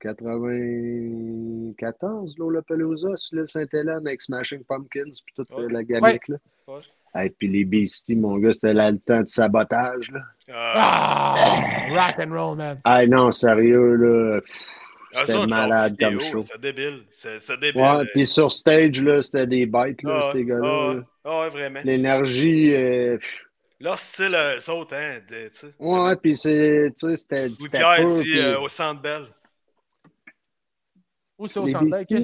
Speaker 5: 94, Lollapalooza, sur l'île Sainte-Hélène avec Smashing Pumpkins puis toute
Speaker 3: Ouais.
Speaker 5: euh, la gamique. là.
Speaker 3: Ouais.
Speaker 5: Et puis les Beasties, mon gars, c'était là le temps de sabotage. Là.
Speaker 3: Ah,
Speaker 2: Ah! Rock and roll, man.
Speaker 5: Ah non, sérieux, là.
Speaker 3: eux
Speaker 5: c'était
Speaker 3: autres, leur
Speaker 5: malade
Speaker 3: vidéo,
Speaker 5: comme show.
Speaker 3: C'est débile. C'est c'est débile.
Speaker 5: Ouais, puis sur stage, là, c'était des bêtes, là,
Speaker 3: Euh, Ah,
Speaker 5: ces gars-là.
Speaker 3: ah,
Speaker 5: là.
Speaker 3: ah, ouais, vraiment.
Speaker 5: L'énergie, euh,
Speaker 3: Leur style, euh, eux autres, hein, de- tu sais.
Speaker 5: ouais, puis c'est, tu sais, c'était
Speaker 3: Louis
Speaker 5: c'était
Speaker 3: Pierre
Speaker 5: pur,
Speaker 3: dit
Speaker 5: puis-
Speaker 3: euh, au Centre Bell.
Speaker 2: Où c'est au
Speaker 5: Les
Speaker 2: centre
Speaker 5: Beastie?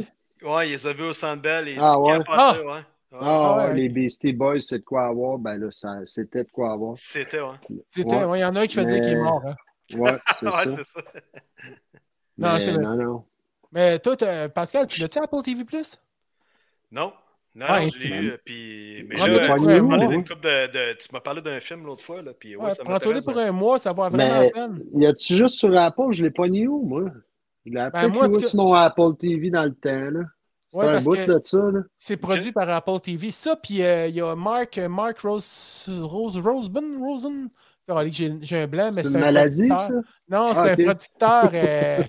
Speaker 2: Bell?
Speaker 3: Ouais, ils les ont vus au Centre Bell. Et
Speaker 5: Ah, ouais.
Speaker 2: Ah.
Speaker 3: ouais. hein. Ouais.
Speaker 5: Ah,
Speaker 2: Ah ouais,
Speaker 5: ouais, les Beastie Boys, c'est de quoi avoir. Ben là, ça, c'était de quoi avoir.
Speaker 3: C'était, ouais.
Speaker 2: C'était, ouais, il
Speaker 5: Ouais.
Speaker 2: y en a un qui fait dire qu'il est
Speaker 5: Mais-
Speaker 2: mort. hein.
Speaker 5: Ouais, c'est
Speaker 3: Ouais,
Speaker 5: ça.
Speaker 3: c'est ça.
Speaker 2: Non,
Speaker 5: Mais
Speaker 2: c'est vrai.
Speaker 5: non, non.
Speaker 2: Mais toi, t'as- Pascal, tu l'as-tu Apple TV+.
Speaker 3: Non. Non,
Speaker 2: Ouais,
Speaker 3: je l'ai
Speaker 5: tu-
Speaker 3: eu, puis... Mais
Speaker 5: Ah,
Speaker 2: mais
Speaker 3: là,
Speaker 2: pas
Speaker 3: tu
Speaker 2: nous,
Speaker 3: m'as parlé
Speaker 5: ouais.
Speaker 3: d'une couple de, de- Tu m'as parlé d'un film l'autre fois, là, puis ouais,
Speaker 2: Ouais,
Speaker 3: ça
Speaker 2: Prends-toi
Speaker 3: m'intéresse.
Speaker 2: pour un mois, ça va vraiment la
Speaker 5: Mais
Speaker 2: peine.
Speaker 5: y a-tu juste sur Apple? Je l'ai pas ni où, moi. Je l'ai appris
Speaker 2: Ben, moi, en
Speaker 5: moi,
Speaker 2: tout cas-
Speaker 5: sur mon Apple TV dans le temps. Là.
Speaker 2: Ouais,
Speaker 5: C'est un
Speaker 2: parce
Speaker 5: bout
Speaker 2: que
Speaker 5: de ça. Là.
Speaker 2: c'est produit par Apple TV. Ça, puis euh, il y a Mark, euh, Mark Rose, Rose, Rosen, Rosen. Caroline, J'ai j'ai un blanc, mais
Speaker 5: C'est
Speaker 2: c'est un
Speaker 5: une maladie,
Speaker 2: producteur.
Speaker 5: ça?
Speaker 2: Non, c'est
Speaker 5: Ah,
Speaker 2: un
Speaker 5: ok.
Speaker 2: producteur. euh,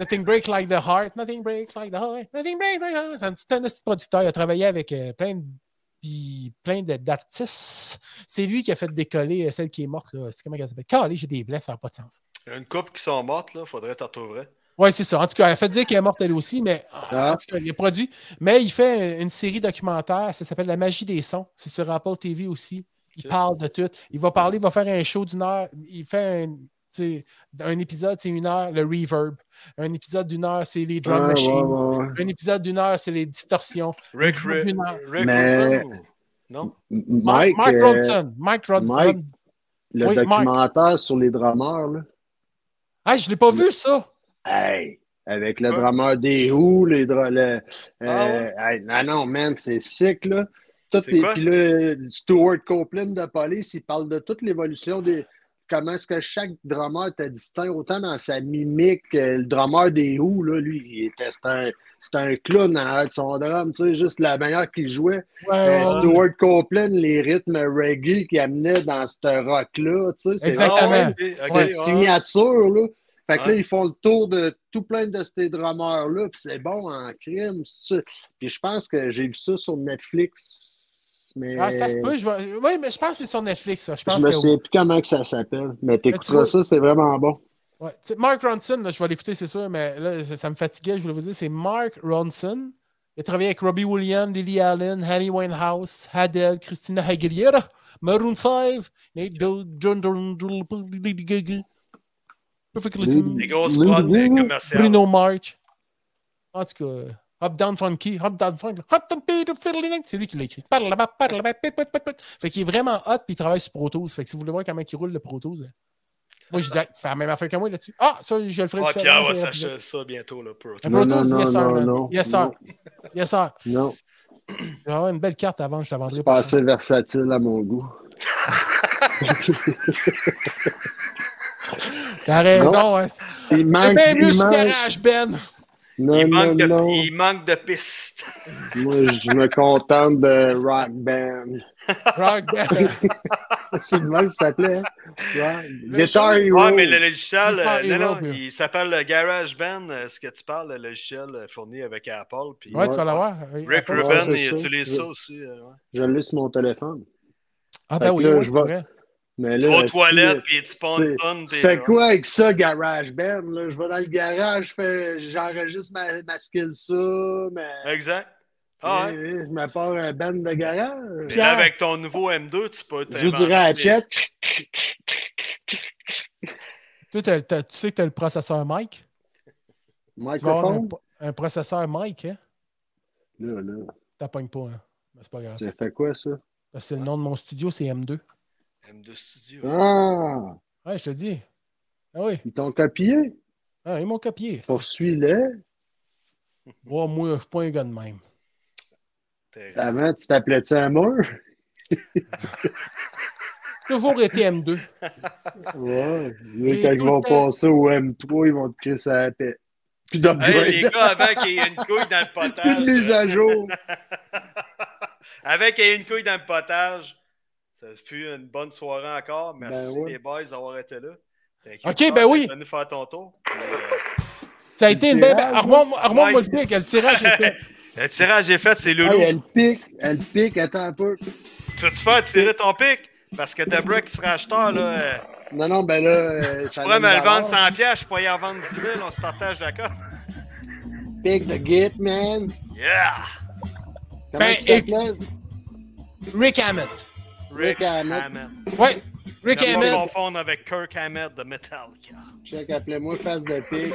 Speaker 2: Nothing Breaks Like the Heart. Nothing Breaks Like the Heart. Nothing Breaks Like the Heart. C'est un- C'est un petit producteur. Il a travaillé avec euh, plein de puis plein de- d'artistes. C'est lui qui a fait décoller euh, celle qui est morte. Là. C'est comment elle s'appelle? Calé, j'ai des blesses, ça n'a pas de sens.
Speaker 3: Une couple qui sont mortes, là, faudrait t'en trouver.
Speaker 2: Oui, c'est ça. En tout cas, elle a fait dire qu'elle est morte elle aussi, mais
Speaker 5: Ah.
Speaker 2: en tout cas, il est produit. Mais il fait euh, une série documentaire, ça s'appelle La magie des sons. C'est sur Apple TV aussi. Il
Speaker 3: Ok.
Speaker 2: parle de tout. Il va parler, il va faire un show d'une heure. Il fait un- sais, un épisode, c'est une heure, le reverb. Un épisode d'une heure, c'est les drum
Speaker 5: Ah, Ouais,
Speaker 2: machines.
Speaker 5: ouais, ouais, ouais.
Speaker 2: Un épisode d'une heure, c'est les distorsions.
Speaker 3: Rick,
Speaker 2: Une
Speaker 3: Rick,
Speaker 2: heure.
Speaker 3: Rick
Speaker 5: Mais-
Speaker 3: Rubin, Oh, Non?
Speaker 5: M-
Speaker 2: Mike,
Speaker 5: Mike,
Speaker 2: Mike
Speaker 5: euh,
Speaker 2: Ronson. Mike Ronson.
Speaker 5: Mike. le
Speaker 2: Oui, Mike.
Speaker 5: documentaire sur les drummers, là.
Speaker 2: Hey, je l'ai pas vu, ça.
Speaker 5: Hey! Avec le
Speaker 3: Ouais.
Speaker 5: drummer des Who, les dra- le-
Speaker 3: Ah
Speaker 5: euh, hey, non, non, man, c'est sick, là. Toutes
Speaker 3: C'est
Speaker 5: les,
Speaker 3: quoi?
Speaker 5: puis là, Stuart Copeland de Police, il parle de toute l'évolution des. Comment est-ce que chaque drummer était distinct, autant dans sa mimique, euh, le drummer des Who, là, lui, il était, c'était un, c'était un clown en arrière de son drum, tu sais, juste la manière qu'il jouait.
Speaker 3: Ah
Speaker 2: Ouais,
Speaker 5: Euh,
Speaker 2: ouais.
Speaker 5: Stuart Copeland, les rythmes reggae qu'il amenait dans ce rock-là, tu sais, c'est
Speaker 2: Exactement.
Speaker 3: Ah, ouais, ok,
Speaker 5: c'est
Speaker 3: ouais.
Speaker 5: signature, là. Fait que
Speaker 3: Ouais.
Speaker 5: là, ils font le tour de tout plein de ces drummers-là, puis c'est bon en crime. c'est ça. Puis je pense que j'ai vu ça sur Netflix, mais
Speaker 2: Ah, ça se peut. Je vais- Oui, mais je pense que c'est sur Netflix, ça. Je
Speaker 5: euh, je
Speaker 2: pense
Speaker 5: me
Speaker 2: que oui.
Speaker 5: souviens plus comment que ça s'appelle. Mais
Speaker 2: vois-
Speaker 5: t'écouteras ça, c'est vraiment bon.
Speaker 2: Ouais. Tu sais, Mark Ronson, là, je vais l'écouter, c'est sûr, mais là, ça, ça me fatiguait, je voulais vous dire. C'est Mark Ronson. Il a travaillé avec Robbie Williams, Lily Allen, Harry Winehouse, Adele, Christina Aguilera, Maroon 5, Nate Dogg, John John- John- Lady Gaga, Perfect Listen,
Speaker 3: Des grosses prods des commerciales.
Speaker 2: Bruno March. En tout cas, Hop Down Funky, Hop Down Funky, Hop Down Peter Fiddling. C'est lui qui l'a écrit. Par là-bas, par là-bas, pit, pit, pit, pit. Fait qu'il est vraiment hot, puis il travaille sur Pro Tools. Fait que si vous voulez voir comment il roule le Pro Tools, moi, je dirais, fais la même affaire que moi là-dessus. Ah, ça, je le ferai
Speaker 3: Ah,
Speaker 2: tout seul.
Speaker 3: Pierre va
Speaker 2: Ça,
Speaker 3: s'acheter ça bientôt, là, pour...
Speaker 2: Le Pro
Speaker 5: Non,
Speaker 2: Tools,
Speaker 5: non,
Speaker 2: yes,
Speaker 5: non,
Speaker 2: sir,
Speaker 5: non,
Speaker 2: man.
Speaker 5: non,
Speaker 2: yes, sir.
Speaker 5: non.
Speaker 2: Yes, sir.
Speaker 5: Non,
Speaker 2: Je vais avoir une belle carte avant, je la vendrai
Speaker 5: c'est
Speaker 2: pas.
Speaker 5: pas assez versatile à mon goût.
Speaker 2: T'as raison, hein.
Speaker 5: Il
Speaker 2: C'est
Speaker 5: manque,
Speaker 2: bien mieux
Speaker 5: il
Speaker 2: sur
Speaker 5: manque,
Speaker 2: garage, Ben.
Speaker 5: non,
Speaker 3: Il,
Speaker 5: non,
Speaker 3: manque de...
Speaker 5: non.
Speaker 3: il manque de pistes.
Speaker 5: Moi, je me contente de Rock Band.
Speaker 2: Rock Ben.
Speaker 5: C'est le même qui s'appelait. hein?
Speaker 2: Le
Speaker 5: Ouais. Guitar Hero.
Speaker 3: Ouais, mais le logiciel,
Speaker 2: Guitar
Speaker 3: euh, non,
Speaker 2: Hero,
Speaker 3: non,
Speaker 2: puis-
Speaker 3: il s'appelle euh, GarageBand, euh, ce que tu parles, le logiciel euh, fourni avec Apple. Puis
Speaker 2: Ouais, tu vas l'avoir.
Speaker 3: Rick
Speaker 2: Après-
Speaker 3: Rubin,
Speaker 5: Ouais, c'est
Speaker 3: il
Speaker 5: ça.
Speaker 3: utilise ça
Speaker 5: Ouais.
Speaker 3: aussi. euh, ouais.
Speaker 5: Je l'ai sur mon téléphone.
Speaker 2: Ah, ben
Speaker 5: Fait que
Speaker 2: oui,
Speaker 5: là,
Speaker 2: oui,
Speaker 5: je
Speaker 2: c'est
Speaker 5: vais-
Speaker 2: vrai.
Speaker 5: Mais
Speaker 3: Tu
Speaker 5: là,
Speaker 3: vas aux
Speaker 5: si,
Speaker 3: toilettes,
Speaker 5: euh,
Speaker 3: puis tu
Speaker 5: c'est-
Speaker 3: pontonnes
Speaker 5: Tu
Speaker 3: des...
Speaker 5: fais quoi avec ça, Garage Ben? là? Je vais dans le garage, je fais- j'enregistre ma, ma skill ça, mais
Speaker 3: Exact. Ah, ouais.
Speaker 5: je me pars un band de garage.
Speaker 3: Puis
Speaker 2: Pierre.
Speaker 3: là, avec ton nouveau M2, tu peux
Speaker 5: Je joue
Speaker 3: t'inventer
Speaker 5: du ratchet.
Speaker 2: Toi, t'as- t'as- tu sais que tu as le processeur Mike. Tu vas avoir un,
Speaker 5: Microphone.
Speaker 2: un processeur Mike, hein?
Speaker 5: Là, là.
Speaker 2: T'appognes pas, hein? Mais c'est pas grave.
Speaker 5: Ça fait quoi, ça?
Speaker 2: Parce que c'est le nom de mon studio, c'est M2.
Speaker 3: des- M2 Studio.
Speaker 5: Ah!
Speaker 2: Ouais, je te dis. Ah oui,
Speaker 5: Ils t'ont copié?
Speaker 2: ah, ils m'ont copié.
Speaker 5: Poursuis-les.
Speaker 2: Oh, moi, je suis pas un gars de même.
Speaker 3: T'es-
Speaker 5: Avant, tu t'appelais-tu un mur?
Speaker 2: Toujours été M2.
Speaker 5: Ouais,
Speaker 2: J'ai
Speaker 5: là,
Speaker 2: tout
Speaker 5: quand ils vont
Speaker 2: le temps-
Speaker 5: passer au M3, ils vont te créer sa paix. Puis d'upgrade.
Speaker 3: Hey, les gars, avant qu'il y ait une couille dans le potage. euh,
Speaker 5: Plus de mise à jour.
Speaker 3: Avec une couille dans le potage, ça fut une bonne soirée encore. Merci
Speaker 5: Ben ouais.
Speaker 3: les boys d'avoir été là. Thank
Speaker 2: Ok,
Speaker 3: Charles,
Speaker 2: ben oui.
Speaker 3: d'être venu faire ton tour. Euh,
Speaker 2: Ça a été une belle.
Speaker 5: tirage,
Speaker 2: Armande-moi
Speaker 3: Ouais.
Speaker 2: armande-moi le pic, le tirage était.
Speaker 3: Le tirage est fait, c'est Loulou.
Speaker 5: Hey, elle pique, elle pique, attends un peu.
Speaker 3: Tu veux-tu faire tirer ton pic? Parce que Debra qui sera acheteur, là, euh,
Speaker 5: Non, non, ben là. euh, ça
Speaker 3: pourrait
Speaker 5: a
Speaker 3: me
Speaker 5: une
Speaker 3: le vendre
Speaker 5: valeur.
Speaker 3: 100 pièces, je pourrais y en vendre 10 000, on se partage la cote.
Speaker 5: Pique de git, man.
Speaker 3: Yeah!
Speaker 5: Comment
Speaker 2: Ben,
Speaker 5: tu t'appelles?
Speaker 2: Rick Hammett.
Speaker 5: Rick Hammett.
Speaker 2: Ouais, Rick
Speaker 3: Ne pas
Speaker 2: Hammett.
Speaker 3: confondre avec Kirk Hammett de Metallica.
Speaker 5: Check, appelez-moi face de pique.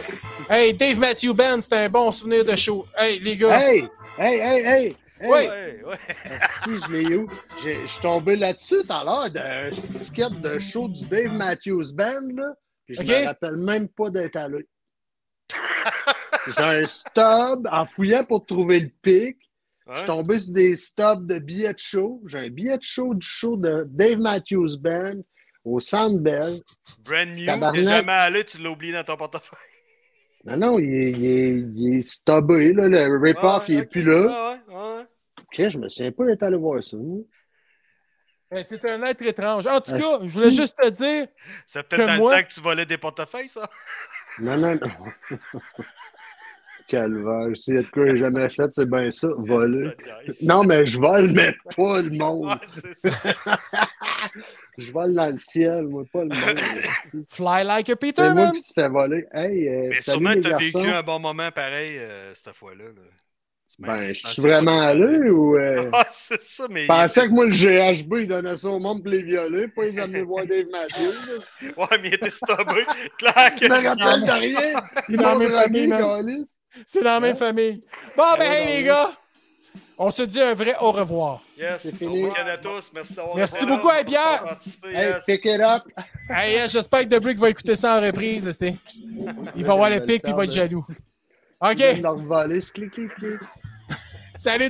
Speaker 2: Hey, Dave Matthew Band, c'était un bon souvenir de show. Hey, les gars.
Speaker 5: Hey! Hey, hey, hey! Hey!
Speaker 2: Ouais.
Speaker 3: Ouais, ouais.
Speaker 5: Si, je l'ai eu. J'ai- Je suis tombé là-dessus tout à l'heure d'un ticket de show du Dave Matthews Band, là. Puis je
Speaker 2: Ok.
Speaker 5: me rappelle même pas d'être allé. J'ai un stub en fouillant pour trouver le pic. Je suis
Speaker 3: Hein?
Speaker 5: tombé sur des stubs de billets de show. J'ai un billet de show du show de Dave Matthews Band au Centre Bell.
Speaker 3: Brand new, t'es
Speaker 5: Tabarnak.
Speaker 3: jamais allé, tu l'as oublié dans ton portefeuille.
Speaker 5: Non, non, il est, il est, il est stubbé, là. Le rip-off,
Speaker 3: Ouais,
Speaker 5: il est
Speaker 3: ok.
Speaker 5: plus là.
Speaker 3: Ouais, ouais, ouais.
Speaker 5: Ok, je me souviens pas d'être allé voir ça. moi.
Speaker 2: Hey, T'es un être étrange. En tout cas,
Speaker 5: Asti.
Speaker 2: je voulais juste te dire.
Speaker 3: C'est peut-être
Speaker 2: Que
Speaker 3: dans
Speaker 2: moi-
Speaker 3: le temps que tu volais des portefeuilles, ça.
Speaker 5: Non, non, non. Calvaire. S'il y a de quoi que j'ai jamais fait, c'est bien ça, voler. Non, mais je vole, mais pas le monde.
Speaker 3: Ouais, c'est ça.
Speaker 5: Je vole dans le ciel, moi, pas le monde.
Speaker 2: Fly like a
Speaker 5: C'est
Speaker 2: Peter,
Speaker 5: moi
Speaker 2: man.
Speaker 5: qui se fais voler. Hey, euh,
Speaker 3: Mais
Speaker 5: salut
Speaker 3: sûrement
Speaker 5: les
Speaker 3: que t'as vécu
Speaker 5: garçons.
Speaker 3: un bon moment pareil euh, cette fois-là. là.
Speaker 5: Ben, je suis vraiment allé ou. Euh...
Speaker 3: Ah, c'est ça, mais.
Speaker 5: Je pensais que moi, le GHB, il donnait ça au monde pour les violer, pas les amener voir Dave Matthews. là.
Speaker 3: Ouais, mais il était stoppé. Claire que.
Speaker 5: Je me rappelle de rien.
Speaker 2: Il est dans la même
Speaker 5: Ils m'ont
Speaker 2: famille,
Speaker 5: dragué,
Speaker 2: man.
Speaker 5: câlisse.
Speaker 2: C'est dans la même famille. Bon, ben,
Speaker 5: Hein? Ah, Ouais,
Speaker 2: hey, les
Speaker 5: ouais.
Speaker 2: gars, on se dit un vrai au revoir.
Speaker 3: Yes,
Speaker 5: C'est
Speaker 3: au
Speaker 5: fini.
Speaker 3: week-end à tous. Merci d'avoir
Speaker 2: Merci
Speaker 3: été
Speaker 2: beaucoup,
Speaker 3: là.
Speaker 2: hein, Pierre.
Speaker 3: Participer,
Speaker 5: Hey,
Speaker 3: yes.
Speaker 5: pick it up.
Speaker 2: Hey, euh, j'espère que The Brick va écouter ça en reprise, tu sais. Il va voir le pic puis il va être jaloux.
Speaker 5: Je viens de
Speaker 2: OK,
Speaker 5: leur voler, ce clic, clic, clic.
Speaker 2: salut